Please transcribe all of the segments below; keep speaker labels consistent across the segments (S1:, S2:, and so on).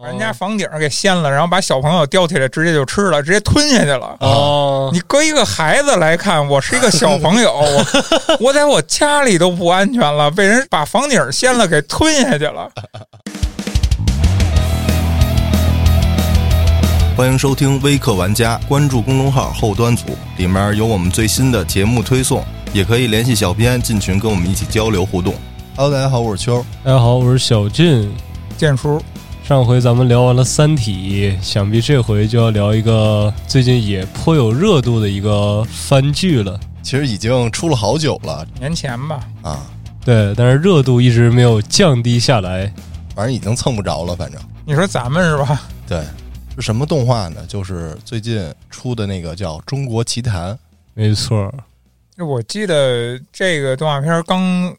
S1: 把人家房顶儿给掀了，然后把小朋友叼起来，直接就吃了，直接吞下去了。
S2: 哦，
S1: 你搁一个孩子来看，我是一个小朋友，我我在我家里都不安全了，被人把房顶儿掀了给吞下去了。
S3: 欢迎收听微客玩家，关注公众号后端组，里面有我们最新的节目推送，也可以联系小编进群跟我们一起交流互动。Hello，大家好，我是秋。
S2: 大家好，我是小俊。
S1: 建叔，
S2: 上回咱们聊完了《三体》，想必这回就要聊一个最近也颇有热度的一个番剧了。
S3: 其实已经出了好久了
S1: 年前吧，
S3: 啊，
S2: 对，但是热度一直没有降低下来。
S3: 反正已经蹭不着了，反正
S1: 你说咱们是吧？
S3: 对。是什么动画呢？就是最近出的那个叫《中国奇谭》，
S2: 没错，
S1: 我记得这个动画片刚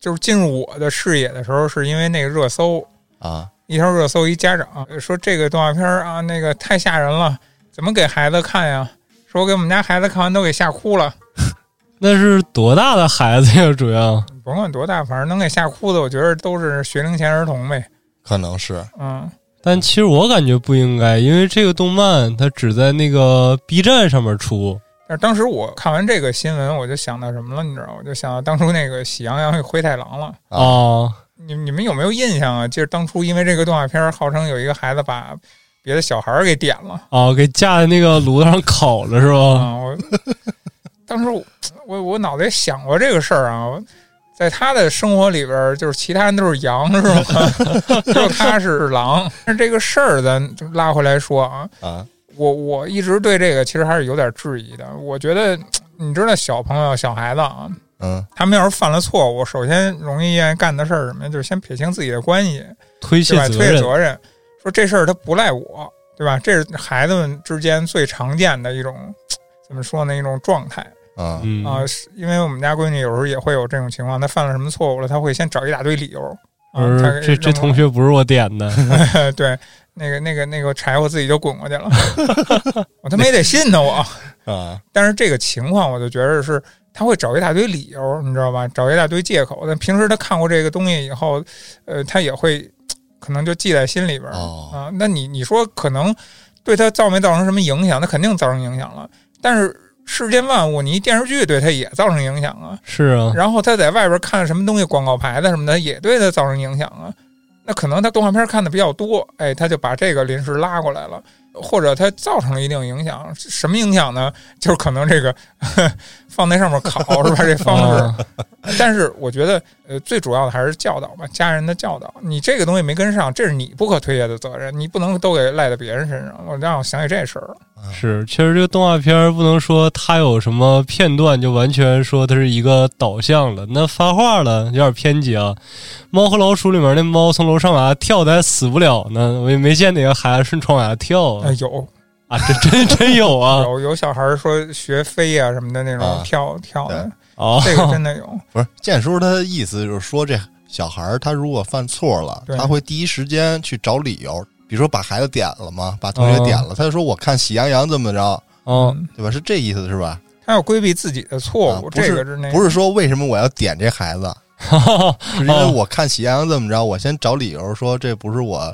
S1: 就是进入我的视野的时候，是因为那个热搜，
S3: 啊，
S1: 一条热搜，一家长说这个动画片儿啊，那个太吓人了，怎么给孩子看呀？说我给我们家孩子看完都给吓哭了，
S2: 那是多大的孩子呀？主要
S1: 甭管多大，反正能给吓哭的，我觉得都是学龄前儿童呗。
S3: 可能是
S1: 嗯，
S2: 但其实我感觉不应该，因为这个动漫它只在那个 B 站上面出。
S1: 但是当时我看完这个新闻，我就想到什么了，你知道吗？我就想到当初那个《喜羊羊与灰太狼》了。
S3: 啊
S2: 啊
S1: 你你们有没有印象啊？就是当初因为这个动画片儿，号称有一个孩子把别的小孩儿给点了。
S2: 啊，给架在那个炉子上烤了是吧？
S1: 啊，我当时我我我脑袋也想过这个事儿啊，我在他的生活里边儿，就是其他人都是羊是吗？ 只有他是狼。但是这个事儿咱就拉回来说啊，
S3: 啊，
S1: 我我一直对这个其实还是有点质疑的。我觉得你知道，小朋友小孩子啊，
S3: 嗯，
S1: 他们要是犯了错误，首先容易愿意干的事儿是什么呀？就是先撇清自己的关系，
S2: 推卸
S1: 对吧？推
S2: 责
S1: 卸
S2: 任，
S1: 责任，说这事儿他不赖我，对吧？这是孩子们之间最常见的一种怎么说呢？一种状态。
S3: 啊，
S2: 嗯
S1: 啊、是因为我们家闺女有时候也会有这种情况，她犯了什么错误了，她会先找一大堆理由。啊
S2: 不，
S1: 她
S2: 是这这同学不是我点 的，
S1: 学对那个那个那个柴火自己就滚过去了， 我他妈也得信呢我。
S3: 啊，
S1: 但是这个情况，我就觉得是他会找一大堆理由，你知道吧？找一大堆借口。但平时他看过这个东西以后，呃，他也会可能就记在心里边儿、
S3: 哦
S1: 啊。那你你说可能对他造没造成什么影响？那肯定造成影响了。但是世间万物，你一电视剧对他也造成影响啊。
S2: 是 啊，
S1: 然后他在外边看什么东西广告牌子什么的，也对他造成影响啊。那可能他动画片看的比较多，哎，他就把这个临时拉过来了，或者他造成了一定影响。什么影响呢？就是可能这个 呵呵放在上面烤是吧？这方式。
S2: 啊
S1: 但是我觉得，呃，最主要的还是教导吧，家人的教导。你这个东西没跟上，这是你不可推卸的责任，你不能都给赖在别人身上。我让我想起这事儿了，啊
S2: 是，其实这个动画片儿不能说它有什么片段就完全说它是一个导向了，那发话了有点偏激啊。猫和老鼠里面那猫从楼上往下跳的还死不了呢，我也没见哪个孩子顺窗往下跳啊
S1: 呃、，有
S2: 啊，这真真有 啊，
S1: 有有小孩儿说学飞呀、什么的那种
S3: 啊
S1: 跳跳的，
S2: 哦，
S1: 这个真的有。
S3: 不是建叔他的意思就是说，这小孩儿他如果犯错了，
S1: 对
S3: 他会第一时间去找理由，比如说把孩子点了嘛，把同
S1: 哦
S3: 学点了，他就说我看《喜羊羊》怎么着，
S2: 哦，
S3: 对吧？是这意思是吧？
S1: 他要规避自己的错误，
S3: 啊不是
S1: 哦这个是那个
S3: 不是说为什么我要点这孩子，
S2: 哈哈哈
S3: 是因
S1: 哦
S3: 为我看《喜羊羊》怎么着，我先找理由说这不是我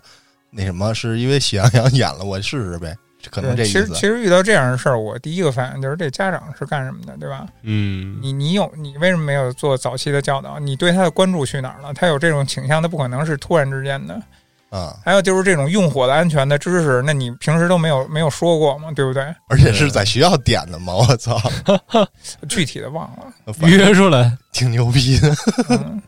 S3: 那什么，是因为《喜羊羊》演了，我试试呗，可能这
S1: 对
S3: 意
S1: 其实其
S3: 思啊
S1: 实遇到这样的事儿，我第一个反应就是这家长是干什么的，对吧？
S2: 嗯，
S1: 你你有你为什么没有做早期的教导？你对他的关注去哪儿了？他有这种倾向，他不可能是突然之间的。
S3: 啊，
S1: 还有就是这种用火的安全的知识，那你平时都没有没有说过嘛，对不对？
S3: 而且是在学校点的嘛，我 操，
S1: 具体的忘了。
S3: 反正
S2: 约出来，
S3: 挺牛逼的。
S1: 嗯，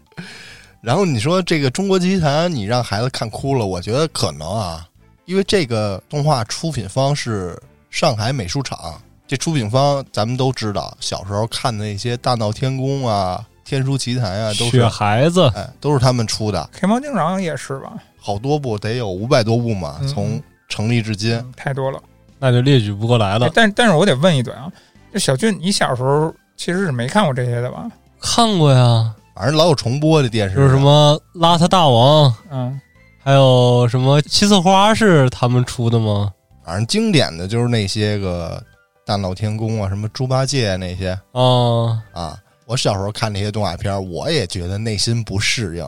S3: 然后你说这个《中国奇谭》，你让孩子看哭了，我觉得可能啊，因为这个动画出品方是上海美术厂，这出品方咱们都知道，小时候看的那些《大闹天宫》啊、《天书奇谭》 啊，都
S2: 雪
S3: 是
S2: 孩子，
S3: 哎，都是他们出的，
S1: 黑猫警长也是吧？
S3: 好多部得有五百多部嘛，
S1: 嗯
S3: 从成立至今。
S1: 嗯太多了。
S2: 那就列举不过来了。
S1: 但但是我得问一嘴啊，就小俊，你小时候其实是没看过这些的吧？
S2: 看过呀，
S3: 反正老有重播的电视，
S2: 就是什么邋遢大王，
S1: 嗯，
S2: 还有什么七色花是他们出的吗？
S3: 反正经典的就是那些个大闹天宫啊，什么猪八戒那些
S2: 啊，
S3: 啊。我小时候看这些动画片儿，我也觉得内心不适应，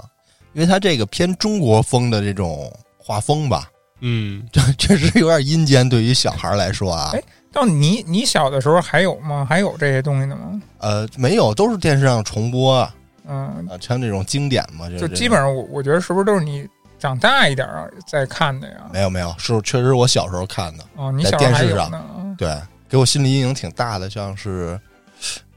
S3: 因为它这个偏中国风的这种画风吧，
S2: 嗯，
S3: 这确实有点阴间，对于小孩来说啊
S1: 哎，到你你小的时候还有吗？还有这些东西呢吗？
S3: 呃，没有，都是电视上重播啊，
S1: 嗯，
S3: 啊像这种经典嘛，
S1: 就
S3: 就
S1: 基本上我我觉得是不是都是你长大一点儿再看的呀？
S3: 没有没有，是确实我小时候看的，
S1: 哦，你
S3: 在
S1: 小时候还
S3: 电视
S1: 有
S3: 上
S1: 呢？啊
S3: 对，给我心理阴影挺大的，像是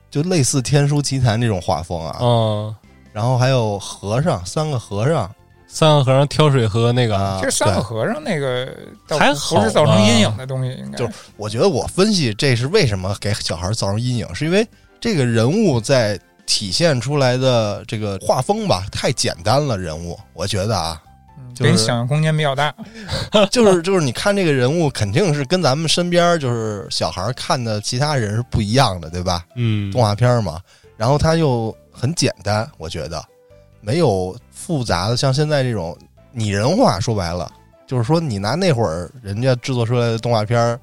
S3: 就类似《天书奇谭》这种画风啊，
S2: 哦，
S3: 然后还有和尚，三个和尚
S2: 三个和尚挑水喝那个，
S3: 啊，
S1: 其实三个
S3: 对
S1: 和尚那个倒
S2: 还
S1: 不不
S2: 好
S1: 是造成
S2: 吧
S1: 阴影的东西，应该
S3: 就是我觉得我分析这是为什么给小孩造成阴影，是因为这个人物在体现出来的这个画风吧太简单了，人物我觉得啊，
S1: 嗯
S3: 就
S1: 给你
S3: 是
S1: 想象空间比较大。
S3: 就是就是你看这个人物肯定是跟咱们身边就是小孩看的其他人是不一样的，对吧？
S2: 嗯，
S3: 动画片嘛，然后它又很简单，我觉得没有复杂的，像现在这种拟人化，说白了就是说你拿那会儿人家制作出来的动画片儿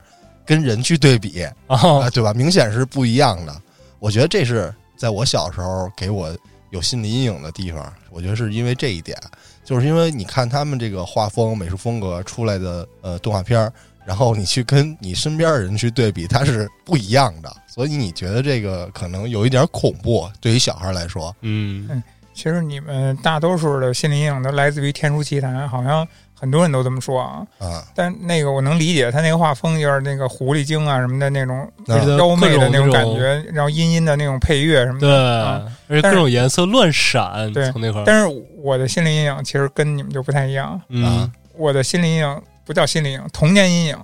S3: 跟人去对比啊、
S2: 哦，
S3: 对吧？明显是不一样的。我觉得这是在我小时候给我有心理阴影的地方，我觉得是因为这一点，就是因为你看他们这个画风、美术风格出来的呃动画片儿，然后你去跟你身边的人去对比，它是不一样的，所以你觉得这个可能有一点恐怖，对于小孩来说，
S2: 嗯，
S1: 其实你们大多数的心理阴影都来自于《天书奇谭》，好像很多人都这么说啊。
S3: 啊、
S1: 但那个我能理解，他那个画风就是那个狐狸精啊什么的那种
S3: 那
S2: 对
S1: 妖媚的那种感
S2: 各
S1: 觉，然后阴阴的那种配乐什么
S2: 对
S1: 的。，
S2: 而
S1: 啊
S2: 且
S1: 但
S2: 各
S1: 是
S2: 种颜色乱闪，
S1: 对
S2: 从那块儿，
S1: 但是我的心理阴影其实跟你们就不太一样，
S2: 嗯
S3: 啊
S1: 我的心理阴影不叫心理阴影，童年阴影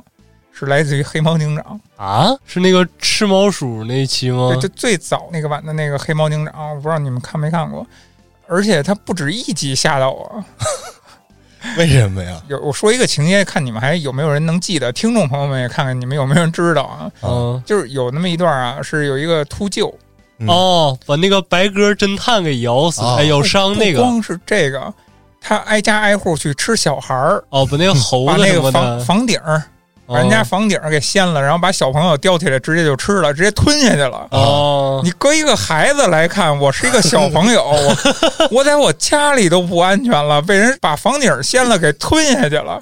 S1: 是来自于《黑猫警长
S2: 啊，是那个吃猫鼠那一期》吗
S1: 对，？就最早那个版的那个《黑猫警长》，我不知道你们看没看过，而且它不止一集吓到我。
S3: 为什么呀？
S1: 有我说一个情节，看你们还有没有人能记得，听众朋友们也看看你们有没有人知道啊。
S2: 嗯，
S1: 就是有那么一段啊，是有一个秃鹫，
S3: 嗯
S2: 哦，把那个白鸽侦探给咬死，
S3: 哦
S2: 哎，咬伤那
S1: 不
S2: 个，
S1: 光是这个，他挨家挨户去吃小孩儿，
S2: 哦，把那个猴
S1: 把
S2: 子
S1: 那
S2: 什
S1: 个
S2: 么
S1: 房
S2: 的，
S1: 房顶儿，把
S2: 哦
S1: 人家房顶儿给掀了，然后把小朋友叼起来，直接就吃了，直接吞下去了。
S2: 哦，
S1: 你搁一个孩子来看，我是一个小朋 友，我我在我家里都不安全了，被人把房顶儿掀了给吞下去 了。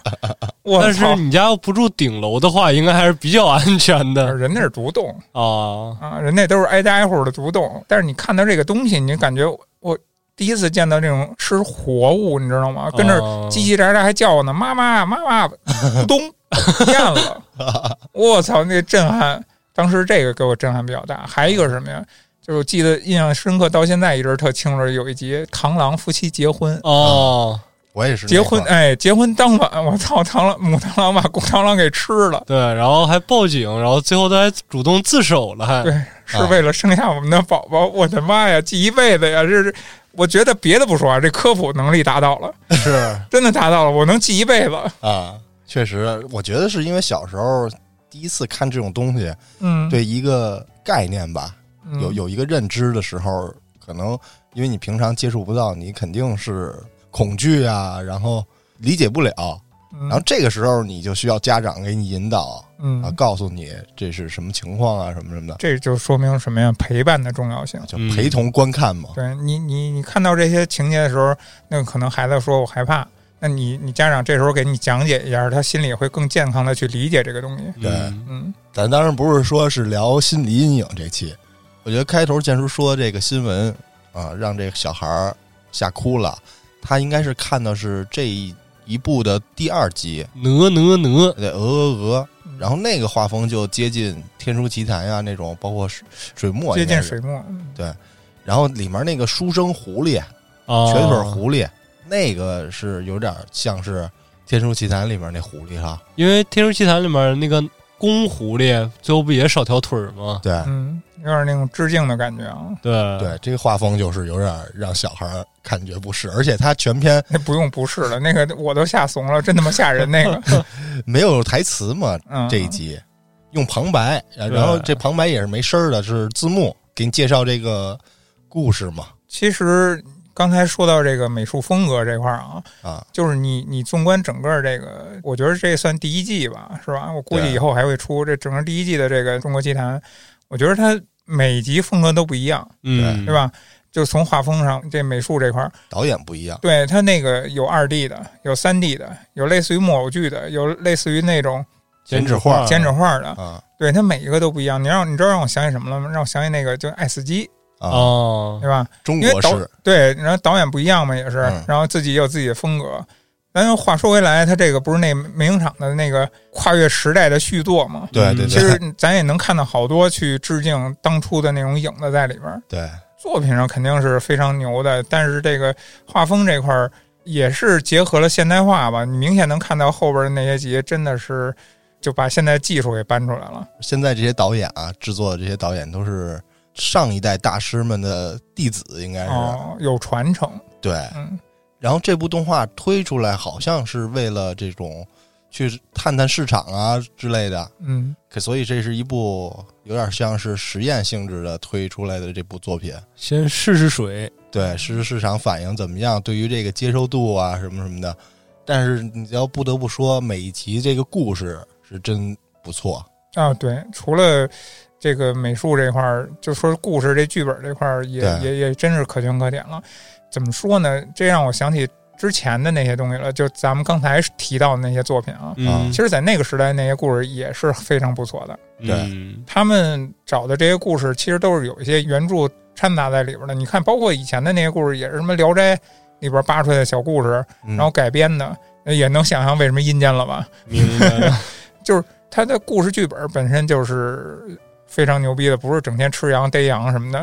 S1: 我
S2: 但是
S1: 操！
S2: 你家要不住顶楼的话，应该还是比较安全的
S1: 人那是独栋，
S2: 啊。
S1: 啊，人家都是挨家挨户的独栋，但是你看到这个东西，你感觉我我第一次见到这种吃活物，你知道吗？跟这儿
S3: 嗯
S2: 哦
S1: 叽叽喳喳还叫我呢，妈妈妈 妈，咕咚咽了，我操，那震撼！当时这个给我震撼比较大。还有一个是什么呀？就是我记得印象深刻，到现在一直特清楚，有一集螳螂夫妻结婚，
S2: 哦，
S3: 我也是
S1: 结
S3: 那块
S1: 婚
S3: 儿
S1: 哎，结婚当晚，我操，螳螂母螳螂把公螳螂给吃了，
S2: 对，然后还报警，然后最后他还主动自首了，还
S1: 对是
S3: 啊
S1: 为了生下我们的宝宝。我的妈呀，记一辈子呀！这是我觉得别的不说啊，这科普能力达到了，
S3: 是
S1: 真的达到了，我能记一辈子。
S3: 啊，确实，我觉得是因为小时候第一次看这种东西，
S1: 嗯，
S3: 对一个概念吧，
S1: 嗯，
S3: 有有一个认知的时候，可能因为你平常接触不到，你肯定是恐惧啊，然后理解不了，
S1: 嗯，
S3: 然后这个时候你就需要家长给你引导啊，
S1: 嗯，
S3: 告诉你这是什么情况啊，什么什么的，
S1: 这就说明什么呀？陪伴的重要性。
S3: 就陪同观看嘛。
S1: 对你，你你看到这些情节的时候，那可能孩子说我害怕，那你你家长这时候给你讲解一下，他心里会更健康的去理解这个东西。
S2: 嗯
S3: 对
S1: 嗯
S3: 咱当然不是说是聊心理阴影这期，我觉得开头建叔说这个新闻啊，让这个小孩儿吓哭了，他应该是看的是这一一部的第二集，
S2: 哪哪哪，
S3: 对，鹅鹅鹅，
S1: 嗯
S3: 然后那个画风就接近《天书奇谭》呀啊那种，包括水水墨啊
S1: 接
S3: 应该
S1: 近
S3: 是
S1: 水墨，哦嗯
S3: 然后里面那个书生狐狸、
S2: 啊，
S3: 瘸腿狐狸，那个是有点像是《天书奇谭》里面那狐狸哈。
S2: 因为《天书奇谭》里面那个公狐狸最后不也少条腿儿吗？
S3: 对、
S1: 嗯，有点那种致敬的感觉啊。
S2: 对
S3: 对，，这个画风就是有点让小孩儿感觉不适，而且它全篇
S1: 那不用不是了，那个我都吓怂了，真他妈吓人那 个。
S3: 没有台词嘛，
S1: 嗯，
S3: 这一集用旁白，然后这旁白也是没声儿的，是字幕给你介绍这个故事嘛
S1: 其实刚才说到这个美术风格这块儿啊，
S3: 啊，
S1: 就是你你纵观整个这个，我觉得这算第一季吧，是吧？我估计
S3: 对
S1: 以后还会出这整个第一季的这个中国奇谭，我觉得它每集风格都不一样，
S2: 嗯，
S1: 对？吧？就从画风上，这美术这块儿，
S3: 导演不一样，
S1: 对它那个有二 D 的，有三 D 的，有类似于木偶剧的，有类似于那种
S3: 剪纸
S2: 纸
S3: 画
S1: 剪纸画的，
S3: 啊
S1: 对它每一个都不一样。你让你知道让我想起什么了吗？让我想起那个就爱死机，
S3: 啊！
S2: 哦
S1: 对，吧？
S3: 中
S1: 因为
S3: 国
S1: 导
S3: 式
S1: 对，然后导演不一样嘛，也是，
S3: 嗯
S1: 然后自己也有自己的风格。咱话说回来，它这个不是那美影厂的那个跨越时代的续作嘛？
S3: 对对
S1: 嗯其
S3: 对
S1: 实咱也能看到好多去致敬当初的那种影子在里边儿。
S3: 对，
S1: 作品上肯定是非常牛的，但是这个画风这块儿也是结合了现代化吧。你明显能看到后边那些集真的是就把现代技术给搬出来了。
S3: 现在这些导演啊，制作的这些导演都是上一代大师们的弟子，应该是、
S1: 哦，有传承，
S3: 对。
S1: 嗯，
S3: 然后这部动画推出来，好像是为了这种去探探市场啊之类的，
S1: 嗯，
S3: 可所以这是一部有点像是实验性质的推出来的这部作品。
S2: 先试试水，
S1: 嗯
S3: 对，市市场反应怎么样？对于这个接受度啊，什么什么的。但是你要不得不说，每一集这个故事是真不错。
S1: 啊，对，除了这个美术这块儿，就说故事这剧本这块儿也
S3: 对
S1: 也也真是可圈可点了。怎么说呢？这让我想起之前的那些东西了，就咱们刚才提到的那些作品啊。
S2: 嗯，
S1: 其实，在那个时代，那些故事也是非常不错的。
S3: 对
S2: 嗯
S1: 他们找的这些故事，其实都是有一些原著掺杂在里边的。你看，包括以前的那些故事，也是什么《聊斋》里边扒出来的小故事，
S3: 嗯、
S1: 然后改编的，呃也能想象为什么阴间了吧？
S2: 明白了，
S1: 它的故事剧本本身就是非常牛逼的，不是整天吃羊逮羊什么的，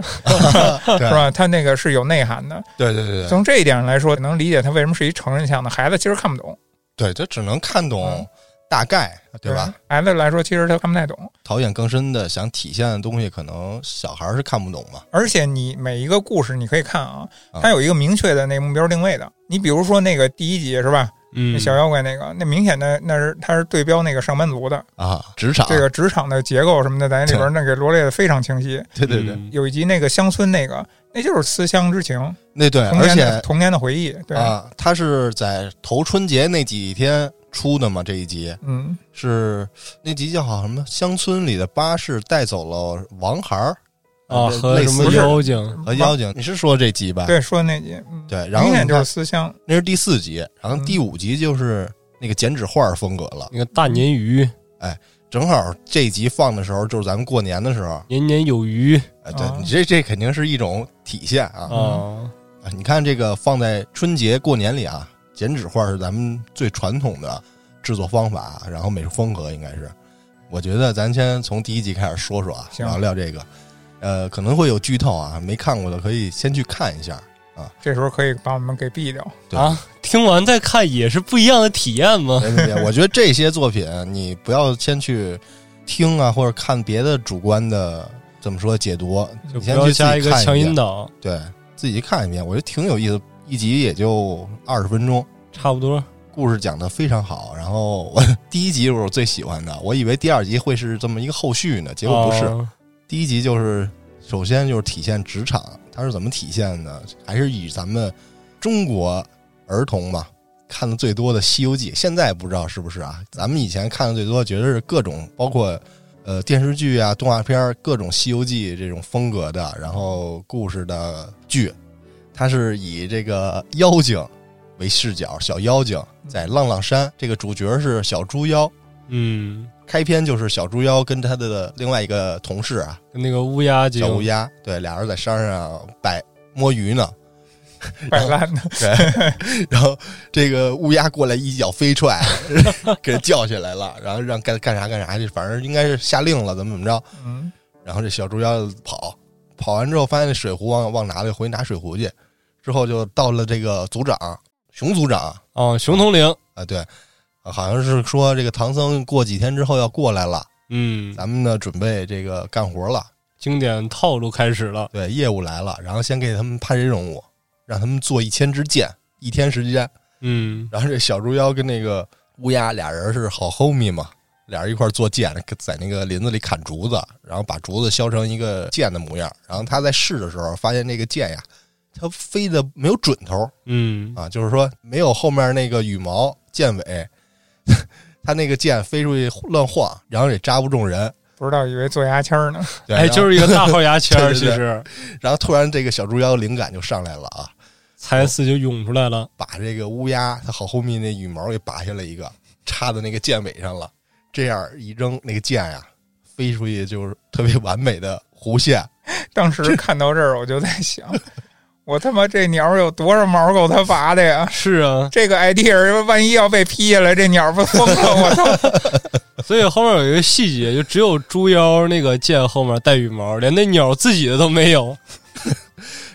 S1: 是吧？它那个是有内涵的。
S3: 对对对对
S1: 从这一点上来说，能理解它为什么是一成人向的，孩子其实看不懂，
S3: 对，这只能看懂
S1: 嗯
S3: 大概，对吧？？
S1: 孩子来说，其实他看不太懂。
S3: 导演更深的想体现的东西，可能小孩儿是看不懂嘛。
S1: 而且你每一个故事，你可以看啊
S3: 嗯，
S1: 它有一个明确的那个目标定位的。你比如说那个第一集是吧？那
S2: 嗯，
S1: 小妖怪那个，那明显的那是它是对标那个上班族的，
S3: 啊，职场，
S1: 这个职场的结构什么的，在那里边那给罗列的非常清晰。
S3: 对对对，
S2: 嗯
S1: 有一集那个乡村那个，那就是思乡之情，
S3: 那对，
S1: 童
S3: 哎而
S1: 年的
S3: 且
S1: 童年的回忆。对，
S3: 啊，他是在头春节那几天出的嘛，这一集
S1: 嗯，
S3: 是那集叫好什么？乡村里的巴士带走了王孩儿
S2: 啊，和
S3: 类
S2: 什
S3: 似
S2: 么
S3: 于
S2: 妖精，
S3: 和妖精，你是说这集吧？
S1: 哦嗯对说的那集，嗯
S3: 对，然后
S1: 明显
S3: 你
S1: 就
S3: 看
S1: 是嗯思乡。
S3: 那是第四集，然后第五集就是那个剪纸画风格了。
S2: 那个大鲶鱼，
S3: 正好这一集放的时候，就是咱们过年的时候。
S2: 年年有余
S3: 哎，对
S1: 啊
S2: 哦
S3: 你这这肯定是一种体现啊！
S2: 啊，
S3: 啊，你看这个放在春节过年里啊，剪纸画是咱们最传统的制作方法，然后美术风格应该是。我觉得咱先从第一集开始说说啊，
S1: 行
S3: 聊聊这个，呃，可能会有剧透啊，没看过的可以先去看一下。
S1: 这时候可以把我们给毙 掉。
S3: 对
S2: 啊，听完再看也是不一样的体验嘛。
S3: 别别别，我觉得这些作品你不要先去听啊，或者看别的主观的怎么说解读，
S2: 就
S3: 你
S2: 不
S3: 先
S2: 要
S3: 去自
S2: 加一
S3: 己
S2: 个
S3: 看
S2: 强
S3: 一
S2: 引
S3: 遍，
S2: 导，
S3: 对自己看一遍，我觉得挺有意思，一集也就二十分钟。
S2: 差不多。
S3: 故事讲的非常好，然后我 第一集是我最喜欢的，我以为第二集会是这么一个后续呢，结果不是。
S2: 啊
S3: 第一集就是首先就是体现职场，它是怎么体现的？还是以咱们中国儿童嘛看的最多的《西游记》，现在不知道是不是啊？咱们以前看的最多，觉得是各种包括呃电视剧啊、动画片儿各种《西游记》这种风格的，然后故事的剧，它是以这个妖精为视角，小妖精在浪浪山，这个主角是小猪妖。
S2: 嗯，
S3: 开篇就是小猪妖跟他的另外一个同事啊，
S2: 跟那个乌鸦精
S3: 小，乌鸦，对，俩人在山上摆摸鱼呢，
S1: 摆烂的，
S3: 然后这个乌鸦过来一脚飞踹， 给叫起来了，然后让干干啥干啥去，反正应该是下令了，怎么怎么着。
S1: 嗯，
S3: 然后这小猪妖跑，跑完之后发现这水壶忘忘拿了，回去拿水壶去。之后就到了这个组长熊组长
S2: 啊，熊统领，
S3: 啊，对，啊好像是说这个唐僧过几天之后要过来了，
S2: 嗯，
S3: 咱们呢准备这个干活了。
S2: 经典套路开始了。
S3: 对，业务来了，然后先给他们派这任务，让他们做一千支箭，一天时间。
S2: 嗯，
S3: 然后这小猪妖跟那个乌鸦俩人是好 homie 嘛，俩人一块儿做箭，在那个林子里砍竹子，然后把竹子削成一个箭的模样。然后他在试的时候，发现那个箭呀，它飞的没有准头
S2: 嗯，
S3: 啊，就是说没有后面那个羽 毛箭尾，它那个箭飞出去乱晃，然后也扎不中人。
S1: 不知道以为做牙签儿呢。
S3: 对
S2: 哎，
S3: 然后
S2: 就是一个大号牙签 儿，
S3: 对
S2: 其
S3: 对对
S2: 实
S3: 然后突然这个小猪妖灵感就上来了啊，
S2: 才思就涌出来了。
S3: 把这个乌鸦它好后面那羽毛给拔下来一个，插在那个剑尾上了。这样一扔，那个剑呀、飞出去就是特别完美的弧线。
S1: 当时看到这儿，我就在 想，我他妈这鸟有多少毛够它拔的呀？
S2: 是啊，
S1: 这个 idea 万一要被批下来，这鸟不疯了？我 操！
S2: 所以后面有一个细节，就只有猪妖那个剑后面带羽毛，连那鸟自己的都没有。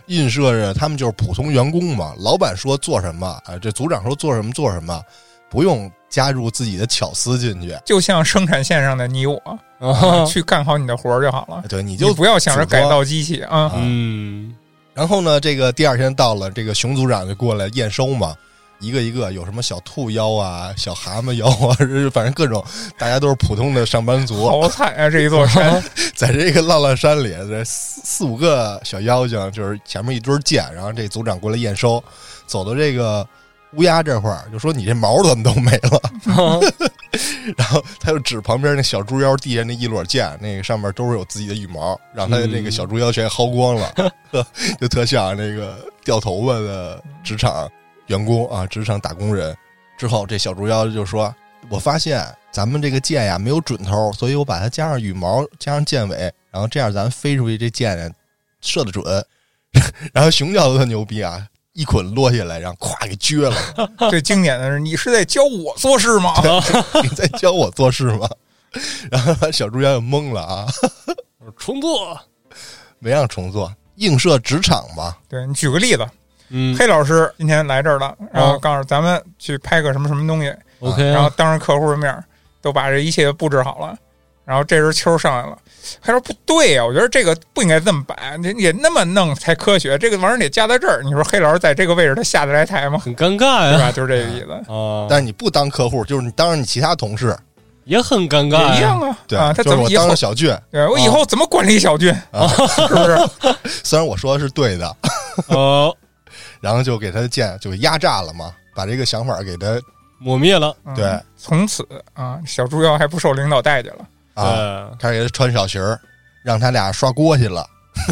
S3: 映射着他们就是普通员工嘛，老板说做什么啊，这组长说做什么做什么，不用加入自己的巧思进去。
S1: 就像生产线上的你我，
S2: 啊，
S1: 去干好你的活儿就好了，
S3: 对，嗯你
S1: 你
S3: 就
S1: 不要想着
S3: 组装
S1: 改造机器啊。
S3: 啊
S2: 嗯，
S3: 然后呢，这个第二天到了，这个熊组长就过来验收嘛，一个一个有什么小兔妖啊、小蛤蟆妖啊， 反正各种，大家都是普通的上班族，
S1: 好惨啊！这一座 山，
S3: 在这个浪浪山里，这四四五个小妖精，就是前面一堆剑，然后这组长过来验收，走到这个乌鸦这块儿，就说你这毛怎么都没了，然后他就指旁边那小猪妖地下那一摞剑，那个上面都是有自己的羽毛，让他的那个小猪妖全薅光了，就特像那个掉头发的职场员工啊，职场打工人。之后这小猪妖就说：“我发现咱们这个剑呀没有准头，所以我把它加上羽毛，加上剑尾，然后这样咱飞出去这箭呀射得准。” 然后熊教授特牛逼啊，一捆落下来，然后咵给撅了。
S1: 最经典的是，你是在教我做事吗？
S3: 你在教我做事吗？ 然后小猪妖就懵了啊，
S2: 重做。
S3: 没让重做，映射职场嘛。
S1: 对你举个例子，
S2: 嗯
S1: 黑老师今天来这儿了，然
S3: 啊
S1: 后
S2: 嗯
S1: 告诉咱们去拍个什么什么东西，
S2: ，OK
S1: 然后
S2: 啊，
S3: 嗯
S1: 当着客户的面儿都把这一切布置好了。然后这时候秋儿上来了，他说：“不对呀、我觉得这个不应该这么摆，你也那么弄才科学。这个玩意儿得架在这儿。你说黑老师在这个位置，他下得来台 吗？
S2: 很尴尬
S1: 对
S2: 呀
S1: 吧？就是这个意思，
S2: 啊，
S3: 但是你不当客户，就是你当着你其他同事，
S2: 也很尴尬呀
S1: 也一样啊。
S3: 对，
S1: 啊，他
S3: 就
S1: 怎
S3: 是
S1: 么
S3: 我
S1: 以
S3: 当
S1: 后
S3: 着小俊，
S1: 对我以后怎么管理小俊？
S3: 啊
S1: 是不是？
S3: 虽然我说的是 对的，
S2: 哦，
S3: 然后就给他的剑就给压榨了嘛，把这个想法给他
S2: 抹灭了
S1: 嗯
S3: 对
S1: 从此啊，小猪妖还不受领导待见了。
S3: 啊，
S2: 啊，
S3: 开始给他穿小鞋儿，让他俩刷锅去了，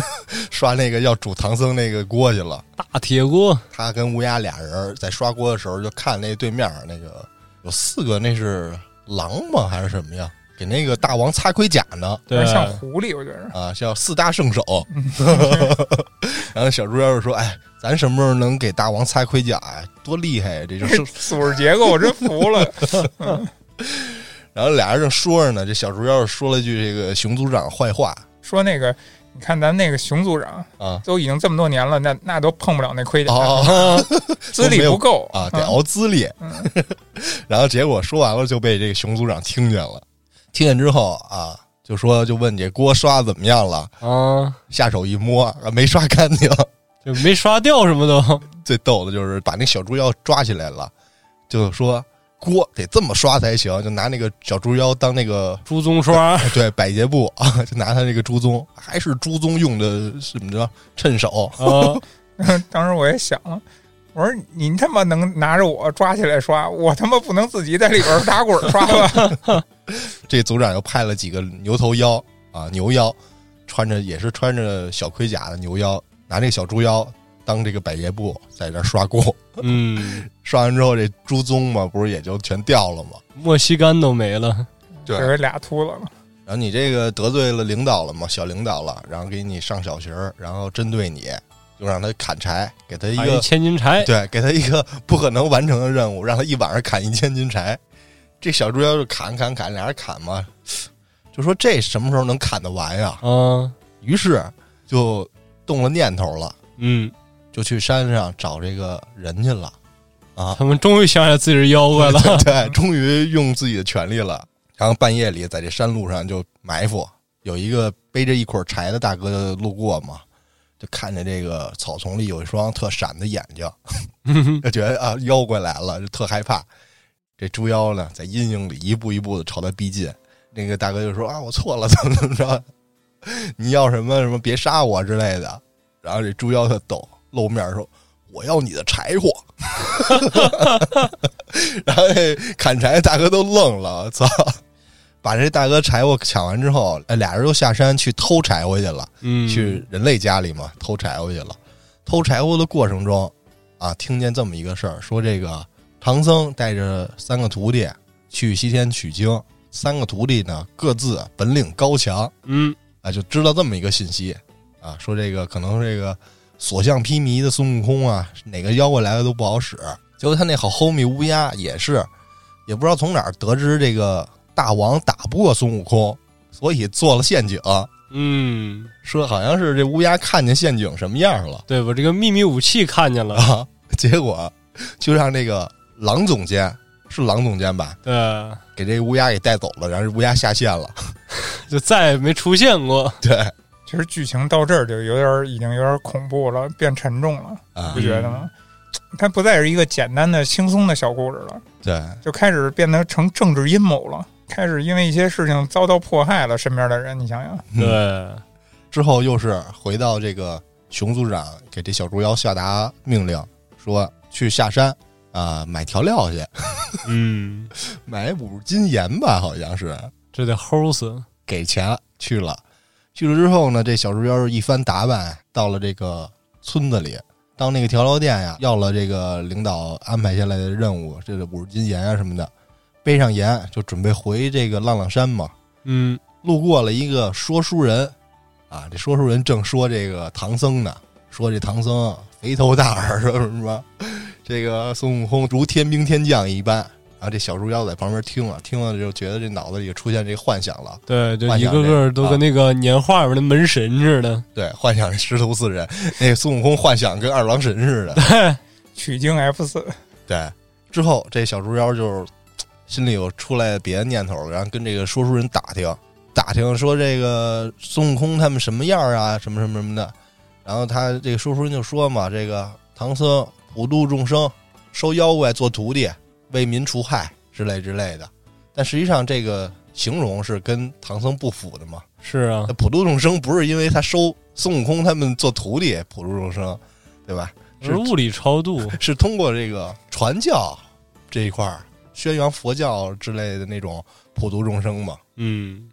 S3: 刷那个要煮唐僧那个锅去了。
S2: 大铁锅，
S3: 他跟乌鸦俩人在刷锅的时候，就看那对面那个有四个，那是狼吗还是什么呀？给那个大王擦盔甲呢。
S1: 有
S2: 对
S1: 点，像狐狸，我觉得。
S3: 啊，叫四大圣手。然后小猪妖就说：“哎，咱什么时候能给大王擦盔甲呀？多厉害呀！这 就 是。
S1: 组织结构我真服了，”
S3: 然后俩人正说着呢，这小猪妖说了一句这个熊组长坏话
S1: 说那个，你看咱那个熊组长
S3: 啊
S1: 都已经这么多年了，那那都碰不了那盔甲，
S3: 哦
S1: 资历不够嗯
S3: 啊，得熬资历。 然后结果说完了就被这个熊组长听见了，听见之后啊，就说就问你这锅刷得怎么样了，
S2: 啊，
S3: 下手一摸啊没刷干净。
S2: 就没刷掉什么都，
S3: 最逗的就是把那小猪妖抓起来了，就说锅得这么刷才行，就拿那个小猪妖当那个哎
S2: 猪鬃 刷，
S3: 对百洁布啊，就拿他这个猪鬃，还是猪鬃用的什么着趁手，
S2: 啊，
S1: 嗯 当时我也想了。我说你他妈能拿着我抓起来刷，我他妈不能自己在里边打滚刷吧？
S3: 这组长又派了几个牛头妖啊牛妖，穿着也是穿着小盔甲的牛妖，拿这个小猪妖当这个百洁布在这儿刷锅，
S2: 嗯，
S3: 刷完之后这猪鬃嘛不是也就全掉了吗？
S2: 莫西干都没了，
S3: 对
S1: 这回俩秃子了，
S3: 然后你这个得罪了领导了嘛，小领导了，然后给你上小学儿，然后针对你，就让他砍柴，给他一
S2: 还有
S3: 个
S2: 千斤柴，
S3: 对，给他一个不可能完成的任务，让他一晚上砍一千斤柴。这小猪妖就砍砍砍，俩人砍嘛，就说这什么时候能砍得完呀？
S2: 啊，
S3: 于是就动了念头了，
S2: 嗯，
S3: 就去山上找这个人去了。啊，
S2: 他们终于想起来自己是妖怪 了，
S3: 对，终于用自己的权利了。然后半夜里在这山路上就埋伏，有一个背着一捆柴的大哥路过嘛，就看见这个草丛里有一双特闪的眼睛，就觉得啊妖怪来了，就特害怕。这猪妖呢，在阴影里一步一步的朝他逼近。那个大哥就说啊，我错了， 怎么怎么着？你要什么什么，别杀我之类的。然后这猪妖特逗，露面说：“我要你的柴火。”然后那砍柴大哥都愣了，我操！把这大哥柴火抢完之后，哎，俩人又下山去偷柴火去了，
S2: 嗯，
S3: 去人类家里嘛，偷柴火去了。偷柴火的过程中，啊，听见这么一个事儿，说这个唐僧带着三个徒弟去西天取经，三个徒弟呢各自本领高强，
S2: 嗯
S3: 啊，就知道这么一个信息啊，说这个可能这个所向披靡的孙悟空啊，哪个妖怪来了都不好使。结果他那好 homie 乌鸦也是，也不知道从哪儿得知这个大王打不过孙悟空，所以做了陷阱。
S2: 嗯，
S3: 说好像是这乌鸦看见陷阱什么样了
S2: 对我这个秘密武器看见了，
S3: 啊，结果就让这个郎总监是郎总监吧，
S2: 对，
S3: 给这乌鸦给带走了，然后这乌鸦下线了。
S2: 就再也没出现过。
S3: 对
S1: 其实剧情到这儿就有点儿已经有点儿恐怖了，变沉重了，
S3: 啊
S1: 不，觉得吗？它不再是一个简单的、轻松的小故事了，
S3: 对，
S1: 就开始变得成政治阴谋了，开始因为一些事情遭到迫害了身边的人，你想想，
S3: 嗯
S2: 对，
S3: 之后又是回到这个熊组长给这小猪妖下达命令，说去下山啊、买调料去，
S2: 嗯，
S3: 买五十斤盐吧，好像是
S2: 这得齁死。
S3: 给钱去了。去了之后呢，这小猪妖一番打扮，到了这个村子里，到那个调料店呀，要了这个领导安排下来的任务，这个五十斤盐啊什么的，背上盐就准备回这个浪浪山嘛。
S2: 嗯
S3: 路过了一个说书人，啊，这说书人正说这个唐僧呢，说这唐僧肥头大耳，说什么这个孙悟空如天兵天将一般。然后这小猪妖在旁边听了，听了就觉得这脑子里出现这个幻想了，，
S2: 对，就
S3: 幻
S2: 一
S3: 想
S2: 个
S3: 这
S2: 个都
S3: 啊
S2: 跟那个年画里面的门神似的。
S3: 对，幻想这师徒四人，那个孙悟空幻想跟二郎神似的，
S1: 取经 F 四，
S3: 对。之后这小猪妖就是嘖心里有出来别的念头了，然后跟这个说书人打听，打听说这个孙悟空他们什么样啊，什么什么什么的。然后他这个说书人就说嘛，这个唐僧普度众生，收妖怪做徒弟，为民除害之类之类的。但实际上这个形容是跟唐僧不符的嘛。
S2: 是啊
S3: 那，普度众生不是因为他收孙悟空他们做徒弟普度众生，对吧？
S2: 是物理超 度。
S3: 是通过这个传教这一块儿宣扬佛教之类的那种普度众生嘛。
S2: 嗯，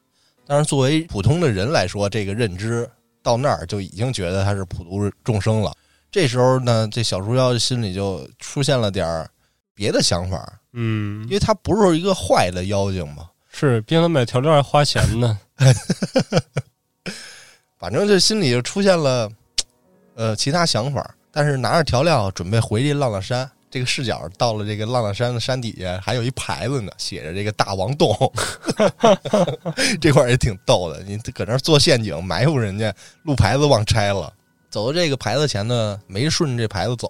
S3: 但是作为普通的人来说，这个认知到那儿就已经觉得他是普度众生了。这时候呢，这小猪妖心里就出现了点儿别的想法，
S2: 嗯
S3: 因，为他不是一个坏的妖精嘛，
S2: 是，别给他买调料还花钱呢。
S3: 反正这心里就出现了呃其他想法。但是拿着调料准备回这浪浪山，这个视角到了这个浪浪山的山底下，还有一牌子呢，写着这个大王洞。 这块儿也挺逗的，你搁那儿做陷阱埋伏人家，路牌子忘拆了。走到这个牌子前呢，没顺着这牌子走，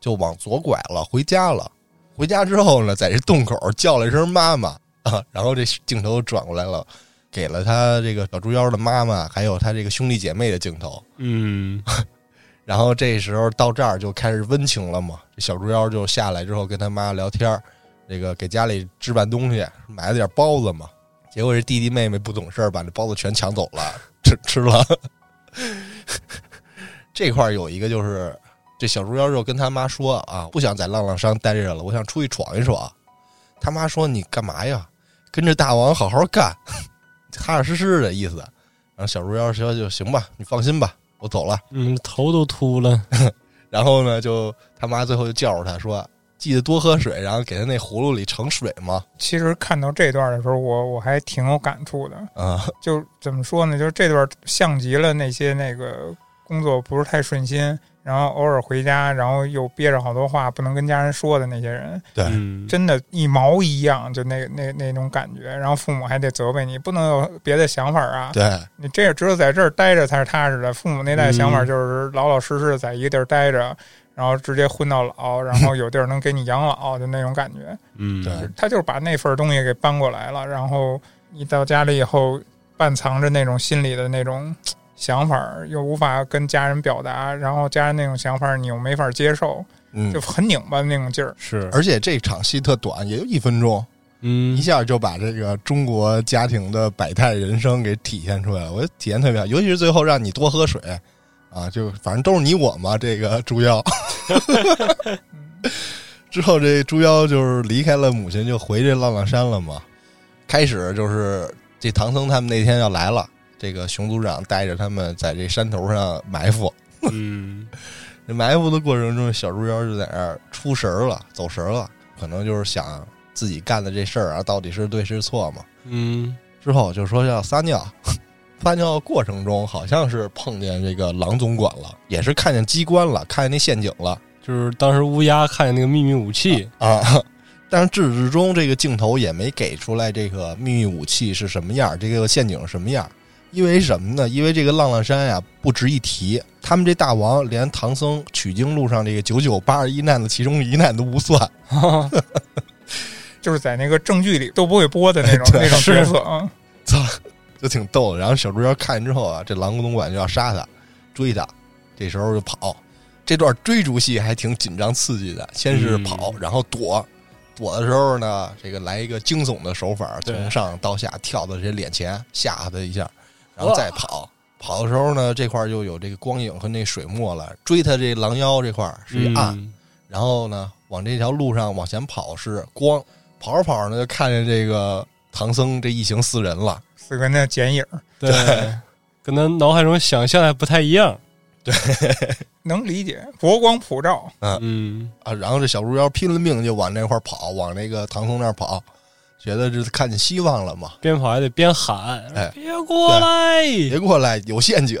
S3: 就往左拐了，回家了。回家之后呢，在这洞口叫了一声妈妈啊，然后这镜头转过来了，给了他这个小猪妖的妈妈，还有他这个兄弟姐妹的镜头。
S2: 嗯，
S3: 然后这时候到这儿就开始温情了嘛，这小猪妖就下来之后跟他妈聊天儿，这个给家里置办东西，买了点包子嘛。结果这弟弟妹妹不懂事儿，把这包子全抢走了， 吃吃了。这块儿有一个就是，这小猪妖就跟他妈说啊，不想在浪浪山待着了，我想出去闯一闯。他妈说你干嘛呀？跟着大王好好干， 踏踏实实的意思。然后小猪妖说就行吧，你放心吧，我走了。
S2: 嗯，头都秃了。
S3: 然后呢，就他妈最后就叫着他说：“记得多喝水，然后给他那葫芦里盛水嘛。
S1: 其实看到这段的时候，我我还挺有感触的。
S3: 啊
S1: 就怎么说呢？就是这段像极了那些那个工作不是太顺心，然后偶尔回家，然后又憋着好多话不能跟家人说的那些人，
S3: 对
S2: 嗯，
S1: 真的，一毛一样，就那那那种感觉。然后父母还得责备你，不能有别的想法啊！
S3: 对
S1: 你这也只有在这儿待着才是踏实的。父母那代想法
S2: 嗯
S1: 就是老老实实地在一个地儿待着，然后直接混到老，然后有地儿能给你养老，就那种感觉。
S2: 嗯，
S3: 对，
S1: 他就是把那份东西给搬过来了，然后你到家里以后，半藏着那种心里的那种嘖想法儿，又无法跟家人表达，然后家人那种想法儿你又没法接受，
S3: 嗯
S1: 就。很拧巴的那种劲儿。
S2: 是，
S3: 而且这场戏特短，也就一分钟，
S2: 嗯
S3: 一，下就把这个中国家庭的百态人生给体现出来了。我觉得体验特别好，尤其是最后让你多喝水啊，就反正都是你我嘛。这个猪妖 之后，这猪妖就是离开了母亲，就回这浪浪山了嘛。开始就是这唐僧他们那天要来了，这个熊组长带着他们在这山头上埋伏。
S2: 嗯，
S3: 这埋伏的过程中，小猪妖就在那儿出神儿了，走神儿了，可能就是想自己干的这事儿啊，到底是对是错嘛。
S2: 嗯，
S3: 之后就说要撒尿，撒尿过程中好像是碰见这个狼总管了，也是看见机关了，看见那陷阱了
S2: 就是当时乌鸦看见那个秘密武器，
S3: 啊。 但是至始至终这个镜头也没给出来这个秘密武器是什么样，这个陷阱是什么样。因为什么呢？因为这个浪浪山呀、不值一提，他们这大王连唐僧取经路上这个九九八十一难的其中一难都不算。
S1: 就是在那个正剧里都不会播的那种那种
S2: 是
S1: 角色啊。
S3: 就挺逗的。然后小猪妖看见之后啊，这狼总管就要杀他，追他，这时候就跑。这段追逐戏还挺紧张刺激的，先是跑，然后躲，躲的时候呢，这个来一个惊悚的手法，
S2: 对
S3: 从上到下跳到这脸前，吓他一下，然后再跑。跑的时候呢，这块儿就有这个光影和那水墨了。追他这狼妖这块儿是一暗，
S2: 嗯
S3: 然后呢，往这条路上往前跑是光。跑着跑着呢，就看见这个唐僧这一行四人了。
S1: 四个人的剪影，
S2: 对，跟他脑海中想象还不太一样。
S1: 能理解。佛光普照，
S2: 嗯，
S3: 啊，然后这小猪妖拼了命就往那块儿跑，往那个唐僧那儿跑，觉得这看见希望了嘛。
S2: 边跑还得边喊：“
S3: 哎
S2: 别过来！”
S3: 结果嘞有陷阱，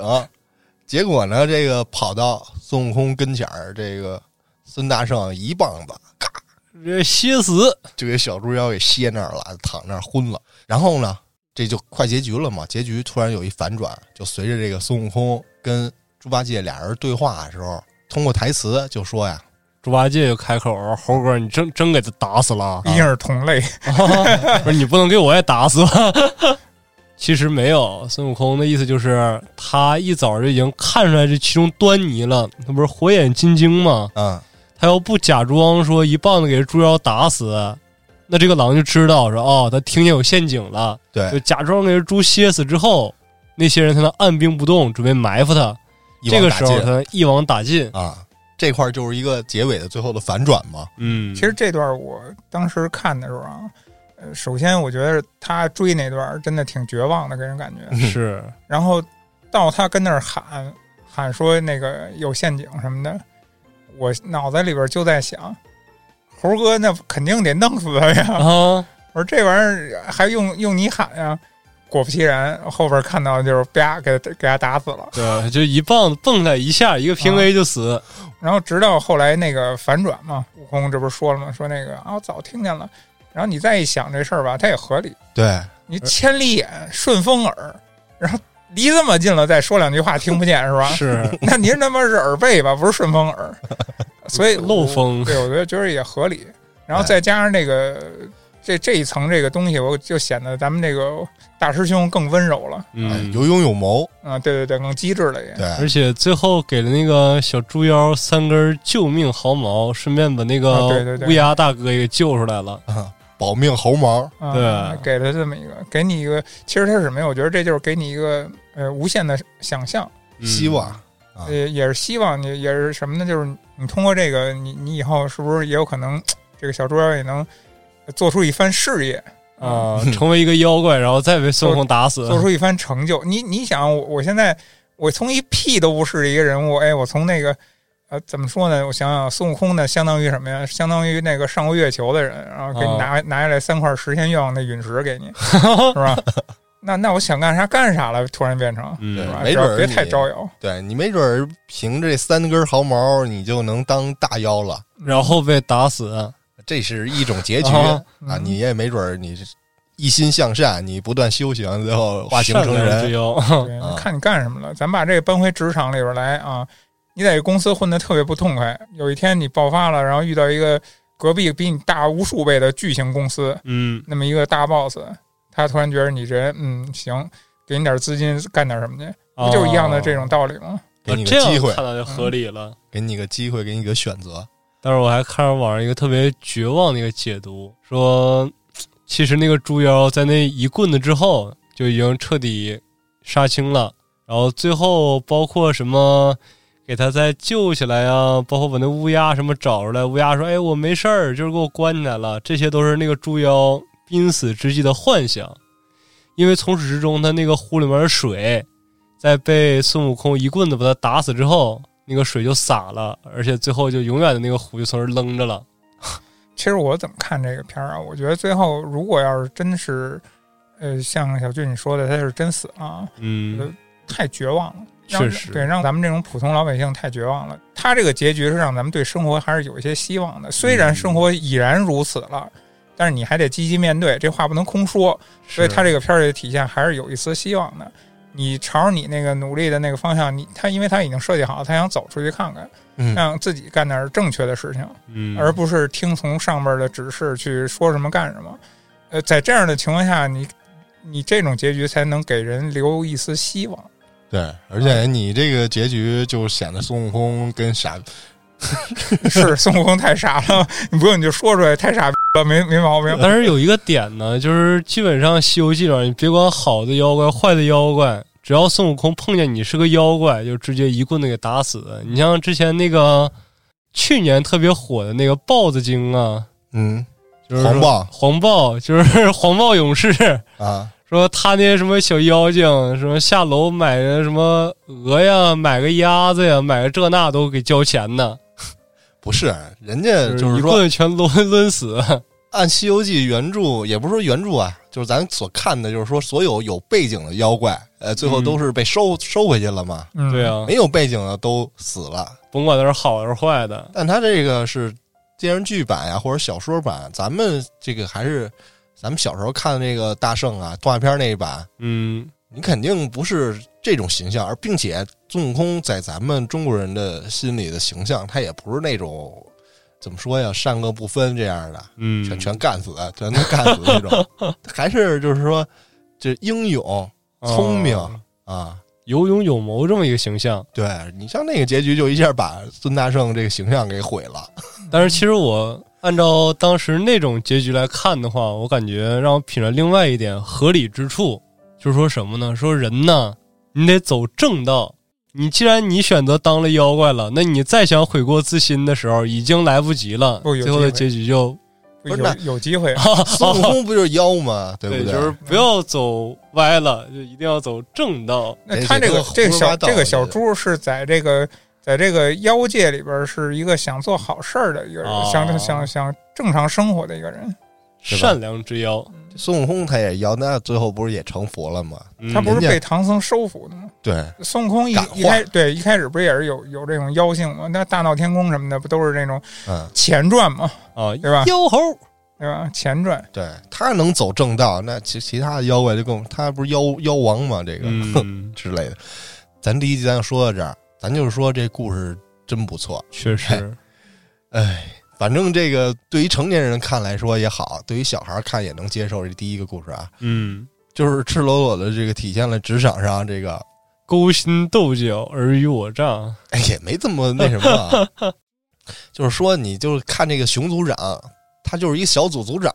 S3: 结果呢这个跑到孙悟空跟前儿，这个孙大圣一棒子咔
S2: 这歇死。
S3: 就给小猪妖给歇那儿了，躺那儿昏了。然后呢这就快结局了嘛，结局突然有一反转，就随着这个孙悟空跟猪八戒俩人对话的时候，通过台词就说呀，
S2: 猪八戒就开口：“猴哥，你真真给他打 死了？
S1: 一定是同类。
S2: 不是你不能给我也打死吧？” 其实没有，孙悟空的意思就是他一早就已经看出来这其中端倪了。那不是火眼金睛吗？
S3: 嗯，
S2: 他要不假装说一棒子给猪妖打死，那这个狼就知道说哦，他听见有陷阱了，就
S3: 对，
S2: 假装给这猪歇死之后，那些人才能按兵不动，准备埋伏他。
S3: 一
S2: 这
S3: 网
S2: 个
S3: 打
S2: 时候
S3: 尽
S2: 他一网打尽。
S3: 啊，这块儿就是一个结尾的最后的反转嘛。
S2: 嗯，
S1: 其实这段我当时看的时候啊，呃，首先我觉得他追那段儿真的挺绝望的，给人感觉。
S2: 嗯是
S1: 然后到他跟那儿喊喊说那个有陷阱什么的，我脑子里边就在想，猴哥那肯定得弄死他呀！
S2: 啊，
S1: 我说这玩意儿还用用你喊呀？果不其然，后边看到就是啪给他给他打死了。
S2: 对，就一棒子蹦他一下，一个平 A 就死。
S1: 然后直到后来那个反转嘛，悟空这不是说了吗？说那个啊，我早听见了。然后你再一想这事儿吧，它也合理。
S3: 对，
S1: 你千里眼顺风耳，然后离这么近了再说两句话听不见是吧？
S2: 是
S1: 那您他妈是耳背吧，不是顺风耳，所以
S2: 漏风
S1: 我对，我觉得觉得也合理。然后
S3: 哎
S1: 再加上这个这这一层这个东西，我就显得咱们这个大师兄更温柔了
S3: 哎
S2: 嗯，
S3: 有勇有谋，
S1: 啊、对对对，更机智了也。
S3: 对
S2: 而且最后给了那个小猪妖三根救命毫毛，顺便把那
S1: 啊对对
S2: 个
S1: 对
S2: 乌鸦大哥也给救出来了。
S3: 啊，保命猴毛，
S1: 啊
S2: 对
S1: 给了这么一个，给你一个，其实它是什么呀？我觉得这就是给你一个呃无限的想象，
S2: 嗯
S3: 希望啊
S1: 也也是希望你，也是什么呢？就是你通过这个，你你以后是不是也有可能，这个小猪妖也能做出一番事业
S2: 啊，成为一个妖怪，然后再被孙悟空打死。
S1: 做出一番成就？你你想，我我现在我从一屁都不是的一个人物，哎，我从那个呃怎么说呢？我想想，孙悟空呢，相当于什么呀？相当于那个上过月球的人，然后给你
S2: 哦
S1: 拿、拿下来三块实现愿望的陨石给你，是吧？那那我想干啥干啥了，突然变成，
S3: 对
S1: 是
S2: 嗯
S1: 吧？
S3: 没准儿
S1: 别
S3: 你
S1: 太招摇。
S3: 对你没准儿凭这三根毫毛，你就能当大妖了，
S2: 然后被打死。
S3: 这是一种结局
S2: 啊
S3: 啊！
S1: 嗯
S3: 你也没准儿你是一心向善，你不断修行，最后化形成
S2: 善良之
S3: 人，
S2: 妖，
S1: 对
S3: 啊
S1: 看你干什么了。咱把这个搬回职场里边来啊，你在公司混得特别不痛快，有一天你爆发了，然后遇到一个隔壁比你大无数倍的巨型公司，
S2: 嗯，
S1: 那么一个大 boss，他突然觉得你这人，嗯，行，给你点资金干点什么去，
S2: 哦
S1: 不就是一样的这种道理吗？
S3: 给你
S2: 这
S3: 个
S2: 样
S3: 机会，
S2: 看到就合理了。
S3: 给你个机会，给你个选择。
S2: 但是我还看着网上一个特别绝望的一个解读，说其实那个猪妖在那一棍子之后就已经彻底杀青了，然后最后包括什么给他再救起来啊，包括把那乌鸦什么找出来，乌鸦说：“哎，我没事儿，就是给我关起来了。”这些都是那个猪妖濒死之际的幻想，因为从始至终，他那个壶里面的水，在被孙悟空一棍子把他打死之后，那个水就洒了，而且最后就永远的那个壶就从这儿扔着了。
S1: 其实我怎么看这个片儿啊？我觉得最后如果要是真是，呃，像小俊你说的，他是真死了啊，
S2: 嗯，
S1: 太绝望了。让
S2: 确实
S1: 对，让咱们这种普通老百姓太绝望了。他这个结局是让咱们对生活还是有一些希望的，虽
S2: 嗯
S1: 然生活已然如此了，但是你还得积极面对，这话不能空说。所以他
S2: 这
S1: 这个片儿的体现还是有一丝希望的。你朝着你那个努力的那个方向，你他因为他已经设计好，他想走出去看看，
S3: 嗯
S1: 让自己干点儿正确的事情。
S2: 嗯，
S1: 而不是听从上边的指示去说什么干什么。呃，在这样的情况下，你你这种结局才能给人留一丝希望。
S3: 对，
S2: 啊
S3: 而且你这个结局就显得孙悟空跟傻
S1: 是孙悟空太傻了， 你不用你就说出来，太傻逼了，没没毛病。
S2: 但是有一个点呢，就是基本上《西游记》里面，你别管好的妖怪、坏的妖怪，只要孙悟空碰见你是个妖怪，就直接一棍子给打死。你像之前那个去年特别火的那个豹子精啊，
S3: 嗯
S2: 就是
S3: 黄豹
S2: 黄豹就是 黄豹勇士，
S3: 啊，
S2: 说他那些什么小妖精，什么下楼买个什么鹅呀，买个鸭子呀，买个这那都给交钱呢，
S3: 不是人家就
S2: 一棍
S3: 是说
S2: 子全抡抡死。
S3: 按《西游记》原著，也不是说原著啊，就是咱所看的，就是说所有有背景的妖怪，呃，最后
S2: 嗯
S3: 都是被收、收回去了嘛，
S1: 嗯，
S2: 对，啊，
S3: 没有背景的都死了。
S2: 甭管他是好还是坏的，
S3: 但他这个是电视剧版呀，啊或者小说版，咱们这个还是咱们小时候看的那个大圣啊，动画片那一版，
S2: 嗯。
S3: 你肯定不是这种形象，而并且孙悟空在咱们中国人的心里的形象，他也不是那种怎么说呀，善恶不分这样的，
S2: 嗯，
S3: 全全干死，全都干死那 种，还是就是说，这英勇
S2: 哦
S3: 聪明
S2: 啊
S3: 啊。
S2: 有勇有谋这么一个形象。
S3: 对你像那个结局，就一下把孙大圣这个形象给毁 了。
S2: 但是其实我按照当时那种结局来看的话，我感觉让我品了另外一点合理之处，就是说什么呢？说人呢，你得走正道。你既然你选择当了妖怪了，那你再想悔过自新的时候，已经来不及了。
S1: 不有
S2: 最后的
S1: 机
S2: 结局就
S1: 有
S3: 不是那
S1: 有机会。啊
S3: 孙悟空不就是妖吗？对不
S2: 对，就是不要走歪了，就一定要走正道。
S1: 那他这个
S3: 这
S1: 这
S3: 个
S1: 个
S3: 胡说八
S1: 小
S3: 道
S1: 这个小
S3: 我觉得
S1: 猪是在这个在这个妖界里边是一个想做好事儿的一个人，
S2: 哦
S1: 想想想正常生活的一个
S3: 嗯
S1: 人。
S3: 是吧
S2: 善良之妖，
S3: 孙悟空他也妖，那最后不是也成佛了吗？
S2: 嗯
S1: 他不是
S3: 人家
S1: 被唐僧收服的吗？
S3: 对，
S1: 孙悟空一
S3: 感化
S1: 一开对一开始不是也是有有这种妖性吗？那大闹天宫什么的不都是这种
S3: 嗯，
S1: 前传吗？
S2: 啊，
S1: 对吧？
S2: 妖猴
S1: 对吧？前传
S3: 对他能走正道，那其其他的妖怪就更他不是妖妖王吗？这个、，
S2: 嗯
S3: 之类的。咱第一集咱就说到这儿，咱就是说这故事真不错。
S2: 确实，
S3: 哎，反正这个对于成年人看来说也好，对于小孩看也能接受。这第一个故事啊，
S2: 嗯。
S3: 就是赤裸裸的这个体现了职场上这个，
S2: 勾心斗角，尔虞我诈。
S3: 哎，也没这么那什么、啊。就是说，你就是看这个熊组长，他就是一小组组长，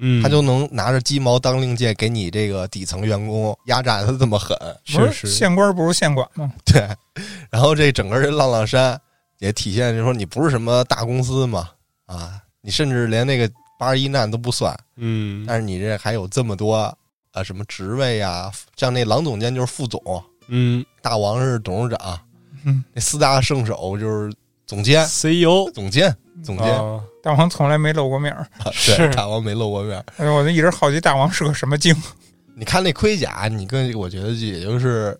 S2: 嗯
S3: 他就能拿着鸡毛当令箭，给你这个底层员工压榨的这么狠，
S1: 不
S2: 确
S1: 是
S2: 实，
S1: 县官不如县管吗？
S3: 对。然后这整个这浪浪山也体现，就是说你不是什么大公司嘛，啊，你甚至连那个八十一难都不算，
S2: 嗯，
S3: 但是你这还有这么多啊什么职位呀、像那郎总监就是副总，
S2: 嗯
S3: 大王是董事长，
S1: 嗯，
S3: 那四大圣手就是总监、
S2: ，CEO
S3: 总监、总监，
S2: 啊，
S1: 大王从来没露过面儿，
S3: 对，
S2: 是
S3: 大王没露过面儿。
S1: 哎呦我就一直好奇大王是个什么精。
S3: 你看那盔甲，你跟我觉得也就是，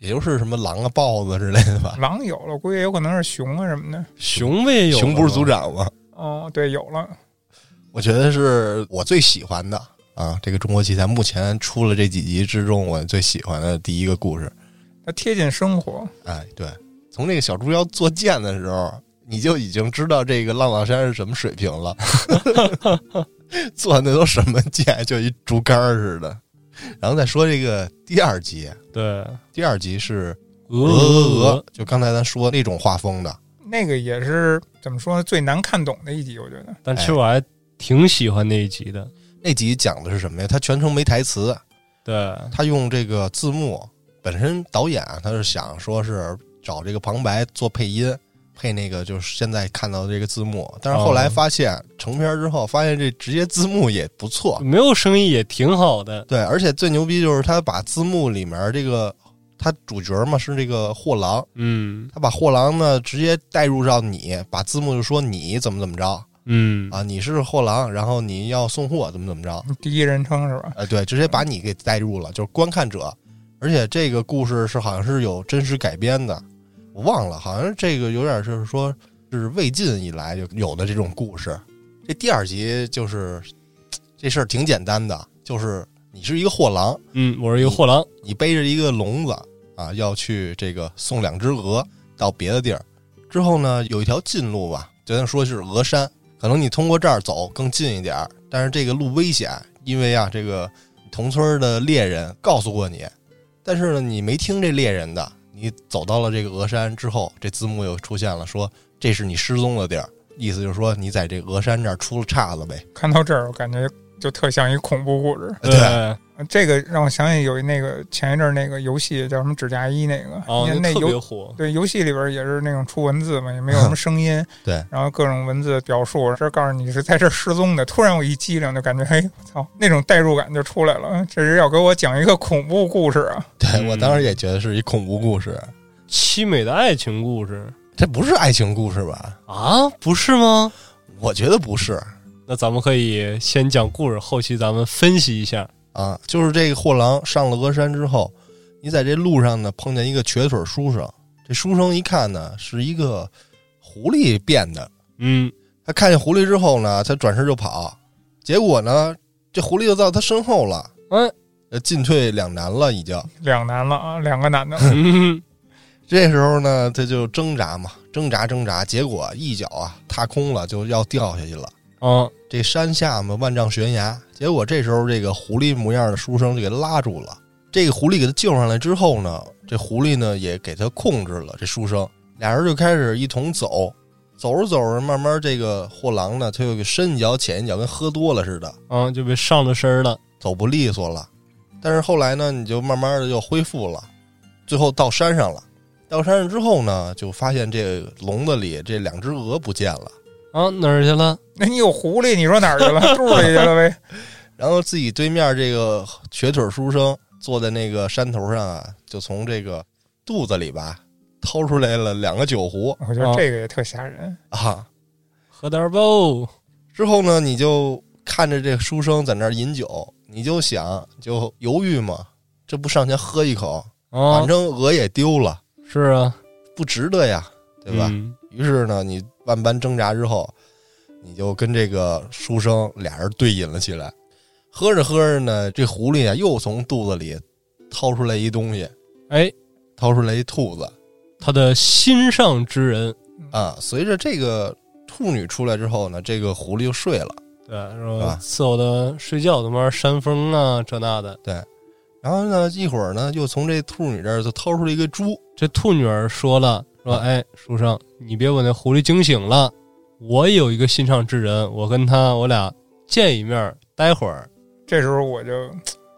S3: 也就是什么狼啊、豹子之类的吧。
S1: 狼有了，估计也有可能是熊啊什么的。
S2: 熊呗，有
S3: 熊不是组
S2: 长，
S3: 长吗？
S1: 哦，对，有了。
S3: 我觉得是我最喜欢的啊。这个中国奇谭目前出了这几集之中，我最喜欢的第一个故事。
S1: 它贴近生活，
S3: 哎，对，从那个小猪妖做剑的时候，你就已经知道这个浪浪山是什么水平 了。做那都什么剑，就一竹竿儿似的。然后再说这个第二集，
S2: 对，
S3: 第二集是
S2: 鹅
S3: 鹅鹅鹅，，就刚才咱说那种画风的。
S1: 那个也是怎么说呢？最难看懂的一集，我觉得。
S2: 但其实我还挺喜欢那一集的，
S3: 那集讲的是什么呀？它全程没台词，
S2: 对，
S3: 他用这个字幕。本身导演啊他是想说是找这个旁白做配音，配那个就是现在看到的这个字幕，但是后来
S2: 哦
S3: 发现成片儿之后，发现这直接字幕也不错，
S2: 没有生意也挺好的。
S3: 对，而且最牛逼就是他把字幕里面这个他主角嘛是这个货郎，
S2: 嗯
S3: 他把货郎呢直接带入到你，把字幕就说你怎么怎么着
S2: 嗯
S3: 啊，你是货郎，然后你要送货怎么怎么着，
S1: 第一人称是吧？
S3: 呃，对，直接把你给带入了，就是观看者。而且这个故事是好像是有真实改编的，我忘了，好像这个有点就是说是魏晋以来就有的这种故事。这第二集就是这事儿挺简单的，就是你是一个货郎，
S2: 嗯，我是一个货郎。
S3: 你背着一个笼子啊，要去这个送两只鹅到别的地儿。之后呢，有一条近路吧，就像说是鹅山，可能你通过这儿走更近一点儿，但是这个路危险，因为啊，这个同村的猎人告诉过你，但是呢，你没听这猎人的，你走到了这个鹅山之后，这字幕又出现了，说这是你失踪的地儿，意思就是说你在这鹅山这儿出了岔子呗。
S1: 看到这儿，我感觉就特像一恐怖故事。
S3: 哎对
S1: 这个让我想起有那个前一阵儿那个游戏叫什么《指甲衣》那个，
S2: 哦，
S1: 因为那
S2: 特别
S1: 游
S2: 火。
S1: 对游戏里边也是那种出文字嘛，也没有什么声音，
S3: 对，
S1: 然后各种文字表述，这告诉你是在这儿失踪的。突然我一机灵，就感觉哎，我操，那种代入感就出来了。这是要给我讲一个恐怖故事啊！
S3: 对
S2: 嗯
S3: 我当时也觉得是一恐怖故事，
S2: 凄美的爱情故事
S3: 这不是爱情故事吧？
S2: 啊，不是吗？
S3: 我觉得不是
S2: 那咱们可以先讲故事，后期咱们分析一下。
S3: 啊，就是这个货郎上了峨山之后，你在这路上呢碰见一个瘸腿书生，这书生一看呢是一个狐狸变的，
S2: 嗯，
S3: 他看见狐狸之后呢，他转身就跑，结果呢这狐狸就到他身后了，
S2: 哎，。
S3: 呃进退两难了已经。
S1: 两难了啊，两个难的
S2: 嗯，
S3: 这时候呢他就挣扎嘛，挣扎挣扎，结果一脚啊踏空了，就要掉下去了。
S2: 啊，
S3: 这山下嘛，万丈悬崖。结果这时候，这个狐狸模样的书生就给拉住了。这个狐狸给他救上来之后呢，这狐狸呢也给他控制了这书生。俩人就开始一同走，走着走着，慢慢这个货郎呢，他又深一脚浅一脚，跟喝多了似的，
S2: 啊，就被上了身儿了。
S3: 走不利索了。但是后来呢，你就慢慢的就恢复了，最后到山上了。到山上之后呢，就发现这笼子里这两只鹅不见了。
S2: 啊，哪儿去了？
S1: 那你有狐狸，你说哪儿去了？ 住里去了呗？
S3: 然后自己对面这个瘸腿书生坐在那个山头上啊，就从这个肚子里吧掏出来了两个酒壶
S1: 我觉得这个也特吓人。
S3: 啊。
S2: 喝点儿不？
S3: 之后呢，你就看着这个书生在那儿饮酒，你就想就犹豫嘛，这不上前喝一口，
S2: 啊
S3: 反，正鹅也丢了，
S2: 是啊，
S3: 不值得呀，对吧？
S2: 嗯
S3: 于是呢，你万般挣扎之后，你就跟这个书生俩人对饮了起来。喝着喝着呢，这狐狸啊又从肚子里掏出来一东西，
S2: 哎，
S3: 掏出来一兔子
S2: 他的心上之人，
S3: 啊。随着这个兔女出来之后呢，这个狐狸就睡了。
S2: 对，说
S3: 啊
S2: 伺候他睡觉，他妈扇风啊，这那的。
S3: 然后呢，一会儿呢，又从这兔女这儿就掏出了一个猪。
S2: 这兔女儿说了，
S3: 啊
S2: 说，哎，书生，你别把那狐狸惊醒了，我有一个心上之人，我跟他，我俩见一面儿，待会儿。
S1: 这时候我就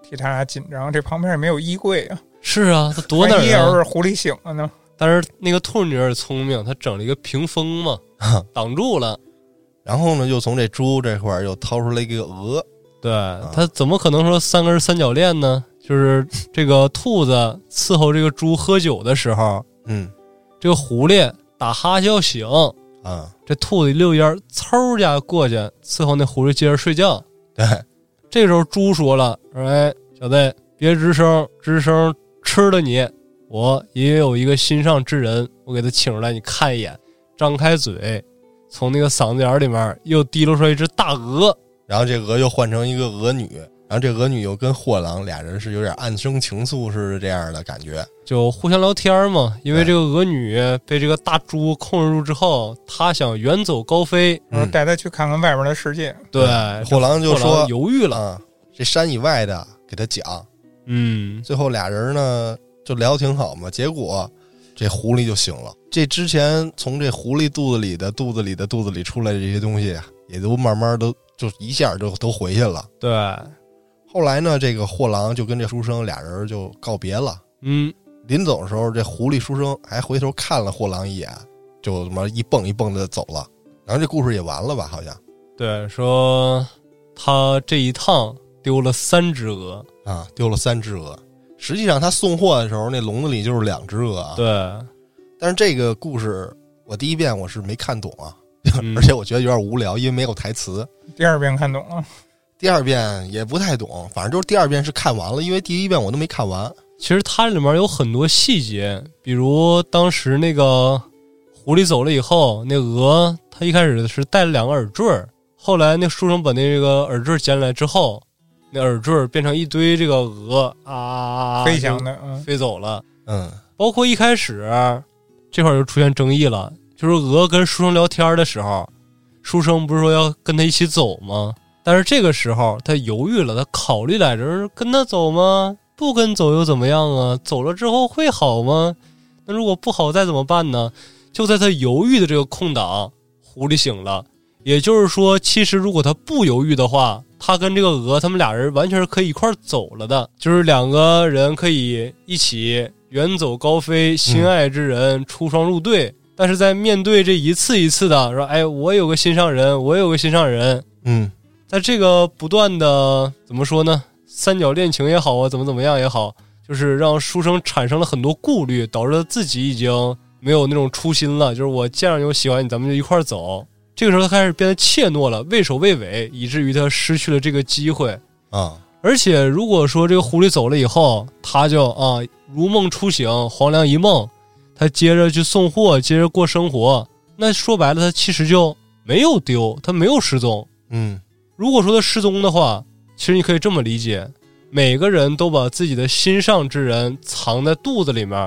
S1: 替他俩紧张，这旁边也没有衣柜啊，
S2: 是啊，他躲哪
S1: 万一要
S2: 儿啊？
S1: 是狐狸醒了呢？
S2: 但是那个兔女儿聪明，她整了一个屏风 嘛，挡住了。
S3: 然后呢，又从这猪这块儿又掏出来一个鹅，
S2: 对他怎么可能说三根三角恋呢？就是这个兔子伺候这个猪喝酒的时候，
S3: 嗯
S2: 这个狐狸打哈欠醒，
S3: 啊，
S2: 这兔子一溜烟儿嗖一下过去伺候那狐狸接着睡觉。
S3: 对，
S2: 这时候猪说了：“说哎，小子，别吱声，吱声吃了你。我也有一个心上之人，我给他请出来，你看一眼。”张开嘴，从那个嗓子眼儿里面又滴溜出来一只大鹅。
S3: 然后这鹅又换成一个鹅女，然后这鹅女又跟货郎俩人是有点暗生情愫似的这样的感觉。
S2: 就互相聊天嘛，因为
S3: 对
S2: 这个鹅女被这个大猪控制住之后，她想远走高飞。
S1: 我说
S3: 嗯
S1: 带他去看看外边的世界。
S2: 对，
S3: 货郎
S2: 后
S3: 就
S2: 来
S3: 说
S2: 犹豫了，
S3: 啊，这山以外的给他讲。
S2: 嗯，
S3: 最后俩人呢就聊挺好嘛，结果这狐狸就醒了。这之前从这狐狸肚子里的、肚子里的、肚子里出来的这些东西啊，也都慢慢都就一下就都回去了。
S2: 对，
S3: 后来呢，这个货郎就跟这书生俩人就告别了。
S2: 嗯，
S3: 临走的时候，这狐狸书生还回头看了货郎一眼，就什么一蹦一蹦的走了。然后这故事也完了吧？好像
S2: 对，说他这一趟丢了三只鹅，
S3: 啊，丢了三只鹅。实际上他送货的时候，那笼子里就是两只鹅啊。
S2: 对，
S3: 但是这个故事我第一遍我是没看懂啊，
S2: 嗯
S3: 而且我觉得有点无聊，因为没有台词。
S1: 第二遍看
S3: 啊
S1: 懂了，
S3: 第二遍也不太懂，反正就是第二遍是看完了，因为第一遍我都没看完。
S2: 其实它里面有很多细节，比如当时那个狐狸走了以后，那鹅它一开始是戴了两个耳坠儿，后来那书生把那个耳坠捡来之后，那耳坠儿变成一堆这个鹅啊啊啊
S1: 飞翔
S2: 就
S1: 的，嗯，
S2: 飞走了。
S3: 嗯，
S2: 包括一开始这块儿就出现争议了，就是鹅跟书生聊天的时候，书生不是说要跟他一起走吗？但是这个时候他犹豫了，他考虑来着，跟他走吗？不跟走又怎么样啊？走了之后会好吗？那如果不好再怎么办呢？就在他犹豫的这个空档，狐狸醒了。也就是说，其实如果他不犹豫的话，他跟这个鹅，他们俩人完全是可以一块儿走了的，就是两个人可以一起远走高飞，心爱之人出双入对。但是在面对这一次一次的说，哎，我有个心上人，我有个心上人，
S3: 嗯，
S2: 在这个不断的怎么说呢，三角恋情也好啊，怎么怎么样也好，就是让书生产生了很多顾虑，导致他自己已经没有那种初心了。就是我见着你，我喜欢你，咱们就一块儿走。这个时候他开始变得怯懦了，畏首畏尾，以至于他失去了这个机会。
S3: 啊，
S2: 而且如果说这个狐狸走了以后，他就啊如梦初醒，黄粱一梦，他接着去送货，接着过生活。那说白了，他其实就没有丢，他没有失踪，
S3: 嗯
S2: 如果说他失踪的话，其实你可以这么理解：每个人都把自己的心上之人藏在肚子里面，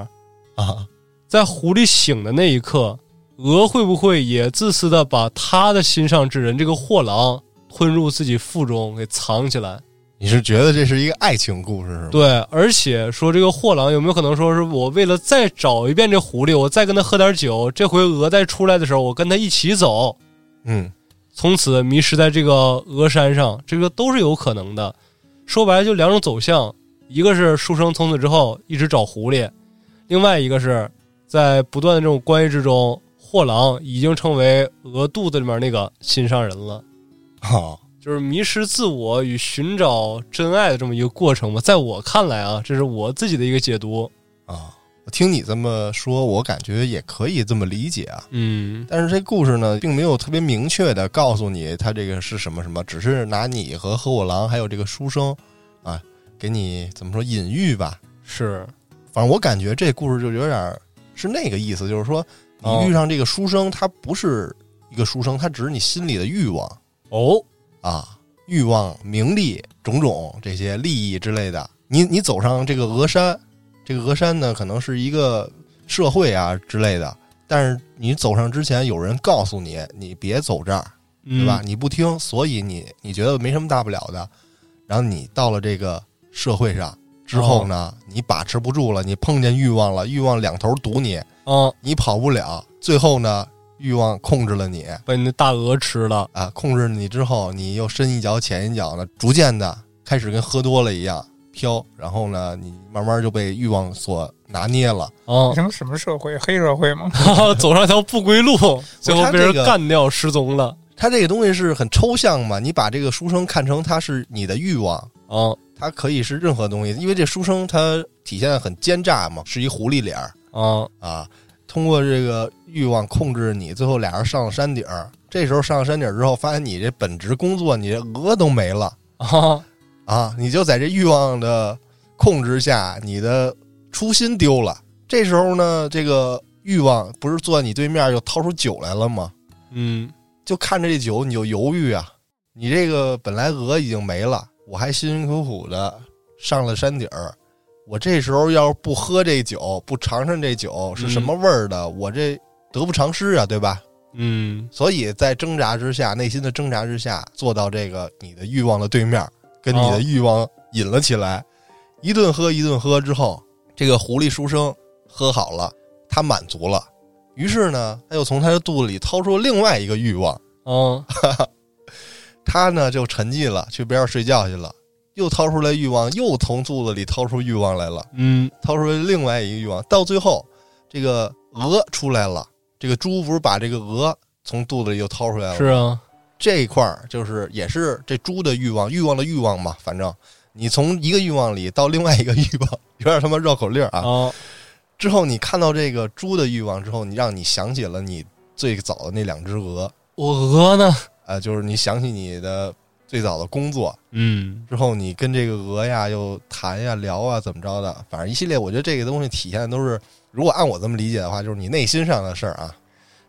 S3: 啊，
S2: 在狐狸醒的那一刻，鹅会不会也自私的把他的心上之人这个货郎吞入自己腹中给藏起来？
S3: 你是觉得这是一个爱情故事是吗？
S2: 对，而且说这个货郎有没有可能说是我为了再找一遍这狐狸，我再跟他喝点酒，这回鹅再出来的时候，我跟他一起走，
S3: 嗯
S2: 从此迷失在这个鹅山上，这个都是有可能的。说白了就两种走向，一个是书生从此之后一直找狐狸，另外一个是在不断的这种关系之中，货郎已经成为鹅肚子里面那个心上人了，
S3: 啊，
S2: 就是迷失自我与寻找真爱的这么一个过程吧。在我看来啊，这是我自己的一个解读。
S3: 啊，我听你这么说，我感觉也可以这么理解啊。
S2: 嗯，
S3: 但是这故事呢，并没有特别明确的告诉你它这个是什么什么，只是拿你和合伙郎还有这个书生啊，给你怎么说隐喻吧。
S2: 是，
S3: 反正我感觉这故事就有点儿是那个意思，就是说
S2: 哦
S3: 你遇上这个书生，他不是一个书生，他只是你心里的欲望
S2: 哦，
S3: 啊，欲望、名利、种种这些利益之类的。你你走上这个峨山，这个峨山呢，可能是一个社会啊之类的，但是你走上之前，有人告诉你，你别走这儿，对
S2: 对
S3: 吧？？你不听，所以你你觉得没什么大不了的。然后你到了这个社会上之后呢，你把持不住了，你碰见欲望了，欲望两头堵你，
S2: 啊，
S3: 你跑不了。最后呢，欲望控制了你
S2: 把你那大鹅吃了，
S3: 啊，控制你之后，你又深一脚浅一脚呢，逐渐的开始跟喝多了一样飘。然后呢，你慢慢就被欲望所拿捏了。
S2: 啊，
S1: 什么什么社会，黑社会 吗？
S2: 走上一条不归路，最后被人干掉，失踪了。
S3: 它这个东西是很抽象嘛，你把这个书生看成它是你的欲望，
S2: 啊
S3: 它可以是任何东西，因为这书生他体现得很奸诈嘛，是一狐狸脸儿
S2: 啊
S3: 啊。通过这个欲望控制你，最后俩人上了山顶儿。这时候上了山顶儿之后，发现你这本职工作，你这鹅都没了
S2: 啊！
S3: 啊！你就在这欲望的控制下，你的初心丢了。这时候呢，这个欲望不是坐在你对面就掏出酒来了吗？
S2: 嗯，
S3: 就看着这酒你就犹豫啊，你这个本来鹅已经没了，我还辛辛苦苦的上了山顶儿，我这时候要是不喝这酒，不尝尝这酒是什么味儿的，我这得不偿失啊，对吧？
S2: 嗯，
S3: 所以在挣扎之下，内心的挣扎之下，坐到这个你的欲望的对面，跟你的
S2: 哦
S3: 欲望引了起来，一顿喝一顿喝之后，这个狐狸书生喝好了，他满足了，于是呢，他又从他的肚子里掏出另外一个欲望。
S2: 啊
S3: 他呢就沉寂了，去边上睡觉去了。又掏出来欲望，又从肚子里掏出欲望来了，
S2: 嗯
S3: 掏出来另外一个欲望。到最后，这个鹅出来了，这个猪不是把这个鹅从肚子里就掏出来了吗？
S2: 是啊，
S3: 这一块儿就是也是这猪的欲望，欲望的欲望嘛，反正你从一个欲望里到另外一个欲望，有点他妈绕口令儿啊。
S2: 哦，
S3: 之后你看到这个猪的欲望之后，你让你想起了你最早的那两只鹅，
S2: 我鹅呢？
S3: 呃，就是你想起你的最早的工作
S2: 嗯，
S3: 之后，你跟这个鹅呀又谈呀聊啊怎么着的，反正一系列，我觉得这个东西体现的都是，如果按我这么理解的话，就是你内心上的事儿啊。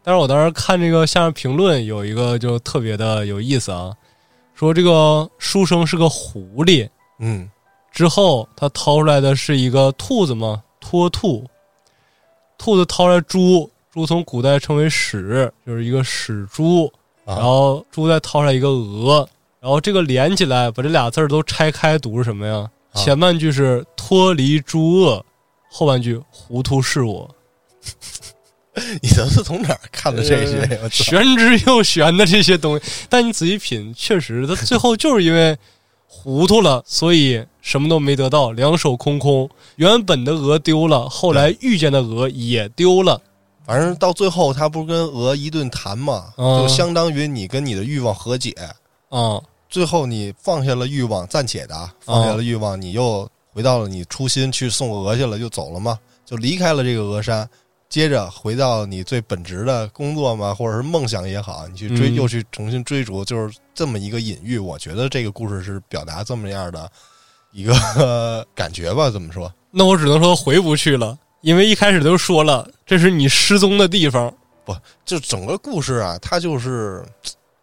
S2: 但是我当时看这个下面评论有一个就特别的有意思啊，说这个书生是个狐狸，
S3: 嗯，
S2: 之后他掏出来的是一个兔子嘛，脱兔，兔子掏出来猪，猪从古代称为豕，就是一个豕猪，
S3: 啊
S2: 然后猪再掏出来一个鹅，然后这个连起来把这俩字儿都拆开读是什么呀？
S3: 啊
S2: 前半句是脱离诸恶，后半句糊涂是我，
S3: 你都是从哪儿看的这些？我操
S2: 玄之又玄的这些东西，但你仔细品，确实他最后就是因为糊涂了，所以什么都没得到，两手空空。原本的鹅丢了，后来遇见的鹅也丢了。
S3: 反正到最后，他不是跟鹅一顿谈嘛，
S2: 嗯
S3: 就相当于你跟你的欲望和解。
S2: 啊、
S3: 最后你放下了欲望，暂且的啊放下了欲望，你又回到了你初心，去送鹅去了，就走了嘛，就离开了这个鹅山，接着回到你最本职的工作嘛，或者是梦想也好，你去追，
S2: 嗯
S3: 又去重新追逐，就是这么一个隐喻。我觉得这个故事是表达这么样的一个感觉吧，怎么说？
S2: 那我只能说回不去了，因为一开始都说了，这是你失踪的地方。
S3: 就整个故事啊，它就是。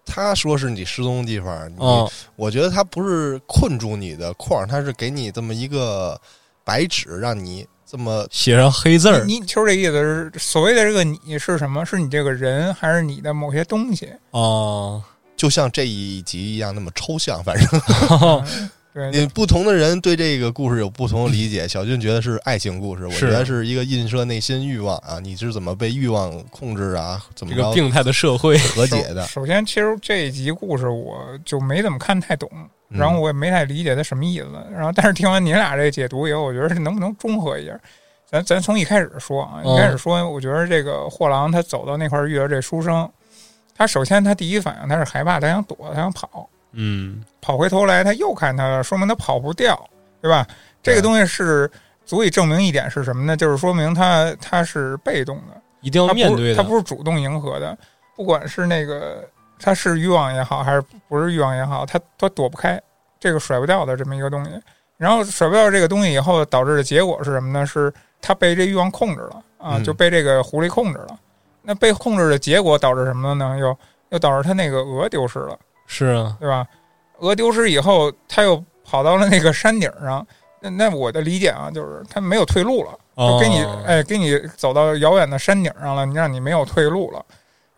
S3: 他说是你失踪的地方，你
S1: 嗯
S2: 啊、
S3: 我觉得它不是困住你的框儿，它是给你这么一个白纸，让你这么
S2: 写上黑字儿。
S1: 你你秋儿这意思是，所谓的这个你是什么？是你这个人，还是你的某些东西？
S2: 啊，
S3: 就像这一集一样那么抽象。反正
S1: 对，
S3: 你不同的人对这个故事有不同的理解。小俊觉得是爱情故事，我
S2: 是
S3: 觉得是一个映射内心欲望啊，你是怎么被欲望控制啊，怎么
S2: 这个
S3: 着
S2: 病态的社会，
S3: 和解的？
S1: 首先，其实这一集故事我就没怎么看太懂，
S3: 嗯
S1: 然后我也没太理解它什么意思。然后，但是听完你俩这解读以后，我觉得这能不能综合一下？咱咱从一开始说啊，
S2: 嗯
S1: 一
S3: 哦
S1: 开始说，我觉得这个货郎他走到那块儿遇到这书生，他首先他第一反应他是害怕，他想躲，他想跑，
S2: 嗯，
S1: 跑回头来他又看他了，说明他跑不掉，对吧？这个
S3: 对
S1: 东西是足以证明一点是什么呢？就是说明他他是被动的，
S2: 一定要
S1: 他
S2: 面
S1: 不
S2: 对
S1: 是他
S2: 的。
S1: 不是主动迎合的，不管是那个他是欲望也好，还是不是欲望也好，他他躲不开这个甩不掉的这么一个东西。然后甩不掉这个东西以后，导致的结果是什么呢？是他被这欲望控制了啊，
S3: 嗯
S1: 就被这个狐狸控制了。那被控制的结果导致什么呢？又又导致他那个鹅丢失了，
S2: 是啊，
S1: 对吧？鹅丢失以后，他又跑到了那个山顶上。那那我的理解啊，就是他没有退路了。就给你
S2: 哦
S1: 哎，给你走到遥远的山顶上了，你让你没有退路了。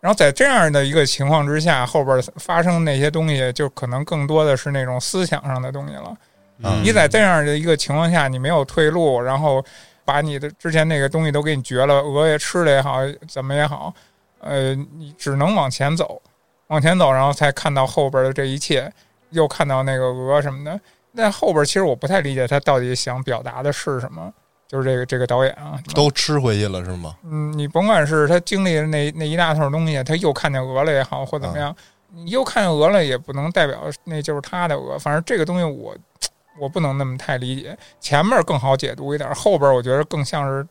S1: 然后在这样的一个情况之下，后边发生那些东西，就可能更多的是那种思想上的东西了。
S2: 嗯
S1: 哎你在这样的一个情况下，你没有退路，然后把你的之前那个东西都给你绝了，鹅也吃了也好，怎么也好，呃，你只能往前走，往前走，然后才看到后边的这一切，又看到那个鹅什么的。但后边其实我不太理解他到底想表达的是什么，就是这个这个导演啊，
S3: 都吃回去了是吗？
S1: 嗯，你甭管是他经历了那那一大套东西，他又看见鹅了也好，或怎么样，你又看见鹅了也不能代表那就是他的鹅。反正这个东西我我不能那么太理解，前面更好解读一点，后边我觉得更像是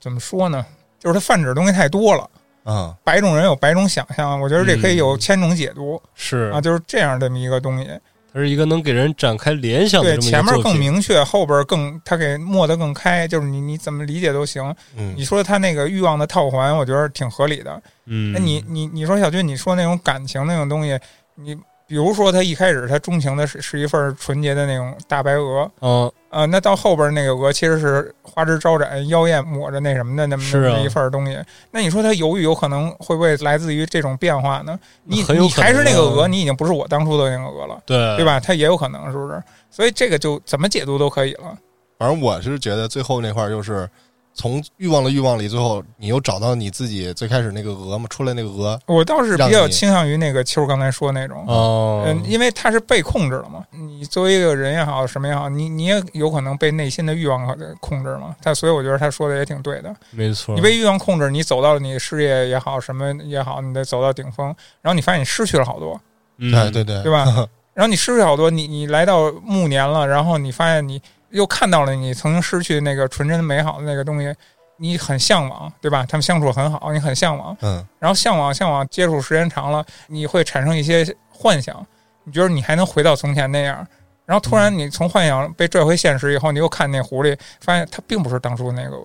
S1: 怎么说呢？就是他泛指的东西太多了，
S3: 嗯，
S1: 百种人有百种想象，我觉得这可以有千种解读、
S2: 是
S1: 啊，就是这样这么一个东西。
S2: 它是一个能给人展开联想
S1: 对，
S2: 的这么一
S1: 前
S2: 个
S1: 面
S2: 作
S1: 更
S2: 品。
S1: 明确，后边更他给抹得更开，就是你你怎么理解都行。
S3: 嗯
S1: 你说他那个欲望的套环，我觉得挺合理的。
S2: 嗯，
S1: 那你你你说小军，你说那种感情那种东西，你比如说他一开始他钟情的是是一份纯洁的那种大白鹅，
S2: 嗯，
S1: 呃，那到后边那个鹅其实是花枝招展、妖艳抹着那什么的那么
S2: 是
S1: 那
S2: 啊
S1: 么一份东西。那你说他犹豫有可能会不会来自于这种变化呢？你
S2: 很有
S1: 你
S2: 可能
S1: 还是那个
S2: 啊
S1: 鹅，你已经不是我当初的那个鹅了，
S2: 对
S1: 对？吧？它也有可能，是不是？所以这个就怎么解读都可以了。
S3: 反正我是觉得最后那块儿就是从欲望的欲望里，最后你又找到你自己最开始那个鹅嘛，出来那个鹅，
S1: 我倒是
S3: 让
S1: 比较
S3: 你
S1: 倾向于那个秋儿刚才说那种，
S2: 哦，
S1: 嗯，因为它是被控制了嘛。你作为一个人也好，什么也好，你你也有可能被内心的欲望控制嘛。他所以我觉得他说的也挺对的。
S2: 没错，
S1: 你被欲望控制，你走到你事业也好，什么也好，你得走到顶峰，然后你发现你失去了好多，
S2: 嗯
S3: 哎对对对
S1: 对， 吧？然后你失去好多，你你来到暮年了，然后你发现你又看到了你曾经失去的那个纯真美好的那个东西，你很向往，对吧？他们相处很好，你很向往，
S3: 嗯，
S1: 然后向往向往，接触时间长了，你会产生一些幻想，你觉得你还能回到从前那样。然后突然你从幻想被拽回现实以后，你又看那狐狸，发现它并不是当初那个鹅，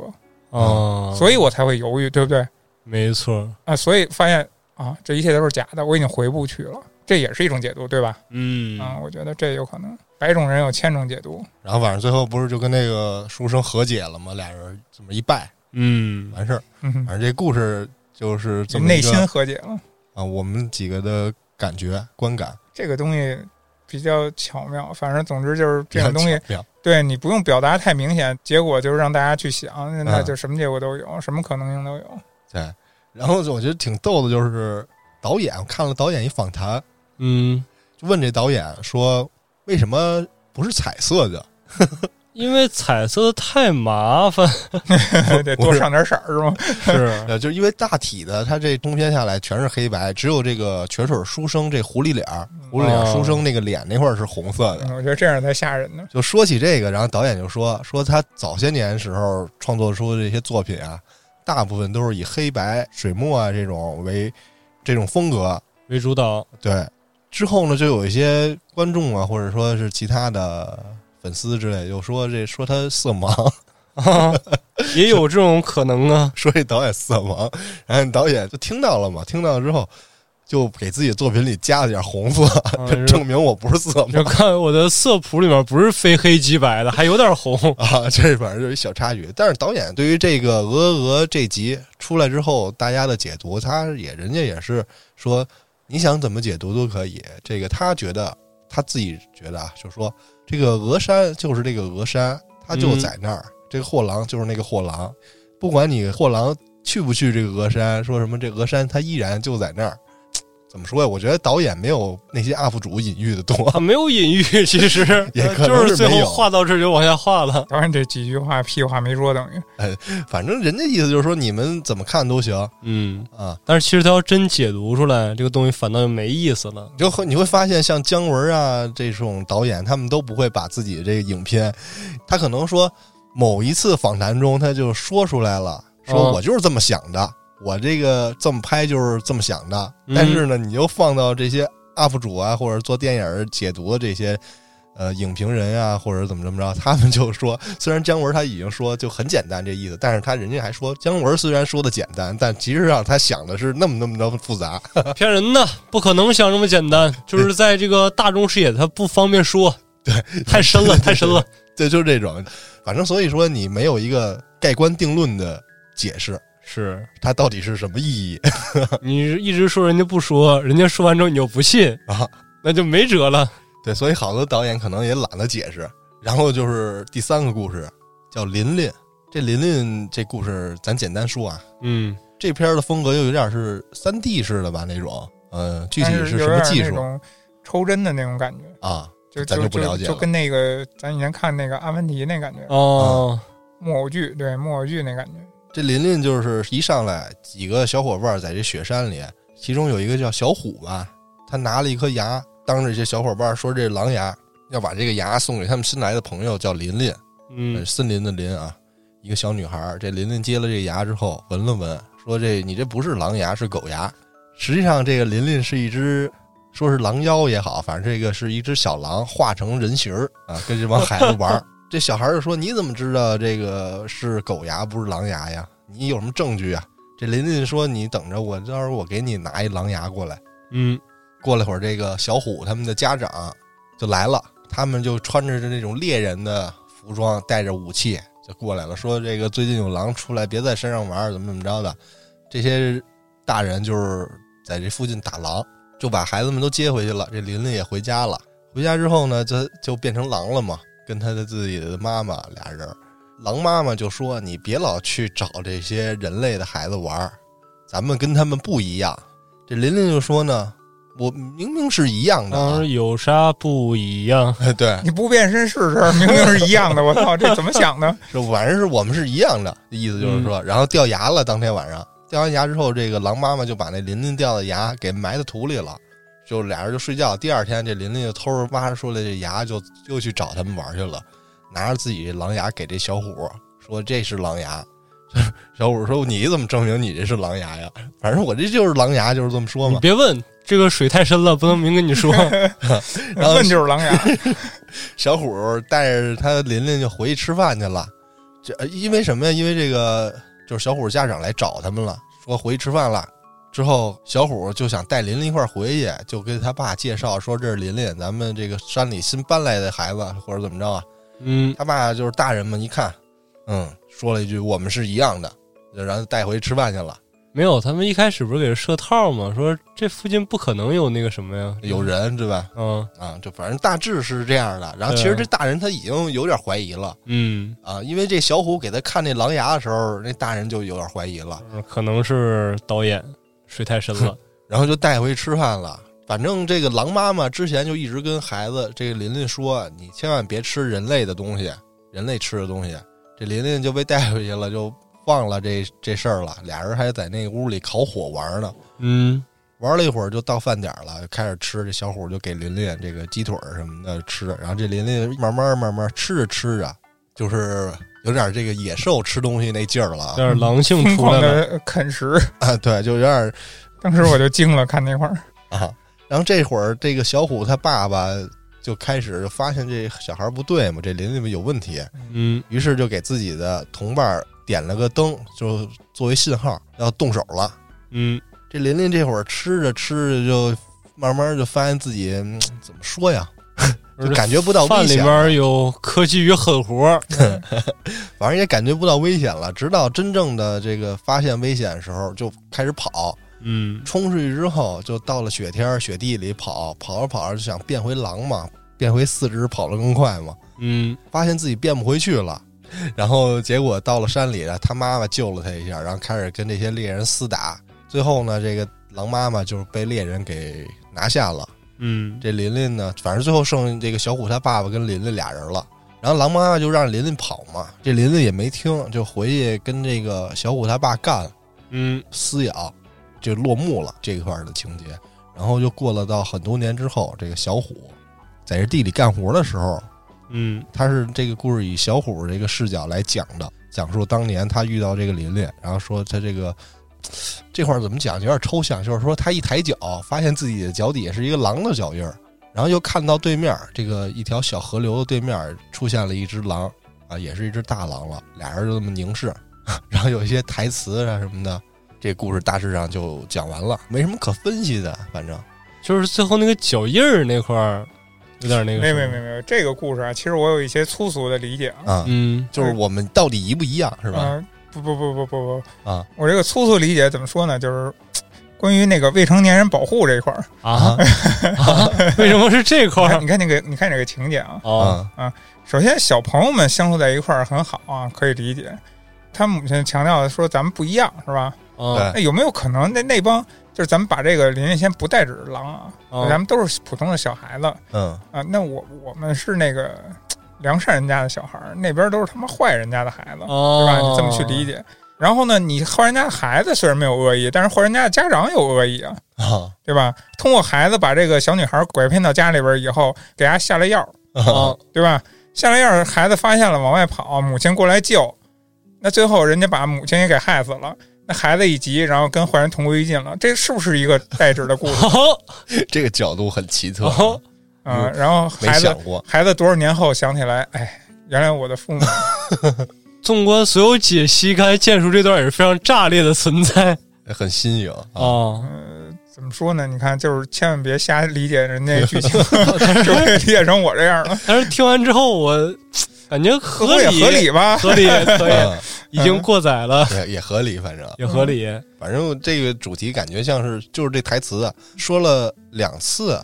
S3: 嗯啊
S2: 哦，
S1: 所以我才会犹豫，对不对？
S2: 没错，
S1: 啊，所以发现啊，这一切都是假的，我已经回不去了，这也是一种解读，对吧？
S2: 嗯，
S1: 啊，我觉得这有可能，百种人有千种解读。
S3: 然后晚上最后不是就跟那个书生和解了吗？俩人这么一拜
S2: 嗯，
S3: 完事儿，
S1: 嗯哼，
S3: 反正这故事就是这么一
S1: 内
S3: 个
S1: 心和解了，
S3: 啊，我们几个的感觉观感
S1: 这个东西比较巧妙。反正总之就是这种东西，
S3: 比较巧妙
S1: 对你不用表达太明显，结果就是让大家去想，那
S3: 嗯
S1: 就什么结果都有，什么可能性都有。
S3: 对。然后我觉得挺逗的，就是导演，我看了导演一访谈，
S2: 嗯，
S3: 就问这导演说为什么不是彩色的？
S2: 因为彩色太麻烦，
S1: 得多上点色儿是吗？
S2: 是，
S3: 呃，就是因为大体的它这通篇下来全是黑白，只有这个泉水书生这狐狸脸儿，狐狸脸儿
S2: 哦
S3: 书生那个脸那块儿是红色的
S1: 嗯，。我觉得这样才吓人呢。
S3: 就说起这个，然后导演就说说他早些年时候创作出的这些作品啊，大部分都是以黑白、水墨啊这种为这种风格。
S2: 为主导，
S3: 对，之后呢，就有一些观众啊，或者说是其他的粉丝之类，就说这说他色盲，
S2: 啊， 也有这种可能 啊，
S3: 说这导演色盲，然后导演就听到了嘛，听到之后就给自己作品里加了点红色，
S2: 啊
S3: 证明我不是色
S2: 就
S3: 盲。
S2: 看我的色谱里面不是非黑即白的，还有点红。
S3: 啊，这反正就是一小插曲。但是导演对于这个《鹅鹅鹅》这集出来之后，大家的解读，他也人家也是说，你想怎么解读都可以。这个他觉得他自己觉得啊，就说这个鹅山就是这个鹅山，他就在那儿。这个货郎就是那个货郎，不管你货郎去不去这个鹅山，说什么这鹅山，他依然就在那儿。怎么说呀？我觉得导演没有那些 UP 主隐喻的多。
S2: 啊，没有隐喻，其 实
S3: 也可能
S2: 就是
S3: 是
S2: 最
S3: 没
S2: 后
S3: 有
S2: 画到这儿就往下画了。
S1: 当然这几句话屁话没说，等于
S3: 反正人家意思就是说，你们怎么看都行
S2: 嗯，
S3: 啊。
S2: 但是其实他要真解读出来，这个东西反倒就没意思了。
S3: 就会你会发现，像姜文啊这种导演，他们都不会把自己这个影片，他可能说某一次访谈中他就说出来了，说
S2: 嗯
S3: 我就是这么想的，我这个这么拍就是这么想的。
S2: 嗯
S3: 但是呢，你又放到这些 UP 主啊，或者做电影解读的这些。呃，影评人啊，或者怎么怎么着，他们就说，虽然姜文他已经说就很简单这意思，但是他人家还说，姜文虽然说的简单，但其实上他想的是那么那么的复杂。
S2: 骗人的，不可能想这么简 单。就是在这个大众视野，他不方便说，对，太深 了，太深了。
S3: 对，就是这种，反正所以说你没有一个盖棺定论的解释，
S2: 是
S3: 它到底是什么意义
S2: 你一直说人家不说，人家说完之后你又不信，
S3: 啊？
S2: 那就没辙了。
S3: 对，所以好多导演可能也懒得解释。然后就是第三个故事叫琳琳，这琳琳这故事咱简单说啊，
S2: 嗯，
S3: 这片儿的风格又有点是三 D 式的吧那种，呃，具体
S1: 但是
S3: 是
S1: 有
S3: 什么
S1: 点
S3: 技
S1: 那
S3: 术
S1: 种抽针的那种感觉，
S3: 啊？
S1: 就
S3: 咱
S1: 就
S3: 就不了解
S1: 就
S3: 了
S1: 跟那个咱以前看那个《阿凡提》那感觉，
S2: 哦，
S1: 木偶剧，对木偶剧那感觉。
S3: 这琳琳就是一上来几个小伙伴在这雪山里，其中有一个叫小虎吧，他拿了一颗牙，当着这小伙伴说这是狼牙，要把这个牙送给他们新来的朋友叫琳琳，呃
S2: 嗯，
S3: 森林的林啊，一个小女孩儿。这琳琳接了这个牙之后，闻了闻，说这你这不是狼牙，是狗牙。实际上，这个琳琳是一只，说是狼妖也好，反正这个是一只小狼化成人形儿啊，跟这帮孩子玩儿。这小孩儿就说：“你怎么知道这个是狗牙不是狼牙呀？你有什么证据啊？”这琳琳说：“你等着我，到时候我给你拿一狼牙过来。”
S2: 嗯，
S3: 过了会儿，这个小虎他们的家长就来了，他们就穿着这种猎人的服装，带着武器就过来了，说这个最近有狼出来，别在山上玩儿，怎么怎么着的。这些大人就是在这附近打狼，就把孩子们都接回去了。这琳琳也回家了，回家之后呢，就就变成狼了嘛，跟他的自己的妈妈俩人儿。狼妈妈就说：“你别老去找这些人类的孩子玩儿，咱们跟他们不一样。”这琳琳就说呢：“我明明是一样的、
S2: 当
S3: 啊。
S2: 然有啥不一样？”
S3: 对，
S1: 你不变身试试，明明是一样的，我操，这怎么想的？
S3: 这反正是我们是一样的，意思就是说，然后掉牙了。当天晚上掉完牙之后，这个狼妈妈就把那琳琳掉的牙给埋在土里了，就俩人就睡觉。第二天，这琳琳就偷着挖出来这牙，就又去找他们玩去了，拿着自己狼牙给这小虎说：“这是狼牙。” 小虎说：“你怎么证明你这是狼牙呀？反正我这就是狼牙，就是这么说
S2: 你
S3: 嘛。
S2: 别问，这个水太深了，不能明跟你 说。
S3: 然后
S1: 问就是狼牙，
S3: 小虎带着他琳琳就回去吃饭去了。这呃因为什么呀？因为这个就是小虎家长来找他们了，说回去吃饭了。之后，小虎就想带琳琳一块儿回去，就跟他爸介绍说这是琳琳，咱们这个山里新搬来的孩子，或者怎么着啊？
S2: 嗯，
S3: 他爸就是大人们一看，嗯，说了一句我们是一样的，就然后带回去吃饭去了。
S2: 没有，他们一开始不是给设套吗？说这附近不可能有那个什么呀？
S3: 有人对吧？
S2: 嗯
S3: 啊，就反正大致是这样的。然后其实这大人他已经有点怀疑了。
S2: 嗯，
S3: 啊，因为这小虎给他看那狼牙的时候，那大人就有点怀疑了，
S2: 嗯可能是导演水太深了。
S3: 然后就带回去吃饭了。反正这个狼妈妈之前就一直跟孩子这个琳琳说，你千万别吃人类的东西，人类吃的东西。这琳琳就被带回去了，就忘了这这事儿了。俩人还在那屋里烤火玩呢，
S2: 嗯，
S3: 玩了一会儿就到饭点儿了，开始吃。这小虎就给琳琳这个鸡腿儿什么的吃，然后这琳琳慢慢慢慢吃着吃着，就是有点这个野兽吃东西那劲儿了啊
S2: 有点狼性
S1: 疯
S2: 出来
S1: 狂
S2: 了。
S1: 的啃食。
S3: 啊！对，就有点儿
S1: 当时我就惊了，看那块儿，
S3: 啊。然后这会儿，这个小虎他爸爸就开始就发现这小孩不对嘛，这琳琳有问题，
S2: 嗯，
S3: 于是就给自己的同伴儿点了个灯，就作为信号要动手了。
S2: 嗯，
S3: 这琳琳这会儿吃着吃着就慢慢就发现自己、嗯怎么说呀，就感觉不到
S2: 饭
S3: 危
S2: 里
S3: 险，
S2: 边有科技与狠活，
S3: 反正也感觉不到危险了。直到真正的这个发现危险的时候，就开始跑，
S2: 嗯，
S3: 冲出去之后，就到了雪天儿雪地里跑，跑着跑着就想变回狼嘛，变回四肢跑得更快嘛，
S2: 嗯，
S3: 发现自己变不回去了。然后结果到了山里了，他妈妈救了他一下，然后开始跟这些猎人厮打。最后呢，这个狼妈妈就是被猎人给拿下了。
S2: 嗯，
S3: 这琳琳呢，反正最后剩这个小虎他爸爸跟琳琳俩人了。然后狼妈妈就让琳琳跑嘛，这琳琳也没听，就回去跟这个小虎他爸干
S2: 嗯，
S3: 撕咬，就落幕了这一块儿的情节。然后就过了到很多年之后，这个小虎在这地里干活的时候，
S2: 嗯，
S3: 他是这个故事以小虎这个视角来讲的，讲述当年他遇到这个琳琳，然后说他这个这块儿怎么讲，有点抽象，就是说他一抬脚，发现自己的脚底下是一个狼的脚印儿，然后又看到对面这个一条小河流的对面出现了一只狼啊，也是一只大狼了，俩人就这么凝视，然后有一些台词啊什么的， 这故事大致上就讲完了，没什么可分析的，反正
S2: 就是最后那个脚印儿那块儿有点那个，
S1: 没没没，没，这个故事啊，其实我有一些粗俗的理解啊，
S3: 啊，
S2: 嗯
S3: 就是我们到底一不一样是吧？
S1: 嗯、不不不不不不
S3: 啊！
S1: 我这个粗粗理解怎么说呢？就是嘖关于那个未成年人保护这一块 儿、 哎
S2: 啊，啊为什么是这块
S1: 你 看？
S2: 儿
S1: 你看那个，你看这个情节啊。
S2: 哦，
S3: 啊
S1: 首先，小朋友们相处在一块儿很好啊，可以理解。他母亲强调的说咱们不一样，是吧？
S3: 嗯
S1: 哎
S2: 哦，
S1: 那有没有可能那那帮就是咱们把这个林林先不带指狼啊，
S2: 哦
S1: 咱们都是普通的小孩子，
S3: 嗯
S1: 啊，那我我们是那个嘖良善人家的小孩儿，那边都是他妈坏人家的孩子，
S2: 哦
S1: 对吧？你这么去理解。然后呢，你坏人家的孩子虽然没有恶意，但是坏人家的家长有恶意啊，
S3: 啊
S1: 对吧？通过孩子把这个小女孩拐骗到家里边儿以后，给她下了药，
S3: 啊
S2: 哦，
S1: 对吧？下了药，孩子发现了往外跑，母亲过来救，那最后人家把母亲也给害死了。那孩子一急，然后跟坏人同归于尽了，这是不是一个代指的故事
S2: 好，
S3: 这个角度很奇特，
S2: 哦
S1: 啊？然后
S3: 没
S1: 孩子
S3: 想过。
S1: 孩子多少年后想起来，哎，原来我的父母
S2: 纵观所有解析，刚才剑叔这段也是非常炸裂的存在
S3: 很新颖
S2: 啊、
S3: 啊！
S1: 怎么说呢？你看，就是千万别瞎理解人家 剧情，就被理解成我这样了，
S2: 但是听完之后，我感觉合
S1: 也
S2: 理，
S1: 合理吧？
S2: 合理， 可以，
S3: 嗯
S2: 已经过载了，
S3: 也也合理，反正
S1: 嗯
S2: 也合理。
S3: 反正这个主题感觉像是就是这台词啊，说了两次，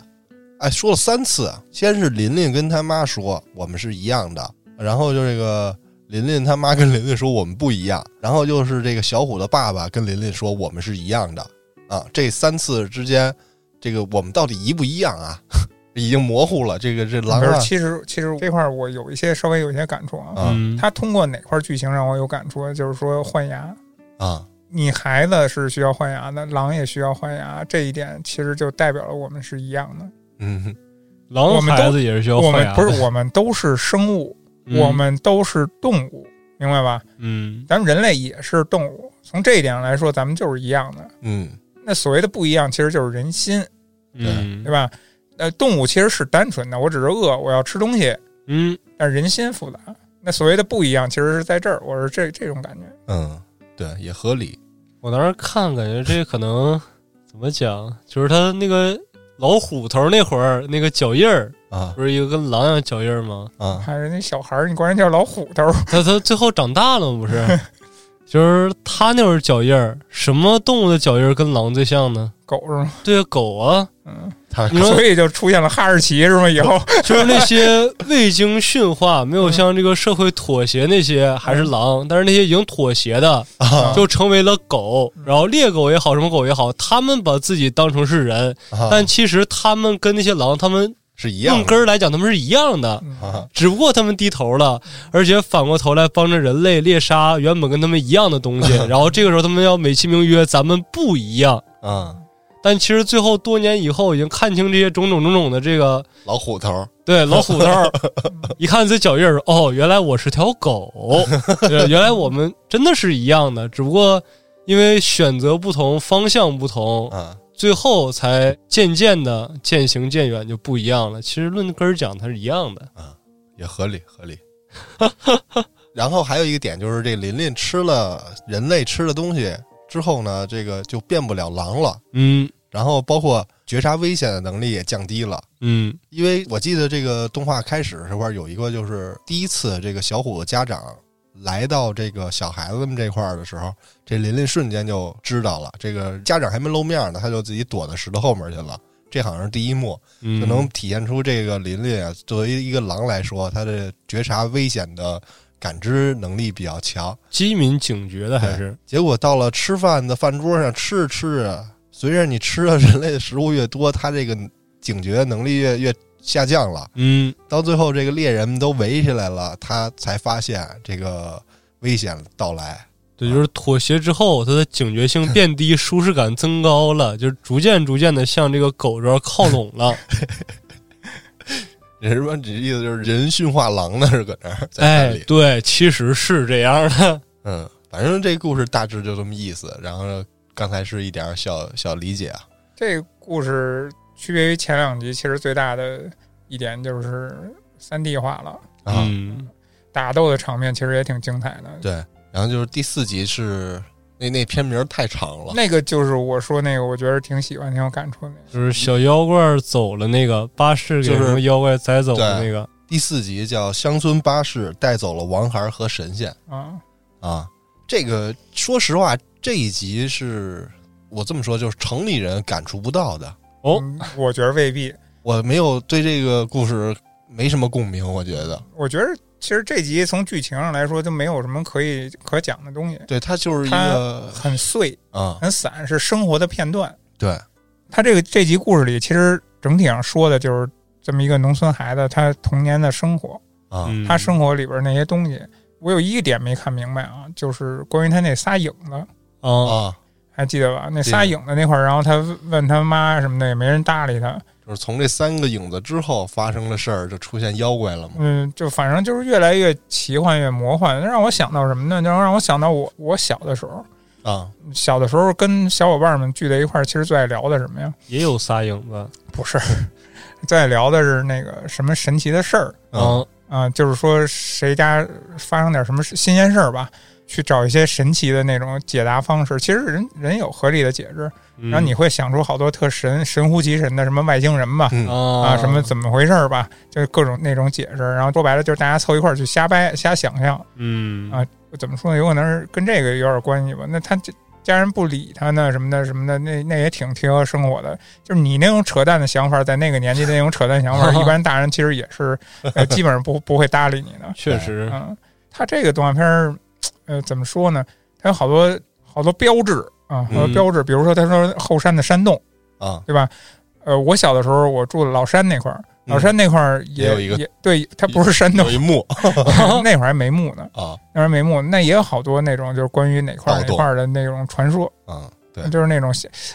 S3: 哎，说了三次。先是琳琳跟他妈说我们是一样的，然后就这个琳琳他妈跟琳琳说我们不一样，然后又是这个小虎的爸爸跟琳琳说我们是一样的啊。这三次之间，这个我们到底一不一样啊？ 已经模糊了。这个这狼
S1: 可是
S3: 啊，
S1: 其实其实这块儿我有一些稍微有一些感触啊。
S3: 啊
S2: 嗯，
S1: 他通过哪块剧情让我有感触？啊就是说换牙，
S3: 啊，
S1: 你孩子是需要换牙的，狼也需要换牙，这一点其实就代表了我们是一样的。
S3: 嗯，
S2: 狼
S1: 我们都
S2: 孩子也是需要
S1: 我
S2: 换
S1: 们
S2: 牙
S1: 不
S2: 的，
S1: 是我们都是生物，
S2: 嗯
S1: 我们都是动物，明白吧？
S2: 嗯
S1: 咱们人类也是动物，从这一点上来说，咱们就是一样的。
S3: 嗯，
S1: 那所谓的不一样，其实就是人心，
S2: 嗯
S1: 对吧？呃，动物其实是单纯的，我只是饿，我要吃东西，
S2: 嗯，
S1: 但人心复杂。那所谓的不一样，其实是在这儿，我是这这种感觉。
S3: 嗯，对，也合理。
S2: 我当时看感觉这可能怎么讲，就是他那个老虎头那会儿那个脚印儿，
S3: 啊
S2: 不是有个跟狼一样脚印儿吗？
S3: 啊，
S1: 看人家小孩儿，你管人叫老虎头儿，
S2: 他他最后长大了吗 不是？就是他那会儿脚印儿，什么动物的脚印儿跟狼最像呢？
S1: 狗是吗？
S2: 对啊，狗啊，
S1: 嗯，
S3: 他
S2: 你说
S1: 所以就出现了哈士奇是吗？以后
S2: 就是那些未经驯化、
S3: 嗯
S2: 没有向这个社会妥协那些还是狼，但是那些已经妥协的
S1: 啊
S2: 就成为了狗。
S3: 嗯
S2: 然后猎狗也好，什么狗也好，他们把自己当成是人，
S3: 啊
S2: 但其实他们跟那些狼，他们
S3: 是一样
S2: 论根儿来讲，他们是一样的。
S1: 嗯
S3: 的啊，
S2: 只不过他们低头了，而且反过头来帮着人类猎杀原本跟他们一样的东 西，然后这个时候他们要美其名曰咱们不一样，
S3: 嗯，
S2: 但其实最后多年以后已经看清这些种种种种的这个
S3: 老虎头，
S2: 对老虎头儿，一看这脚印儿，哦，原来我是条狗，对，原来我们真的是一样的，只不过因为选择不同，方向不同，
S3: 啊，
S2: 最后才渐渐的渐行渐远就不一样了。其实论根儿讲，它是一样的，
S3: 也合理，合理。然后还有一个点就是，这琳琳吃了人类吃的东西之后呢，这个就变不了狼了，
S2: 嗯
S3: 然后包括觉察危险的能力也降低了。
S2: 嗯
S3: 因为我记得这个动画开始的时候有一个，就是第一次这个小虎的家长来到这个小孩子们这块儿的时候，这琳琳瞬间就知道了，这个家长还没露面呢，他就自己躲到石头后面去了。这好像是第一幕，
S2: 嗯，
S3: 就能体现出这个琳琳啊，作为一个狼来说，它的觉察危险的感知能力比较强。
S2: 机敏警觉的，还是
S3: 结果到了吃饭的饭桌上，吃着吃着，随着你吃的人类的食物越多，它这个警觉能力越越下降了。
S2: 嗯
S3: 到最后，这个猎人们都围起来了，他才发现这个危险到来。
S2: 对，就是妥协之后，它的警觉性变低，舒适感增高 了，就是逐渐逐渐的向这个狗这儿靠拢了。
S3: 人说，你意思就是人驯化狼呢？是搁那儿在山
S2: 哎
S3: 里，，
S2: 对，其实是这样的。
S3: 嗯，反正这故事大致就这么意思。然后刚才是一点儿小小理解啊。
S1: 这个故事区别于前两集，其实最大的一点就是三 D 化了，
S3: 啊，
S2: 嗯
S1: 打斗的场面其实也挺精彩的。
S3: 对，然后就是第四集是那那篇名儿太长了，
S1: 那个就是我说那个，我觉得挺喜欢、挺有感触的。
S2: 就是小妖怪走了那个巴士给
S3: 就
S2: 什
S3: 是
S2: 么妖怪载走的那个，
S3: 第四集叫《乡村巴士带走了王孩儿和神仙》
S1: 啊，
S3: 啊。这个说实话，这一集是我这么说，就是城里人感触不到的。
S2: 哦
S1: 嗯，我觉得未必。
S3: 我没有对这个故事没什么共鸣，我觉得，
S1: 我觉得其实这集从剧情上来说就没有什么可以可讲的东西，
S3: 对它就是一个
S1: 很碎、
S3: 啊、
S1: 很散，是生活的片段。
S3: 对，
S1: 他这个这集故事里，其实整体上说的就是这么一个农村孩子他童年的生活，
S3: 啊、
S2: 嗯
S1: 他生活里边那些东西。我有一点没看明白啊，就是关于他那仨影子，
S2: 啊，
S3: 啊，
S1: 还记得吧？那仨影子那块儿，然后他问他妈什么的，也没人搭理他。
S3: 就是从这三个影子之后发生的事儿，就出现妖怪了嘛。
S1: 嗯，就反正就是越来越奇幻，越魔幻，让我想到什么呢？就让我想到我我小的时候，
S3: 啊，
S1: 小的时候跟小伙伴们聚在一块儿，其实最爱聊的什么呀？
S2: 也有仨影
S3: 啊
S2: 子。
S1: 不是， 最爱聊的是那个什么神奇的事儿
S3: 啊
S2: 嗯
S1: 啊、就是说谁家发生点什么新鲜事儿吧，去找一些神奇的那种解答方式。其实人人有合理的解释，
S2: 嗯，
S1: 然后你会想出好多特神神乎其神的什么外星人吧，
S3: 嗯
S2: 啊
S1: 啊，什么怎么回事儿吧，就是各种那种解释。然后说白了，就是大家凑一块儿去瞎掰、瞎想象。
S2: 嗯
S1: 啊怎么说呢？有可能是跟这个有点关系吧。那他这家人不理他呢，什么的什么的，那那也挺贴合生活的。就是你那种扯淡的想法，在那个年纪的
S3: 嗯
S1: 那种扯淡想法，一般大人其实也是，呃，基本上不不会搭理你的。
S2: 确 实
S1: 嗯，它这个动画片儿，呃，怎么说呢？它有好多好多标志啊，好多
S2: 嗯
S1: 标志，比如说他说后山的山洞，
S3: 啊，
S1: 对吧？呃，我小的时候我住老山那块儿，老山那块儿也、
S3: 嗯也有一个
S1: 也对，它不是山洞
S3: 有，一幕
S1: 那会儿还没墓呢，
S3: 啊
S1: 那会儿没墓，那也有好多那种就是关于哪块儿
S3: 盗
S1: 哪
S3: 洞
S1: 块儿的那种传说，
S3: 啊，对，
S1: 就是那种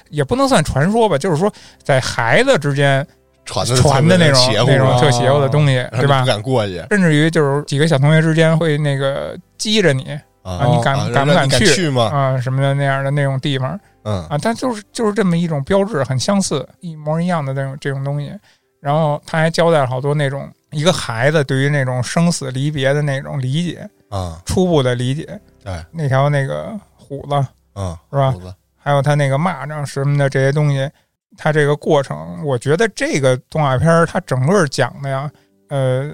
S1: 也不能算传说吧，就是说在孩子之间
S3: 传的
S1: 传的那种
S3: 邪乎
S1: 那种
S3: 啊，
S1: 特邪乎的东西，
S3: 让
S1: 对
S3: 你
S1: 吧
S3: 不？敢过去
S1: 甚至于就是几个小同学之间会那个激着你啊，
S3: 啊
S1: 你敢、
S3: 啊
S1: 敢不
S3: 让你敢
S1: 去
S3: 吗？
S1: 啊什么的那样的那种地方
S3: 嗯
S1: 啊，它就是就是这么一种标志，很相似，一模一样的那种这种东西。然后他还交代了好多那种一个孩子对于那种生死离别的那种理解，
S3: 啊
S1: 初步的理解。
S3: 对，
S1: 那条那个虎子
S3: 嗯，
S1: 是吧？
S3: 虎子
S1: 还有他那个蚂蚱什么的这些东西，他这个过程，我觉得这个动画片儿它整个讲的呀，呃，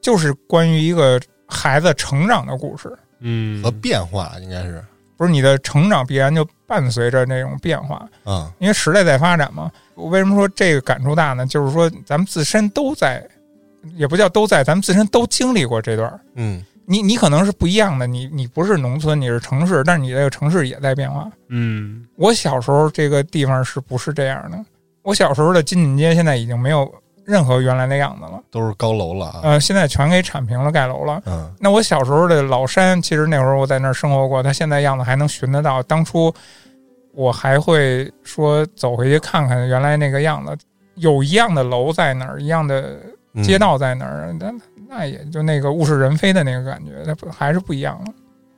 S1: 就是关于一个孩子成长的故事，
S2: 嗯
S3: 和变化应该是，
S1: 不是你的成长必然就伴随着那种变化，
S3: 嗯
S1: 因为时代在发展嘛。我为什么说这个感触大呢？就是说咱们自身都在，也不叫都在，咱们自身都经历过这段儿。
S3: 嗯
S1: 你你可能是不一样的，你你不是农村，你是城市，但是你这个城市也在变化。
S2: 嗯
S1: 我小时候这个地方是不是这样的？我小时候的金锦街现在已经没有任何原来的样子了，
S3: 都是高楼了啊，
S1: 呃，现在全给铲平了，盖楼了。
S3: 嗯
S1: 那我小时候的老山，其实那会儿我在那儿生活过，它现在样子还能寻得到。当初我还会说走回去看看原来那个样子，有一样的楼在那儿，一样的
S3: 嗯
S1: 街道在那儿，那那也就那个物是人非的那个感觉，它不还是不一样了。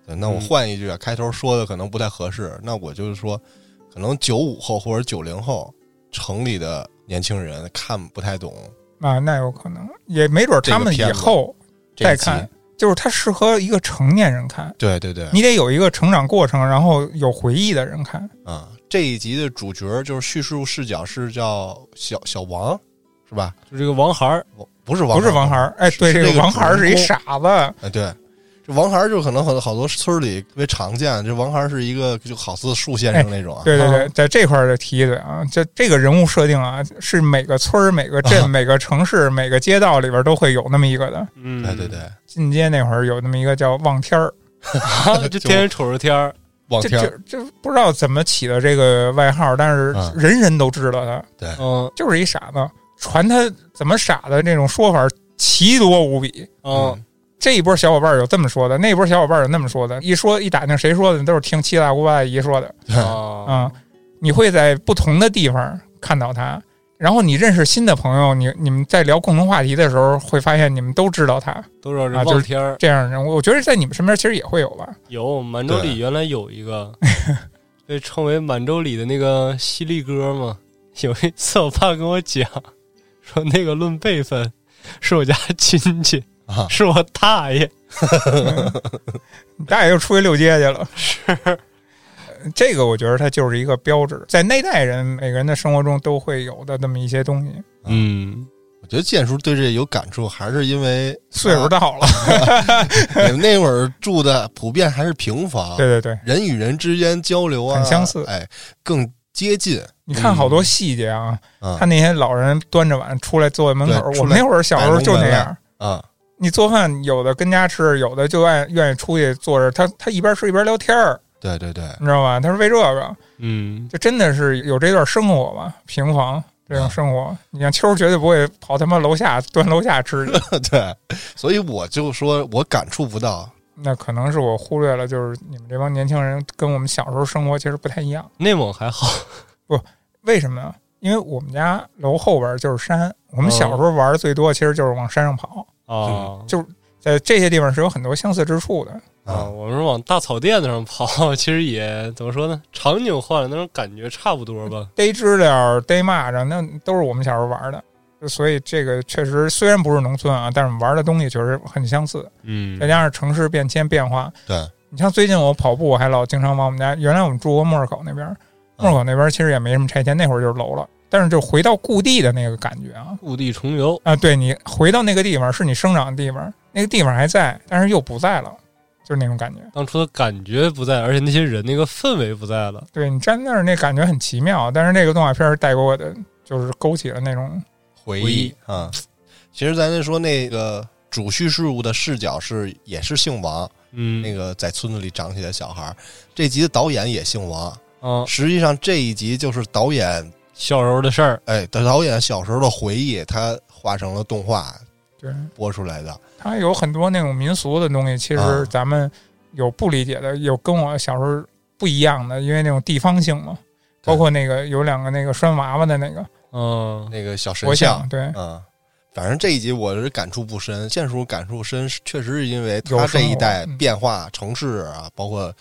S3: 对，那我
S2: 嗯
S3: 换一句啊，开头说的可能不太合适，那我就是说，可能九五后或者九零后城里的年轻人看不太懂
S1: 啊，那有可能，也没准儿
S3: 这个
S1: 他们
S3: 片
S1: 以
S3: 子
S1: 后
S3: 这
S1: 再
S3: 一集
S1: 看，就是它适合一个成年人看，
S3: 对对对，
S1: 你得有一个成长过程，然后有回忆的人看。
S3: 啊，这一集的主角就是叙述视角是叫小小王，是吧？
S2: 就这个王孩儿，
S3: 我不是王，
S1: 不是王孩，儿，哎，
S3: 是
S1: 对，
S3: 是
S1: 这
S3: 那个
S1: 王孩儿
S3: 主
S1: 是一
S3: 人公
S1: 傻子，
S3: 哎，对，这王孩儿就可能好好多村里特别常见，这王孩儿是一个就好似树先生那种啊，
S1: 对对
S2: 啊
S1: 对，在这块儿的提一嘴啊，这这个人物设定啊，是每个村儿、每个
S3: 啊
S1: 镇、每个城市、每个街道里边都会有那么一个的。
S2: 嗯，
S3: 哎对对对，
S1: 进阶那会儿有那么一个叫望天儿，
S2: 对，嗯 就天天瞅着天儿，
S3: 望
S1: 这
S3: 天儿
S1: 这这不知道怎么起的这个外号，但是
S3: 啊
S1: 人人都知道他
S2: 嗯
S1: 就是一傻子，传他怎么傻的这种说法奇多无比。
S2: 嗯，
S1: 这一波小伙伴有这么说的，那一波小伙伴有那么说的，一说一打听谁说的，都是听七大姑八大姨说的。
S3: 嗯
S2: 啊
S1: 啊你会在不同的地方看到他，然后你认识新的朋友，你你们在聊共同话题的时候，会发现你们都知道他
S2: 都让
S1: 啊
S2: 人
S1: 就是
S2: 望天儿。
S1: 这样的人。我我觉得在你们身边其实也会有吧。
S2: 有满洲里原来有一个被称为满洲里的那个犀利哥嘛。 有一次我爸跟我讲，说那个论辈分是我家亲戚，
S3: 啊，
S2: 是我大爷。
S1: 你大爷又出去遛街去了，是。 这个我觉得它就是一个标志，在那代人每个人的生活中都会有的这么一些东西。
S2: 嗯，
S3: 我觉得建叔对这有感触，还是因为
S1: 岁数大了，
S3: 你们那会儿住的普遍还是平 房，
S1: 对对对，
S3: 人与人之间交流啊，
S1: 很相似
S3: 哎，更接近
S1: 你看好多细节啊，
S3: 啊
S1: 他那些老人端着碗出来坐在门口
S3: 对，
S1: 我
S3: 出来
S1: 们那会儿小时候就那
S3: 摆
S1: 样
S3: 弄。啊，
S1: 你做饭有的跟家吃，有的就爱愿意出去坐着。他他一边吃一边聊天儿，
S3: 对对 对，
S1: 你知道吧？他是为这个，
S2: 嗯，
S1: 就真的是有这段生活吧，平房这种生活。你像秋儿绝对不会跑他妈楼下端楼下吃 去，
S3: 对，所以我就说我感触不到，
S1: 那可能是我忽略了，就是你们这帮年轻人跟我们小时候生活其实不太一样。
S2: 内蒙还好，
S1: 为什么呢？因为我们家楼后边就是山，我
S3: 哦
S1: 们小时候玩的最多其实就是往山上跑，
S2: 啊，
S1: 就在这些地方是有很多相似之处的。
S3: 嗯
S2: 啊，我们是往大草甸子上跑， 其实也怎么说呢，场景换了，那种感觉差不多吧。
S1: 逮知了、逮蚂蚱，那都是我们小时候玩的。所以这个确实虽然不是农村啊，但是我们玩的东西确实很相似。
S2: 嗯
S1: 再加上城市变迁变化，
S3: 对，
S1: 你像最近我跑步，我还老经常往我们家原来我们住过莫尔口那边，莫尔口那边其实也没什么拆迁，那会儿就是楼了。但是就回到故地的那个感觉啊
S2: 故地重游，
S1: 啊，对你回到那个地方是你生长的地方，那个地方还在，但是又不在了，就是那种感觉。
S2: 当初的感觉不在，而且那些人那个氛围不在了。
S1: 对你站那儿那感觉很奇妙，但是这个动画片儿带给我的就是勾起了那种
S3: 回嗯
S2: 忆
S3: 啊。其实咱就说那个主叙事物的视角是也是姓王，
S2: 嗯，
S3: 那个在村子里长起来的小孩儿。这集的导演也姓王，
S1: 哦
S2: 啊，
S3: 实际上这一集就是导演，
S2: 小时候的事儿，
S3: 哎，导演小时候的回忆，他画成了动画
S1: 对，
S3: 播出来的。
S1: 它有很多那种民俗的东西，其
S3: 啊
S1: 实咱们有不理解的，有跟我小时候不一样的，因为那种地方性嘛。
S3: 对
S1: 包括那个有两个那个拴娃娃的那个，
S2: 嗯，
S3: 那个小神
S1: 我
S3: 像
S1: 想，对，
S3: 嗯，反正这一集我是感触不深，剑叔感触深，确实是因为
S1: 有
S3: 他
S1: 生活
S3: 这一代
S1: 嗯
S3: 变化、城市啊，包括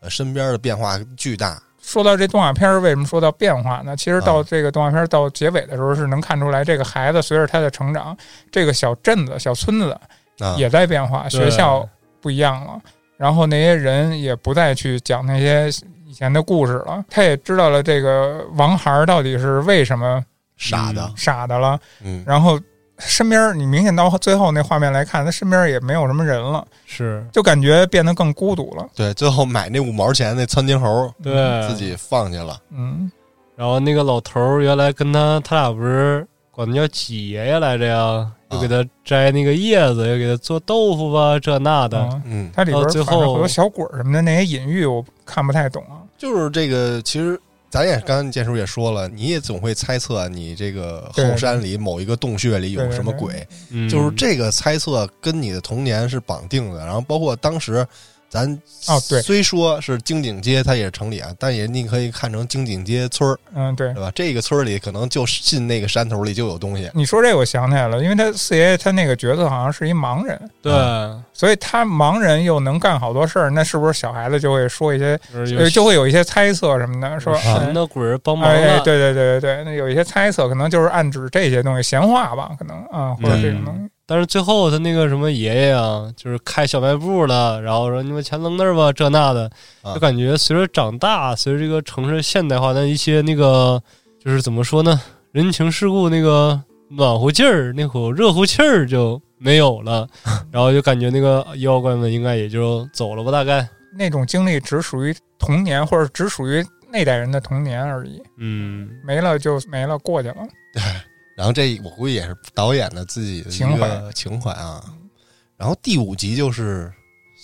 S3: 呃身边的变化巨大。
S1: 说到这动画片儿，为什么说到变化呢？其实
S3: 啊
S1: 到这个动画片儿到结尾的时候，是能看出来这个孩子随着他的成长，这个小镇子、小村子
S3: 啊，
S1: 也在变化，
S2: 对
S1: 学校不一样了，然后那些人也不再去讲那些以前的故事了。他也知道了这个王孩儿到底是为什么
S3: 傻的，
S1: 傻的了，
S3: 嗯，
S1: 然后身边儿你明显到最后那画面来看，他身边儿也没有什么人了，
S2: 是
S1: 就感觉变得更孤独了。
S3: 对，最后买那五毛钱那窜天猴，
S2: 对
S3: 自己放去了。
S1: 嗯，
S2: 然后那个老头儿原来跟他他俩不是管他叫几爷爷来着呀，又给他摘那个叶子，又给他做豆腐吧，这那的，
S1: 嗯
S3: 嗯，
S1: 它里边
S2: 到
S1: 儿
S2: 最
S1: 反正
S2: 后
S1: 好多小鬼儿什么的那些隐喻，我看不太懂啊。
S3: 就是这个，其实。咱也刚才建叔也说了，你也总会猜测你这个后山里某一个洞穴里有什么鬼，
S2: 嗯
S3: 就是这个猜测跟你的童年是绑定的。然后包括当时咱
S1: 哦对
S3: 虽说是京景街，它也是城里啊，但也你可以看成京景街村儿，
S1: 嗯，对
S3: 对，
S2: 呃
S3: 吧？这个村儿里可能就进那个山头里就有东西。
S1: 你说这我想起来了，因为他四爷他那个角色好像是一盲人，
S2: 对，
S1: 所以他盲人又能干好多事儿，那是不是小孩子就会说一些，
S2: 就是
S1: 呃
S2: 有
S1: 就会有一些猜测什么的，说啊
S2: 有神的鬼儿帮忙
S1: 哎哎，
S2: 了，
S1: 对对对对对，那有一些猜测，可能就是暗指这些东西，闲话吧，可能啊，或者这种东西。
S2: 但是最后他那个什么爷爷啊，就是开小卖部了，然后说你把钱扔那儿吧，这那的，
S3: 啊
S2: 就感觉随着长大，随着这个城市现代化，那一些那个就是怎么说呢，人情世故那个暖和劲儿，那股热乎气儿就没有 了，然后就感觉那个妖怪们应该也就走了吧，大概，
S1: 那种经历只属于童年，或者只属于那代人的童年而已，
S2: 嗯，
S1: 没了就没了，过去了。
S3: 然后这我估计也是导演的自己的一个情怀啊。然后第五集就是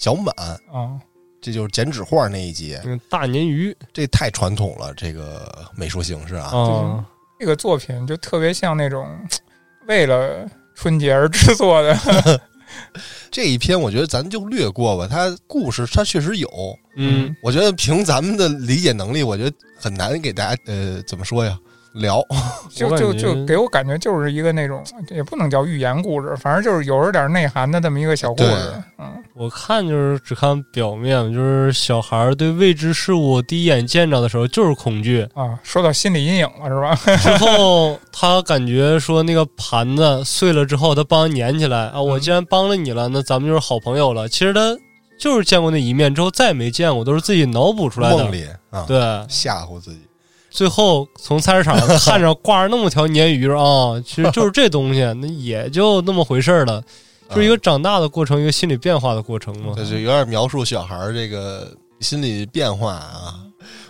S3: 小满，
S1: 啊，
S3: 这就是剪纸画那一集，
S2: 那个大鲶鱼
S3: 这太传统了，这个美术形式啊。
S2: 啊，
S1: 这个作品就特别像那种为了春节而制作的，
S3: 这一篇我觉得咱就略过吧，它故事它确实有，
S2: 嗯，
S3: 我觉得凭咱们的理解能力，我觉得很难给大家呃怎么说呀聊。
S1: 就
S2: 我感
S1: 就
S2: 觉
S1: 就给我感觉就是一个那种也不能叫寓言故事，反正就是有着点内涵的这么一个小故
S3: 对
S1: 事。嗯，
S2: 我看就是只看表面，就是小孩儿对未知事物第一眼见着的时候就是恐惧，
S1: 啊，说到心理阴影了是吧？
S2: 之后他感觉说那个盘子碎了之后，他帮人粘起来
S3: 嗯
S2: 啊，我既然帮了你了，那咱们就是好朋友了。其实他就是见过那一面之后，再也没见过，都是自己脑补出来
S3: 梦
S2: 的。
S3: 里啊，
S2: 对，
S3: 吓唬自己。
S2: 最后从菜市场看着挂着那么条鲶鱼 啊，其实就是这东西，那也就那么回事儿了，就是一个长大的过程，一个心理变化的过程嘛。
S3: 嗯对，啊就有点描述小孩儿这个心理变化啊。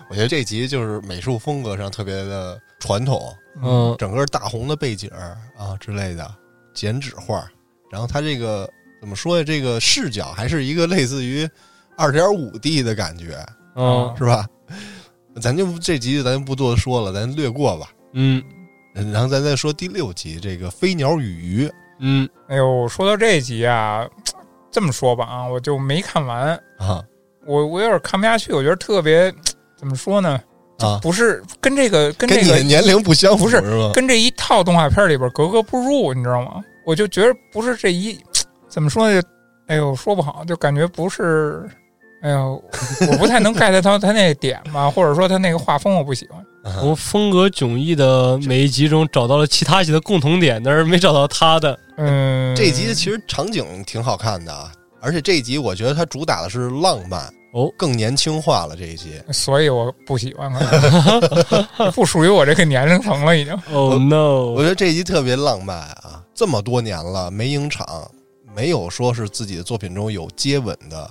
S3: 我觉得这集就是美术风格上特别的传统，
S1: 啊
S2: 嗯，
S3: 整个大红的背景儿啊之类的剪纸画，然后它这个怎么说呀？这个视角还是一个类似于二点五 D 的感觉，
S2: 嗯
S3: 是吧？咱就这集咱就不多说了，咱略过吧。
S2: 嗯
S3: 然后咱再说第六集这个飞鸟与鱼
S2: 嗯
S1: 哎呦，说到这集啊，这么说吧啊，我就没看完，
S3: 啊
S1: 我我有点看不下去，我觉得特别怎么说呢？
S3: 啊，
S1: 不是跟这个跟
S3: 跟
S1: 这
S3: 你
S1: 个
S3: 的年龄不相符
S1: 不是
S3: 是吧？
S1: 跟这一套动画片里边格格不入，你知道吗？我就觉得不是这一怎么说呢？就哎呦，说不好，就感觉不是。哎呦，我不太能 get 到他那点吧，或者说他那个画风我不喜欢。
S3: 啊
S2: 从风格迥异的每一集中找到了其他集的共同点，但是没找到他的。
S1: 嗯，
S3: 这集其实场景挺好看的啊，而且这一集我觉得它主打的是浪漫
S2: 哦，
S3: 更年轻化了这一集。
S1: 所以我不喜欢，可能 不属于我这个年龄层了，已经。
S2: Oh
S3: 我
S2: no！
S3: 觉得这一集特别浪漫啊，这么多年了没影场，没有说是自己的作品中有接吻的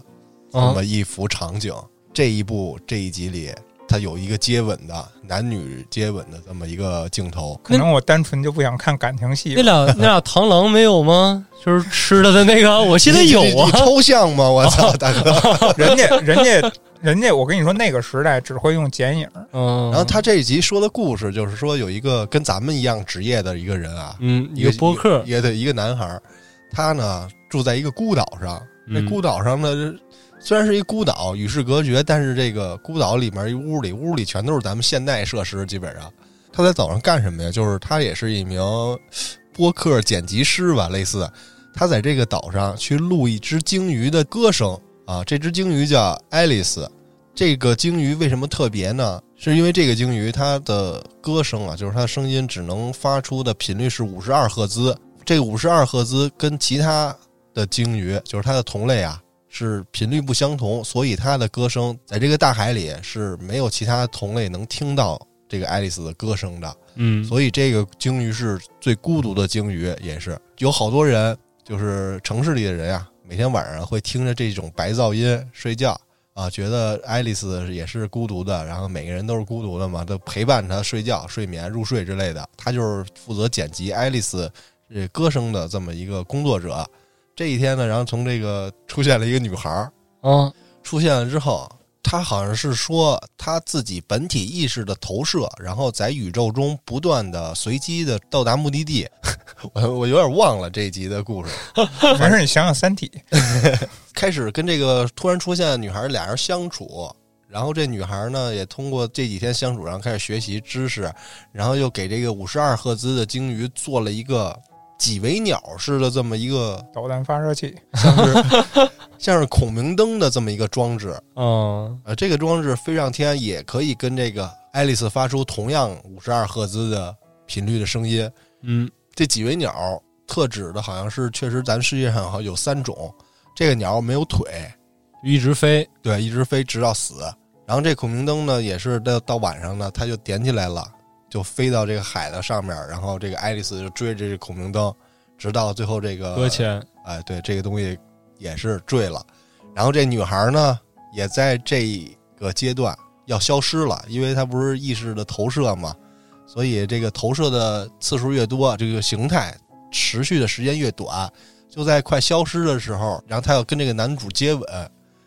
S3: 这
S2: 啊哦
S3: 么一幅场景，这一部这一集里它有一个接吻的男女接吻的这么一个镜头。
S1: 可能我单纯就不想看感情戏
S2: 那
S1: 吧。
S2: 俩那俩螳螂没有吗？ 就是吃了的那个，我记得有
S3: 你你
S2: 啊
S3: 你。抽象吗？我 操，大哥！
S1: 人家人家人家，我跟你说，那个时代只会用剪影，
S2: 嗯，
S3: 然后他这一集说的故事就是说，有一个跟咱们一样职业的一个人啊，
S2: 嗯，一个播客，
S3: 也得一个男孩儿，他呢住在一个孤岛上，那
S2: 嗯
S3: 孤岛上呢。虽然是一孤岛，与世隔绝，但是这个孤岛里面一屋里，屋里全都是咱们现代设施，基本上。他在岛上干什么呀？就是他也是一名播客剪辑师吧，类似。他在这个岛上去录一只鲸鱼的歌声啊，这只鲸鱼叫爱丽丝。这个鲸鱼为什么特别呢？是因为这个鲸鱼它的歌声啊，就是它的声音只能发出的频率是五十二赫兹。这五十二赫兹跟其他的鲸鱼，就是它的同类啊，是频率不相同，所以它的歌声在这个大海里是没有其他同类能听到这个爱丽丝的歌声的。
S2: 嗯，
S3: 所以这个鲸鱼是最孤独的鲸鱼，也是有好多人，就是城市里的人啊，每天晚上会听着这种白噪音睡觉啊，觉得爱丽丝也是孤独的，然后每个人都是孤独的嘛，都陪伴她睡觉、睡眠、入睡之类的。他就是负责剪辑爱丽丝这歌声的这么一个工作者。这一天呢，然后从这个出现了一个女孩儿，
S2: 啊，
S3: 出现了之后，他好像是说他自己本体意识的投射，然后在宇宙中不断的随机的到达目的地。 我我有点忘了这一集的故事。
S1: 没事，你想想《三体》，
S3: 开始跟这个突然出现的女孩俩人相处，然后这女孩呢也通过这几天相处，然后开始学习知识，然后又给这个五十二赫兹的鲸鱼做了一个几维鸟似的这么一个
S1: 导弹发射器，
S3: 像 是像是孔明灯的这么一个装置。
S2: 嗯，
S3: 呃，这个装置飞上天也可以跟这个爱丽丝发出同样五十二赫兹的频率的声音。
S2: 嗯，
S3: 这几维鸟特指的好像是确实咱世界上好像有三种，这个鸟没有腿，
S2: 一直飞，
S3: 对，一直飞直到死。然后这孔明灯呢，也是到到晚上呢，它就点起来了，就飞到这个海的上面，然后这个爱丽丝就追着这孔明灯，直到最后这个
S2: 搁
S1: 呃
S2: 浅，
S3: 哎，对，这个东西也是坠了。然后这女孩呢，也在这个阶段要消失了，因为她不是意识的投射嘛，所以这个投射的次数越多，这个形态持续的时间越短。就在快消失的时候，然后她要跟这个男主接吻，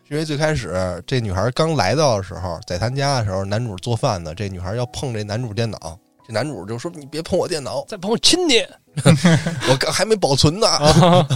S3: 因为最开始这女孩刚来到的时候，在他家的时候，男主做饭呢，这女孩要碰这男主电脑，这男主就说：“你别碰我电脑，
S2: 再帮我亲你
S3: 我刚还没保存呢。”
S2: 啊！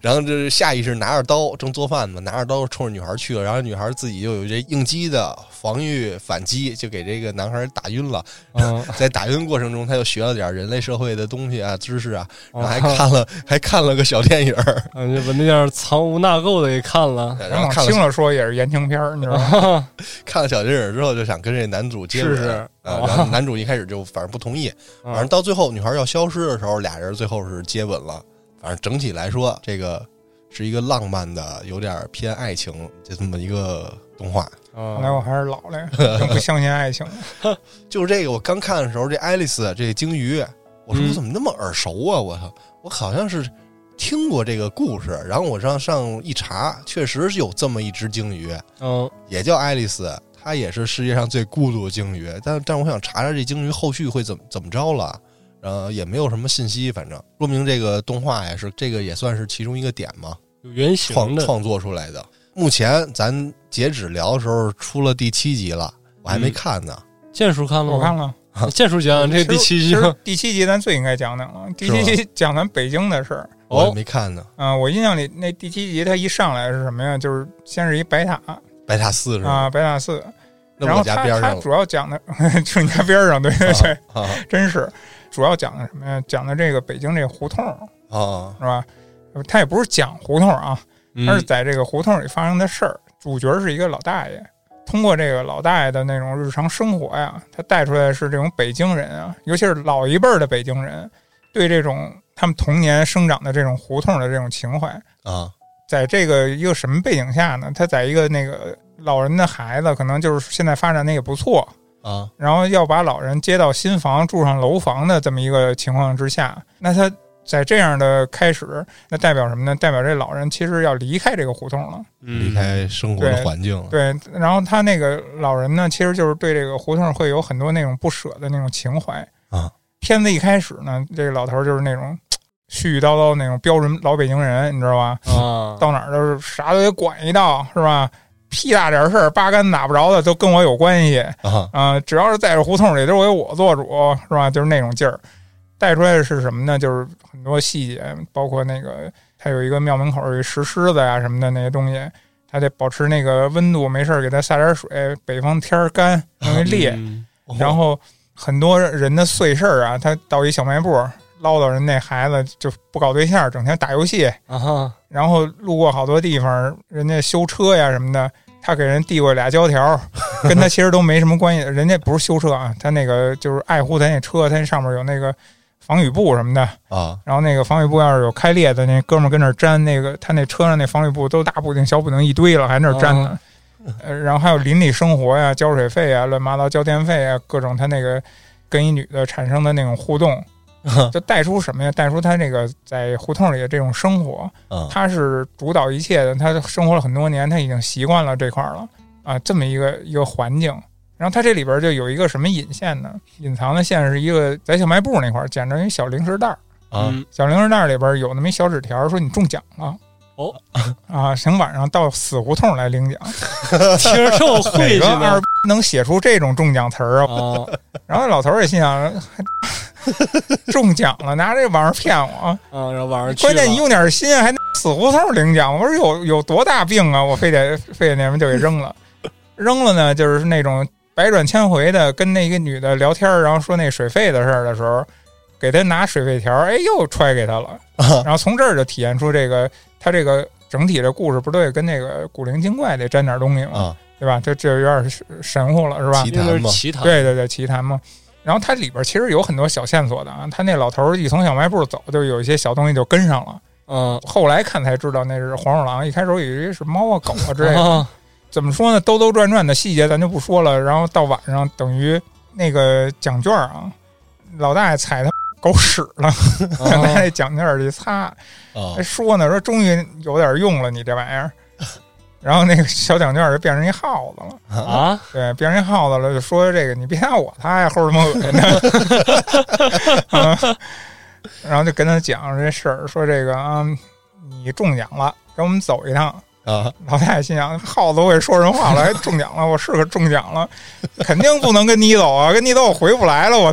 S3: 然后就是下意识拿着刀，正做饭嘛，拿着刀冲着女孩去了。然后女孩自己又有这应激的防御反击，就给这个男孩打晕 了。
S2: 嗯，
S3: 在打晕过程中，他又学了点人类社会的东西啊、知识啊，然后还看了、还看了个小电影儿，
S2: 啊，就把那点儿藏污纳垢的给看 了。
S1: 然
S3: 然后
S1: 后
S3: 看
S1: 听
S3: 了啊
S1: 了说也是言情片儿，你知道 吗？
S3: 看了小电影儿之后，就想跟这男主接吻
S2: 试试
S3: 啊。然后男主一开始就反正不同意，反正到最后女孩要消失的时候，俩人最后是接吻了。反正整体来说，这个是一个浪漫的，有点偏爱情就这么一个动画。
S1: 后哎来我
S2: 啊，
S1: 还是老 了，真不相信爱情。
S3: 就是这个，我刚看的时候，这爱丽丝这鲸鱼，我说
S2: 嗯
S3: 我怎么那么耳熟啊？我操，我好像是听过这个故事。然后我上上一查，确实是有这么一只鲸鱼，
S2: 嗯，
S3: 也叫爱丽丝，它也是世界上最孤独的鲸鱼。但但我想查查这鲸鱼后续会怎么怎么着了，呃，也没有什么信息，反正说明这个动画呀是这个也算是其中一个点嘛，
S2: 有原型
S3: 创
S2: 的，
S3: 创作出来的。目前咱截止聊的时候出了第七集了，我还没
S2: 嗯
S3: 看呢。
S2: 剑叔看了
S1: 我
S2: 吗？
S1: 看了
S2: 剑叔
S3: 啊
S2: 讲这第七
S1: 其
S2: 集
S1: 实
S2: 吗
S1: 第七集咱最应该讲讲了。第
S3: 是吧
S1: 七集讲咱北京的事儿。
S3: 我还
S2: 哦，
S3: 没看呢，
S1: 啊、我印象里那第七集它一上来是什么呀？就是先是一白塔啊、
S3: 白塔寺是吧？
S1: 白塔寺，
S3: 嗯那
S1: 然
S3: 我
S1: 后
S3: 家
S1: 它
S3: 边儿
S1: 它
S3: 上了
S1: 主要讲的就是你家边儿上，对对对，
S3: 啊
S1: 真是主要讲的什么呀？讲的这个北京这个胡同
S3: 啊
S1: 是吧？它也不是讲胡同啊，它是
S2: 嗯
S1: 在这个胡同里发生的事儿。主角是一个老大爷，通过这个老大爷的那种日常生活呀，他带出来的是这种北京人啊，尤其是老一辈儿的北京人对这种他们童年生长的这种胡同的这种情怀。
S3: 啊
S1: 在这个一个什么背景下呢？他在一个那个老人的孩子，可能就是现在发展的也不错，
S3: 啊！
S1: 然后要把老人接到新房住上楼房的这么一个情况之下，那他在这样的开始，那代表什么呢？代表这老人其实要离开这个胡同了。
S2: 嗯
S3: 离开生活的环境了。
S1: 对，然后他那个老人呢，其实就是对这个胡同会有很多那种不舍的那种情怀
S3: 啊。
S1: 片子一开始呢，这个老头儿就是那种絮絮叨叨那种标准老北京人，你知道吧？
S2: 啊，
S1: 到哪儿都是啥都得管一道，是吧？屁大点事儿，八竿子打不着的都跟我有关系
S3: 啊，
S1: 啊、只要是在这胡同里，都是我做主，是吧？就是那种劲儿。带出来的是什么呢？就是很多细节，包括那个他有一个庙门口有一石狮子呀、什么的那些东西，他得保持那个温度，没事儿给它下点水。北方天儿干 容易裂，
S2: 嗯
S1: 然后很多人的碎事儿啊，他到一小卖部唠叨人那孩子就不搞对象，整天打游戏，
S2: 啊哈，
S1: 然后路过好多地方，人家修车呀什么的，他给人递过俩胶条， 跟他其实都没什么关系。人家不是修车啊，他那个就是爱护他那车，他那上面有那个防雨布什么的。
S3: 啊
S1: 然后那个防雨布要是有开裂的，那哥们儿跟那儿粘那个，他那车上那防雨布都大补丁小补丁一堆了，还那儿粘呢。呃，然后还有邻里生活呀、交水费呀、乱七八糟交电费呀，各种他那个跟一女的产生的那种互动，就带出什么呀？带出他这个在胡同里的这种生活。
S3: 啊
S1: 他是主导一切的，他生活了很多年，他已经习惯了这块儿了啊，这么一个一个环境。然后他这里边儿就有一个什么引线呢？隐藏的线是一个在小卖部那块儿捡着一小零食袋儿，
S3: 啊
S2: 嗯
S1: 小零食袋儿里边儿有那么一小纸条儿，说你中奖了
S2: 哦
S1: 啊，请晚上到死胡同来领奖。
S2: 听着受
S1: 哪
S2: 晦气
S1: 个
S2: 呢
S1: 二逼能写出这种中奖词儿啊？
S2: 啊，
S1: 然后老头儿也心想， 还中奖了，拿这玩意儿骗我。
S2: 啊，然后晚上去
S1: 关键
S2: 了
S1: 你用点心，还能死胡同领奖，我说有有多大病啊？我非得非得那什么就给扔了，扔了呢，就是那种百转千回的跟那个女的聊天儿，然后说那水费的事儿的时候，给她拿水费条儿，哎，又揣给她了，
S3: 啊
S1: 然后从这儿就体现出这个他这个整体的故事不对，跟那个古灵精怪得沾点东西嘛，
S3: 啊！
S1: 对吧？这这有点神乎了，是吧？
S3: 奇
S2: 那
S3: 谈
S2: 边
S3: 嘛，
S2: 奇谈，
S1: 对对对，奇谈嘛。然后它里边其实有很多小线索的啊，他那老头儿一从小卖部走，就有一些小东西就跟上了。
S2: 嗯，
S1: 后来看才知道那是黄鼠狼，一开始我以为是猫啊狗啊之类的。
S2: 啊
S1: 怎么说呢？兜兜转转的细节咱就不说了。然后到晚上，等于那个奖券啊，老大爷踩他狗屎了， 拿
S2: 啊
S1: 那奖券去擦，
S3: 啊
S1: 还说呢，说终于有点用了，你这玩意儿。然后那个小奖券就变成一耗子了，
S2: 啊，
S1: 对，变成一耗子了，就说这个你别拿我擦呀，齁他妈恶心的。啊然后就跟他讲这事儿，说这个啊，你中奖了，跟我们走一趟。
S3: 啊
S1: 老太太心想：耗子都会说人话了，还中奖了，我是个中奖了，肯定不能跟你走啊！跟你走我回不来了，我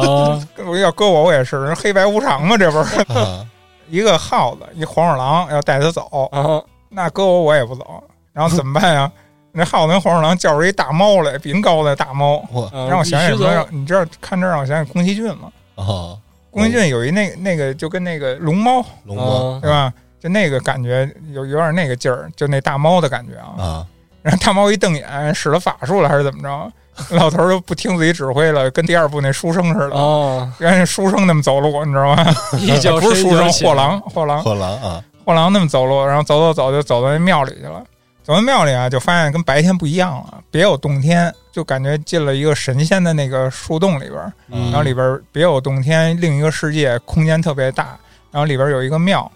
S2: 啊，
S1: 我要搁我我也是黑白无常嘛，这不是
S3: 啊
S1: 一个耗子，一黄鼠狼要带他走，
S2: 啊，
S1: 那搁我我也不走， 然后怎么办呀？那耗子跟黄鼠狼叫出一大猫来，比人高的大猫，
S3: 我
S1: 让我想想什
S2: 必须
S1: 么
S2: 的
S1: 让，你知道看这让我想想宫崎骏吗？
S3: 啊！
S1: 宫崎骏有一那那个就跟那个龙猫
S3: 龙猫
S1: 对吧？就那个感觉有有点那个劲儿，就那大猫的感觉啊。
S3: 啊
S1: 然后大猫一瞪眼，使了法术了还是怎么着？老头儿就不听自己指挥了，跟第二部那书生似的，
S2: 啊，
S1: 跟那书生那么走路，你知道吗？
S2: 哦一脚
S1: 哦 不是
S2: 深一
S1: 书生，
S2: 脚浅
S1: 货郎，货 郎，
S3: 火狼啊
S1: 货郎那么走路，然后走走走就走到那庙里去了。走到庙里啊，就发现跟白天不一样了，别有洞天，就感觉进了一个神仙的那个树洞里边儿，
S2: 嗯
S1: 然后里边儿别有洞天，另一个世界，空间特别大，然后里边儿有一个庙，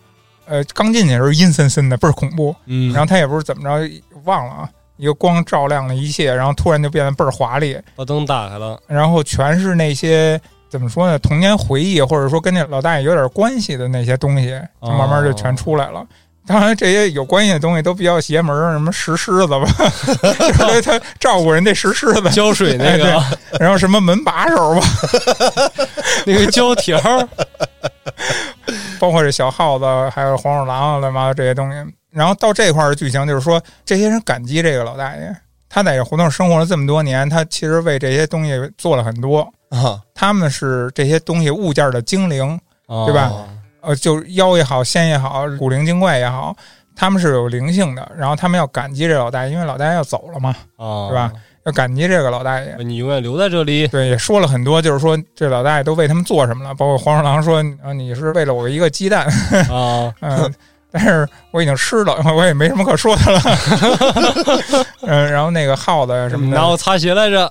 S1: 呃，刚进去的时候阴森森的，倍儿恐怖，
S2: 嗯，
S1: 然后他也不是怎么着，忘了啊，一个光照亮了一切，然后突然就变得倍儿华丽，
S2: 把灯打开了，
S1: 然后全是那些怎么说呢，童年回忆或者说跟那老大爷有点关系的那些东西，就慢慢就全出来了。当然，这些有关系的东西都比较邪门儿，什么石狮子吧，就是他照顾人那石狮 子，
S2: 浇水 那个
S1: 然后什么门把手吧，
S2: 那个胶条，
S1: 包括这小耗子，还有黄鼠狼，啊乱七八糟这些东西。然后到这块儿的剧情就是说，这些人感激这个老大爷，他在这胡同生活了这么多年，他其实为这些东西做了很多。
S3: 啊
S1: 他们是这些东西物件的精灵，
S2: 对
S1: 吧呃，就是妖也好，仙也好，古灵精怪也好，他们是有灵性的。然后他们要感激这老大爷，因为老大爷要走了嘛，
S2: 啊，
S1: 是吧？要感激这个老大爷。
S2: 你永远留在 这里，
S1: 对，也说了很多，就是说这老大爷都为他们做什么了，包括黄鼠狼说，啊，你是为了我一个鸡蛋，
S2: 啊
S1: 嗯，但是我已经吃了，我也没什么可说的了。 嗯，然后那个耗子 呀什么的，
S2: 拿我擦 鞋来着，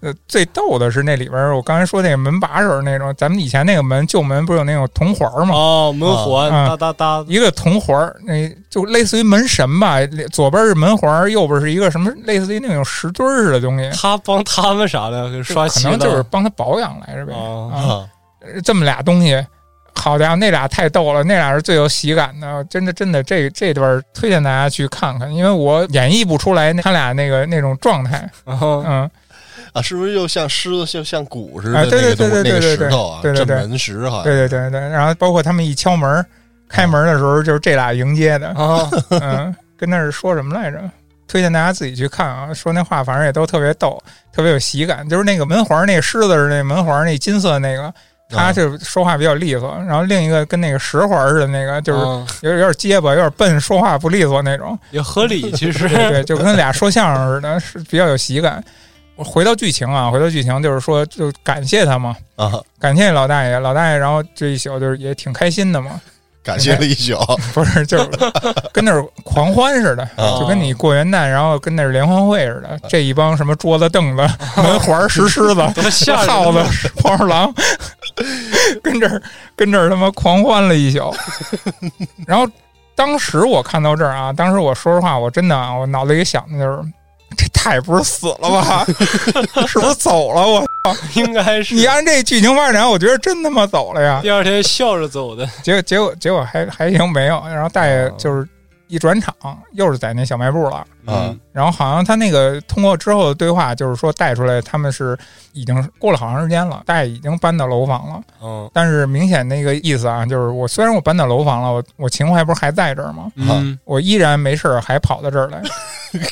S1: 呃，最逗的是那里边儿，我刚才说那个门把手那种，咱们以前那个门旧门不是有那种铜环儿吗？
S2: 哦，门环，
S1: 啊
S2: 哒哒哒，
S1: 一个铜环儿，那就类似于门神吧，左边是门环儿，右边是一个什么类似于那种石墩儿似的东西，
S2: 他帮他们啥的给刷
S1: 可
S2: 漆
S1: 能
S2: 了，
S1: 就是帮他保养来着呗。
S2: 哦
S1: 啊，这么俩东西，好家伙，那俩太逗了，那俩是最有喜感的，真的真的，这这段儿推荐大家去看看，因为我演绎不出来那他俩那个那种状态，
S2: 然后
S1: 嗯，
S3: 啊，是不是又像狮子，像像鼓似的
S1: 哎
S3: 那
S1: 对
S3: 个东
S1: 对对
S3: 那个
S1: 对对
S3: 石头啊，
S1: 对对
S3: 镇
S1: 对
S3: 门石好像
S1: 对对对对，然后包括他们一敲门儿，开门的时候就是这俩迎接的，
S2: 啊，
S1: 嗯，跟那儿说什么来着？推荐大家自己去看啊，说那话反正也都特别逗，特别有喜感。就是那个门环儿那狮子似的那门环儿那金色那个，他就说话比较利索。然后另一个跟那个石环儿似的那个， 就是
S2: 啊
S1: 有有点结巴，有点笨，说话不利索那种。
S2: 也 合理，其实
S1: 对对，就跟俩说相声似的，是比较有喜感。我回到剧情啊，回到剧情就是说，就感谢他嘛，
S3: 啊，
S1: 感谢老大爷，老大爷，然后这一宿就是也挺开心的嘛，
S3: 感谢了一宿，
S1: 不是，就是跟那儿狂欢似的，
S2: 哦
S3: 啊
S1: 就跟你过元旦，然后跟那儿联欢会似的，这一帮什么桌子、凳子、门环儿、石狮子、
S2: 多吓人啊
S1: 耗子、黄鼠狼，跟这儿跟这儿他妈狂欢了一宿。然后当时我看到这儿啊，当时我说实话，我真的啊，我脑子里想的就是。这太不是死了吧？是不是走了？我
S2: 应该是
S1: 你按这剧情发展，我觉得真他妈走了 呀！
S2: 第二天笑着走的，
S1: 结果结果结果还还行没有，然后大爷就是一转场又是在那小卖部了，
S3: 啊
S2: 嗯，
S1: 然后好像他那个通过之后的对话，就是说带出来他们是已经过了好长时间了，大爷已经搬到楼房了，
S2: 嗯
S1: 但是明显那个意思啊，就是我虽然我搬到楼房了，我我情怀不是还在这儿吗？
S2: 嗯，
S1: 我依然没事儿，还跑到这 儿来，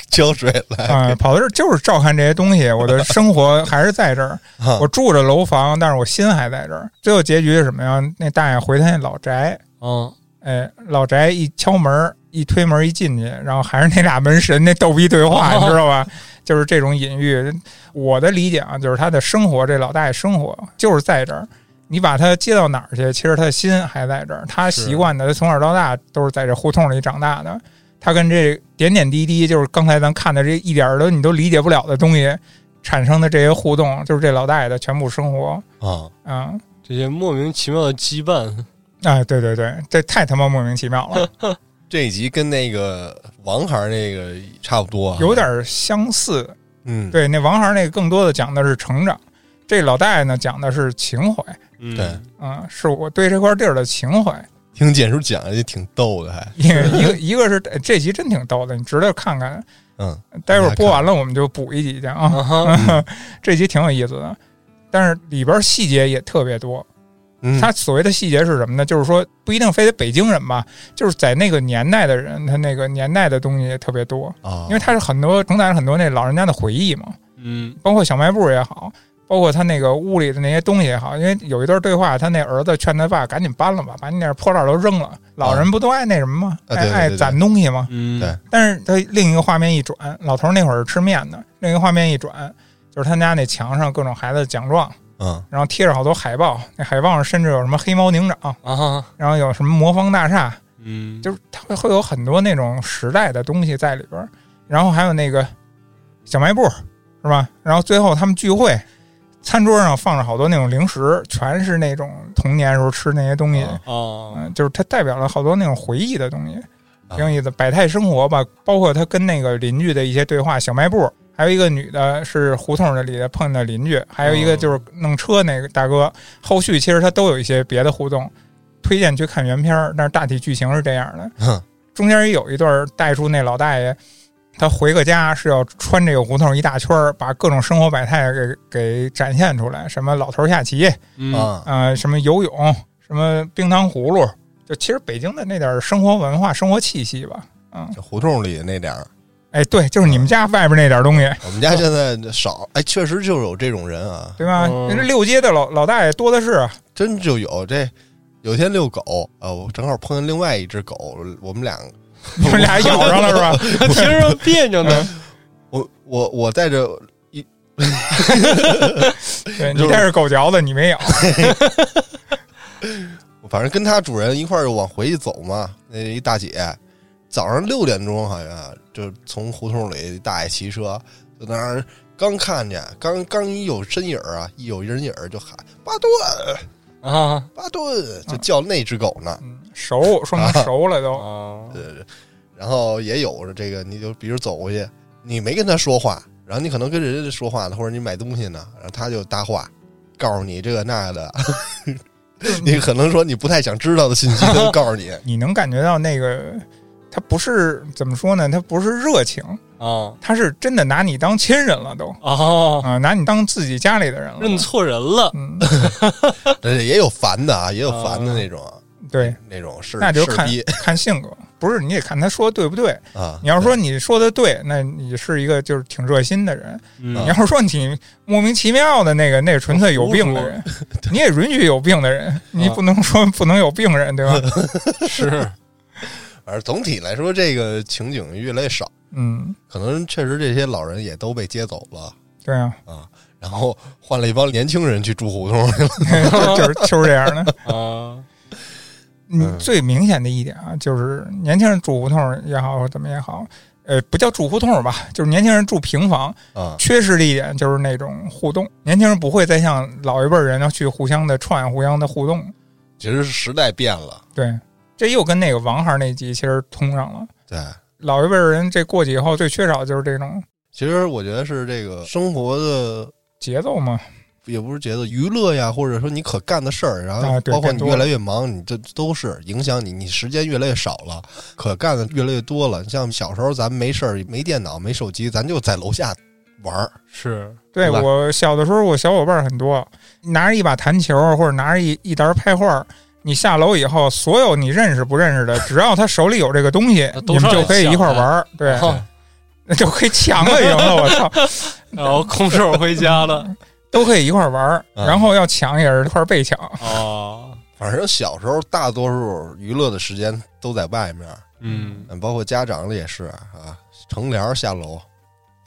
S3: 浇水来
S1: 啊、跑到这儿就是照看这些东西，我的生活还是在这 儿，
S2: 嗯
S3: 啊
S1: 我住着楼房，但是我心还在这儿。最后结局是什么呀？那大爷回他那老宅，
S2: 嗯，
S1: 哎，老宅一敲门儿，一推门儿一进去，然后还是那俩门神那逗逼对话，你知道吧？就是这种隐喻。我的理解啊，就是他的生活，这老大爷生活就是在这儿。你把他接到哪儿去，其实他的心还在这儿。他
S2: 是
S1: 习惯的，他从小到大都是在这胡同里长大的。他跟这点点滴滴，就是刚才咱看的这一点儿都你都理解不了的东西产生的这些互动，就是这老大爷的全部生活
S3: 啊，
S1: 啊。嗯
S2: 这些莫名其妙的羁绊，
S1: 哎，对对对，这太他妈莫名其妙了。
S3: 这一集跟那个王孩儿那个差不多啊，
S1: 有点相似。
S3: 嗯，
S1: 对，那王孩儿那个更多的讲的是成长，这老大爷呢讲的是情怀，
S2: 嗯
S3: 对
S1: 嗯，是我对这块地儿的情怀。
S3: 听简叔讲的也挺逗的，还
S1: 一个一个一个是哎这集真挺逗的，你值得看看。
S3: 嗯，
S1: 待会儿播完了我们就补一集去啊，
S2: 啊哈，
S1: 这集挺有意思的。但是里边细节也特别多，
S3: 嗯
S1: 他所谓的细节是什么呢？就是说不一定非得北京人吧，就是在那个年代的人，他那个年代的东西也特别多，
S3: 啊，
S1: 因为他是很多承载了很多那老人家的回忆嘛。
S2: 嗯
S1: 包括小卖部也好，包括他那个屋里的那些东西也好，因为有一段对话，他那儿子劝他爸赶紧搬了吧，把你那破烂都扔了。老人不都爱那什么吗？
S3: 啊对
S1: 爱
S3: 对对
S1: 爱
S3: 对
S1: 攒东西吗？
S2: 嗯，
S3: 对
S1: 但是他另一个画面一转，老头那会儿是吃面的，另一个画面一转，就是他家那墙上各种孩子的奖状，
S3: 嗯
S1: 然后贴着好多海报，那海报上甚至有什么黑猫警长，
S3: 嗯
S2: 啊哈，
S1: 然后有什么魔方大厦，
S2: 嗯，
S1: 就是它会会有很多那种时代的东西在里边儿，然后还有那个小卖部是吧？然后最后他们聚会，餐桌上放着好多那种零食，全是那种童年时候吃那些东西，
S3: 啊
S2: 哦，
S1: 嗯，就是它代表了好多那种回忆的东西，
S3: 啊
S1: 挺有意思。百态生活吧，包括他跟那个邻居的一些对话，小卖部。还有一个女的是胡同里的碰的邻居，还有一
S3: 哦
S1: 个
S2: 嗯
S1: 就是弄车那个大哥。后续其实他都有一些别的互动，推荐去看原片儿，但是大体剧情是这样的。
S3: 哼
S1: 中间有一段带出那老大爷，他回个家是要穿这个胡同一大圈儿，把各种生活百态给给展现出来，什么老头下棋，
S2: 嗯
S3: 啊
S1: 呃，什么游泳，什么冰糖葫芦，就其实北京的那点儿生活文化、生活气息吧。嗯，
S3: 这胡同里那点儿，
S1: 哎，对，就是你们家外边那点儿东西，
S3: 我们家现在 少，哎，确实就有这种人啊，
S1: 对吧？
S2: 嗯
S1: 人家六街的老老大爷多的是，啊
S3: 真就有这。有天遛狗，啊，我正好碰见另外一只狗，我们俩
S1: 你们俩咬上了是吧？
S2: 听着别扭呢，
S3: 我我我带着
S1: 对，你这是狗嚼的，你没咬。
S3: 反正跟他主人一块儿往回去走嘛。那一大姐早上六点钟好像就从胡同里大爷骑车，就那儿刚看见，刚刚一有身影儿啊，一有人影儿就喊巴顿
S2: 啊
S3: 巴顿，就叫那只狗呢。
S1: 嗯，熟，说明熟了都。
S2: 啊
S3: 对对对，然后也有这个，你就比如走过去，你没跟他说话，然后你可能跟人家说话呢，或者你买东西呢，然后他就搭话，告诉你这个那个的， 你可能说你不太想知道的信息，他就告诉你。
S1: 你能感觉到那个，他不是怎么说呢？他不是热情，
S2: 啊
S1: 他是真的拿你当亲人了都
S2: 啊！
S1: 啊、拿你当自己家里的人了。
S2: 认错人了，
S1: 嗯，
S3: 对，也有烦的啊，也有烦的那种，啊
S1: 对，
S3: 那种 是
S1: 那就是看
S3: 逼
S1: 看性格，不是你得看他说的对不对。
S3: 啊。
S1: 你要说你说的对，那你是一个就是挺热心的人；
S3: 啊
S2: 嗯
S1: 你要说你莫名其妙的那个，那个纯粹有病的人，
S3: 哦
S1: 你也允许有病的 人，你不能说 不能有病人，对
S3: 啊
S1: 吧？
S2: 是
S3: 反正总体来说，这个情景越来越少，
S1: 嗯，
S3: 可能确实这些老人也都被接走了
S1: 对啊，
S3: 啊，然后换了一帮年轻人去住胡同。
S1: 就就是就是这样的。
S2: 啊
S1: 你
S3: 嗯
S1: 最明显的一点啊，就是年轻人住胡同也好，或怎么也好，呃，不叫住胡同吧，就是年轻人住平房，
S3: 啊，
S1: 缺失的一点就是那种互动。年轻人不会再像老一辈儿人要去互相的串、互相的互动。
S3: 其实时代变了，
S1: 对，这又跟那个王孩那集其实通上了。
S3: 对。
S1: 老一辈儿人这过去以后，最缺少就是这种
S3: 其实我觉得是这个生活的，
S1: 节奏嘛。
S3: 也不是觉得娱乐呀，或者说你可干的事儿，然后
S1: 啊对
S3: 包括
S1: 变
S3: 你
S1: 多
S3: 越
S1: 了
S3: 来越忙，你这都是影响你，你时间越来越少了，可干的越来越多了。像小时候咱们没事儿，没电脑，没手机，咱就在楼下玩儿。
S2: 是，
S1: 对
S3: 对吧
S1: 我小的时候，我小伙伴儿很多，拿着一把弹球或者拿着一一沓拍画儿，你下楼以后，所有你认识不认识的，只要他手里有这个东西你
S2: 都
S1: 们
S2: 上来
S1: 就可以一块儿玩儿，对，
S2: 啊
S1: 那 就可以抢了赢了，我操，
S2: 然后空手回家 了
S1: 都可以一块儿玩儿，
S3: 嗯
S1: 然后要抢也是一块儿被抢，
S2: 啊
S3: 反正小时候大多数娱乐的时间都在外面，
S2: 嗯
S3: 嗯，包括家长的也是啊，乘凉下楼，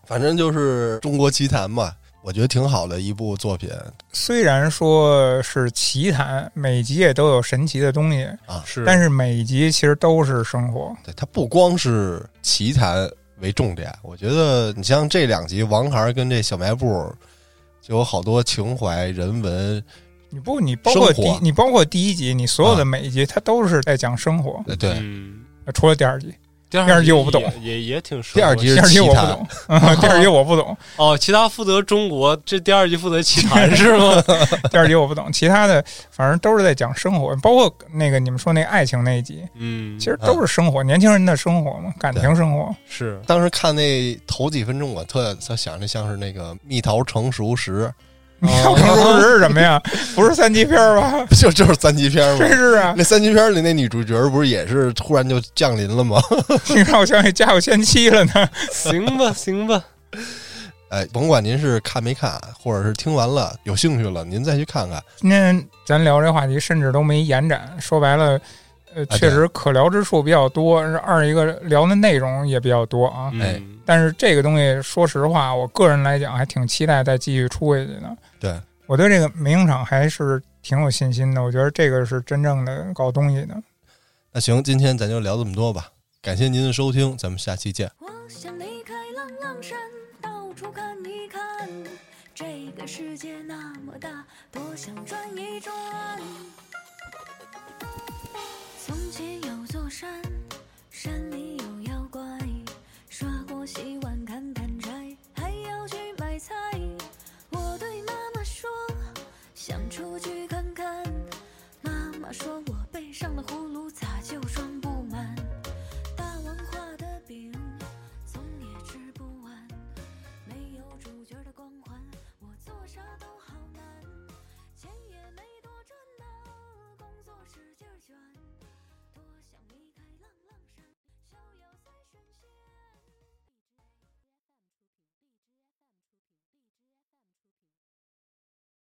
S3: 反正就是中国奇谭嘛，我觉得挺好的一部作品
S1: 虽然说是奇谈，每集也都有神奇的东西，
S3: 啊。
S2: 是，
S1: 但是每一集其实都是生活。
S3: 对，它不光是奇谈为重点，我觉得你像这两集《王孩》跟这小卖部，就有好多情怀、人文。
S1: 你不，你包括
S3: 生
S1: 第
S3: 活
S1: 你包括第一集，你所有
S3: 啊
S1: 的每一集，它都是在讲生活，
S3: 呃对，
S2: 嗯
S1: 除了第二集，
S2: 第
S1: 第
S2: 二
S1: 二集我不懂
S2: 也也也挺熟
S3: 第二集
S1: 第
S3: 是
S1: 二集
S3: 奇
S1: 我不
S3: 谈，
S1: 懂，嗯第二集我不懂，
S2: 哦，其他负责中国，这第二集负责奇谭是吗？
S1: 第二集我不懂，其他的反正都是在讲生活，包括那个你们说那爱情那一集，
S2: 嗯，
S1: 其实都是生活，年轻人的生活嘛，感情生活，
S2: 是
S3: 当时看那头几分钟，我特特想，这像是那个蜜桃成熟时，
S1: 你
S3: 哦
S1: 要成熟时是什么呀？不是三级片儿吧？
S3: 就就是三级片
S1: 真
S3: 嘛。
S1: 是啊！
S3: 那三级片里那女主角不是也是突然就降临了吗？
S1: 你让我想起《家有仙妻》了呢。
S2: 行吧，行吧，
S3: 哎，甭管您是看没看，或者是听完了有兴趣了，您再去看看。
S1: 今天咱聊这话题，甚至都没延展。说白了，呃，
S3: 啊对
S1: 确实可聊之处比较多，二一个聊的内容也比较多啊。
S3: 哎
S2: 嗯
S1: 但是这个东西，说实话，我个人来讲还挺期待再继续出下去的。
S3: 对，
S1: 我对这个名影厂还是挺有信心的，我觉得这个是真正的搞东西的。
S3: 那行，今天咱就聊这么多吧。感谢您的收听，咱们下期见。
S4: 我想离开浪浪山，到处看一看，这个世界那么大，多想转一转。从前有座山，山里有妖怪，耍过洗碗看灯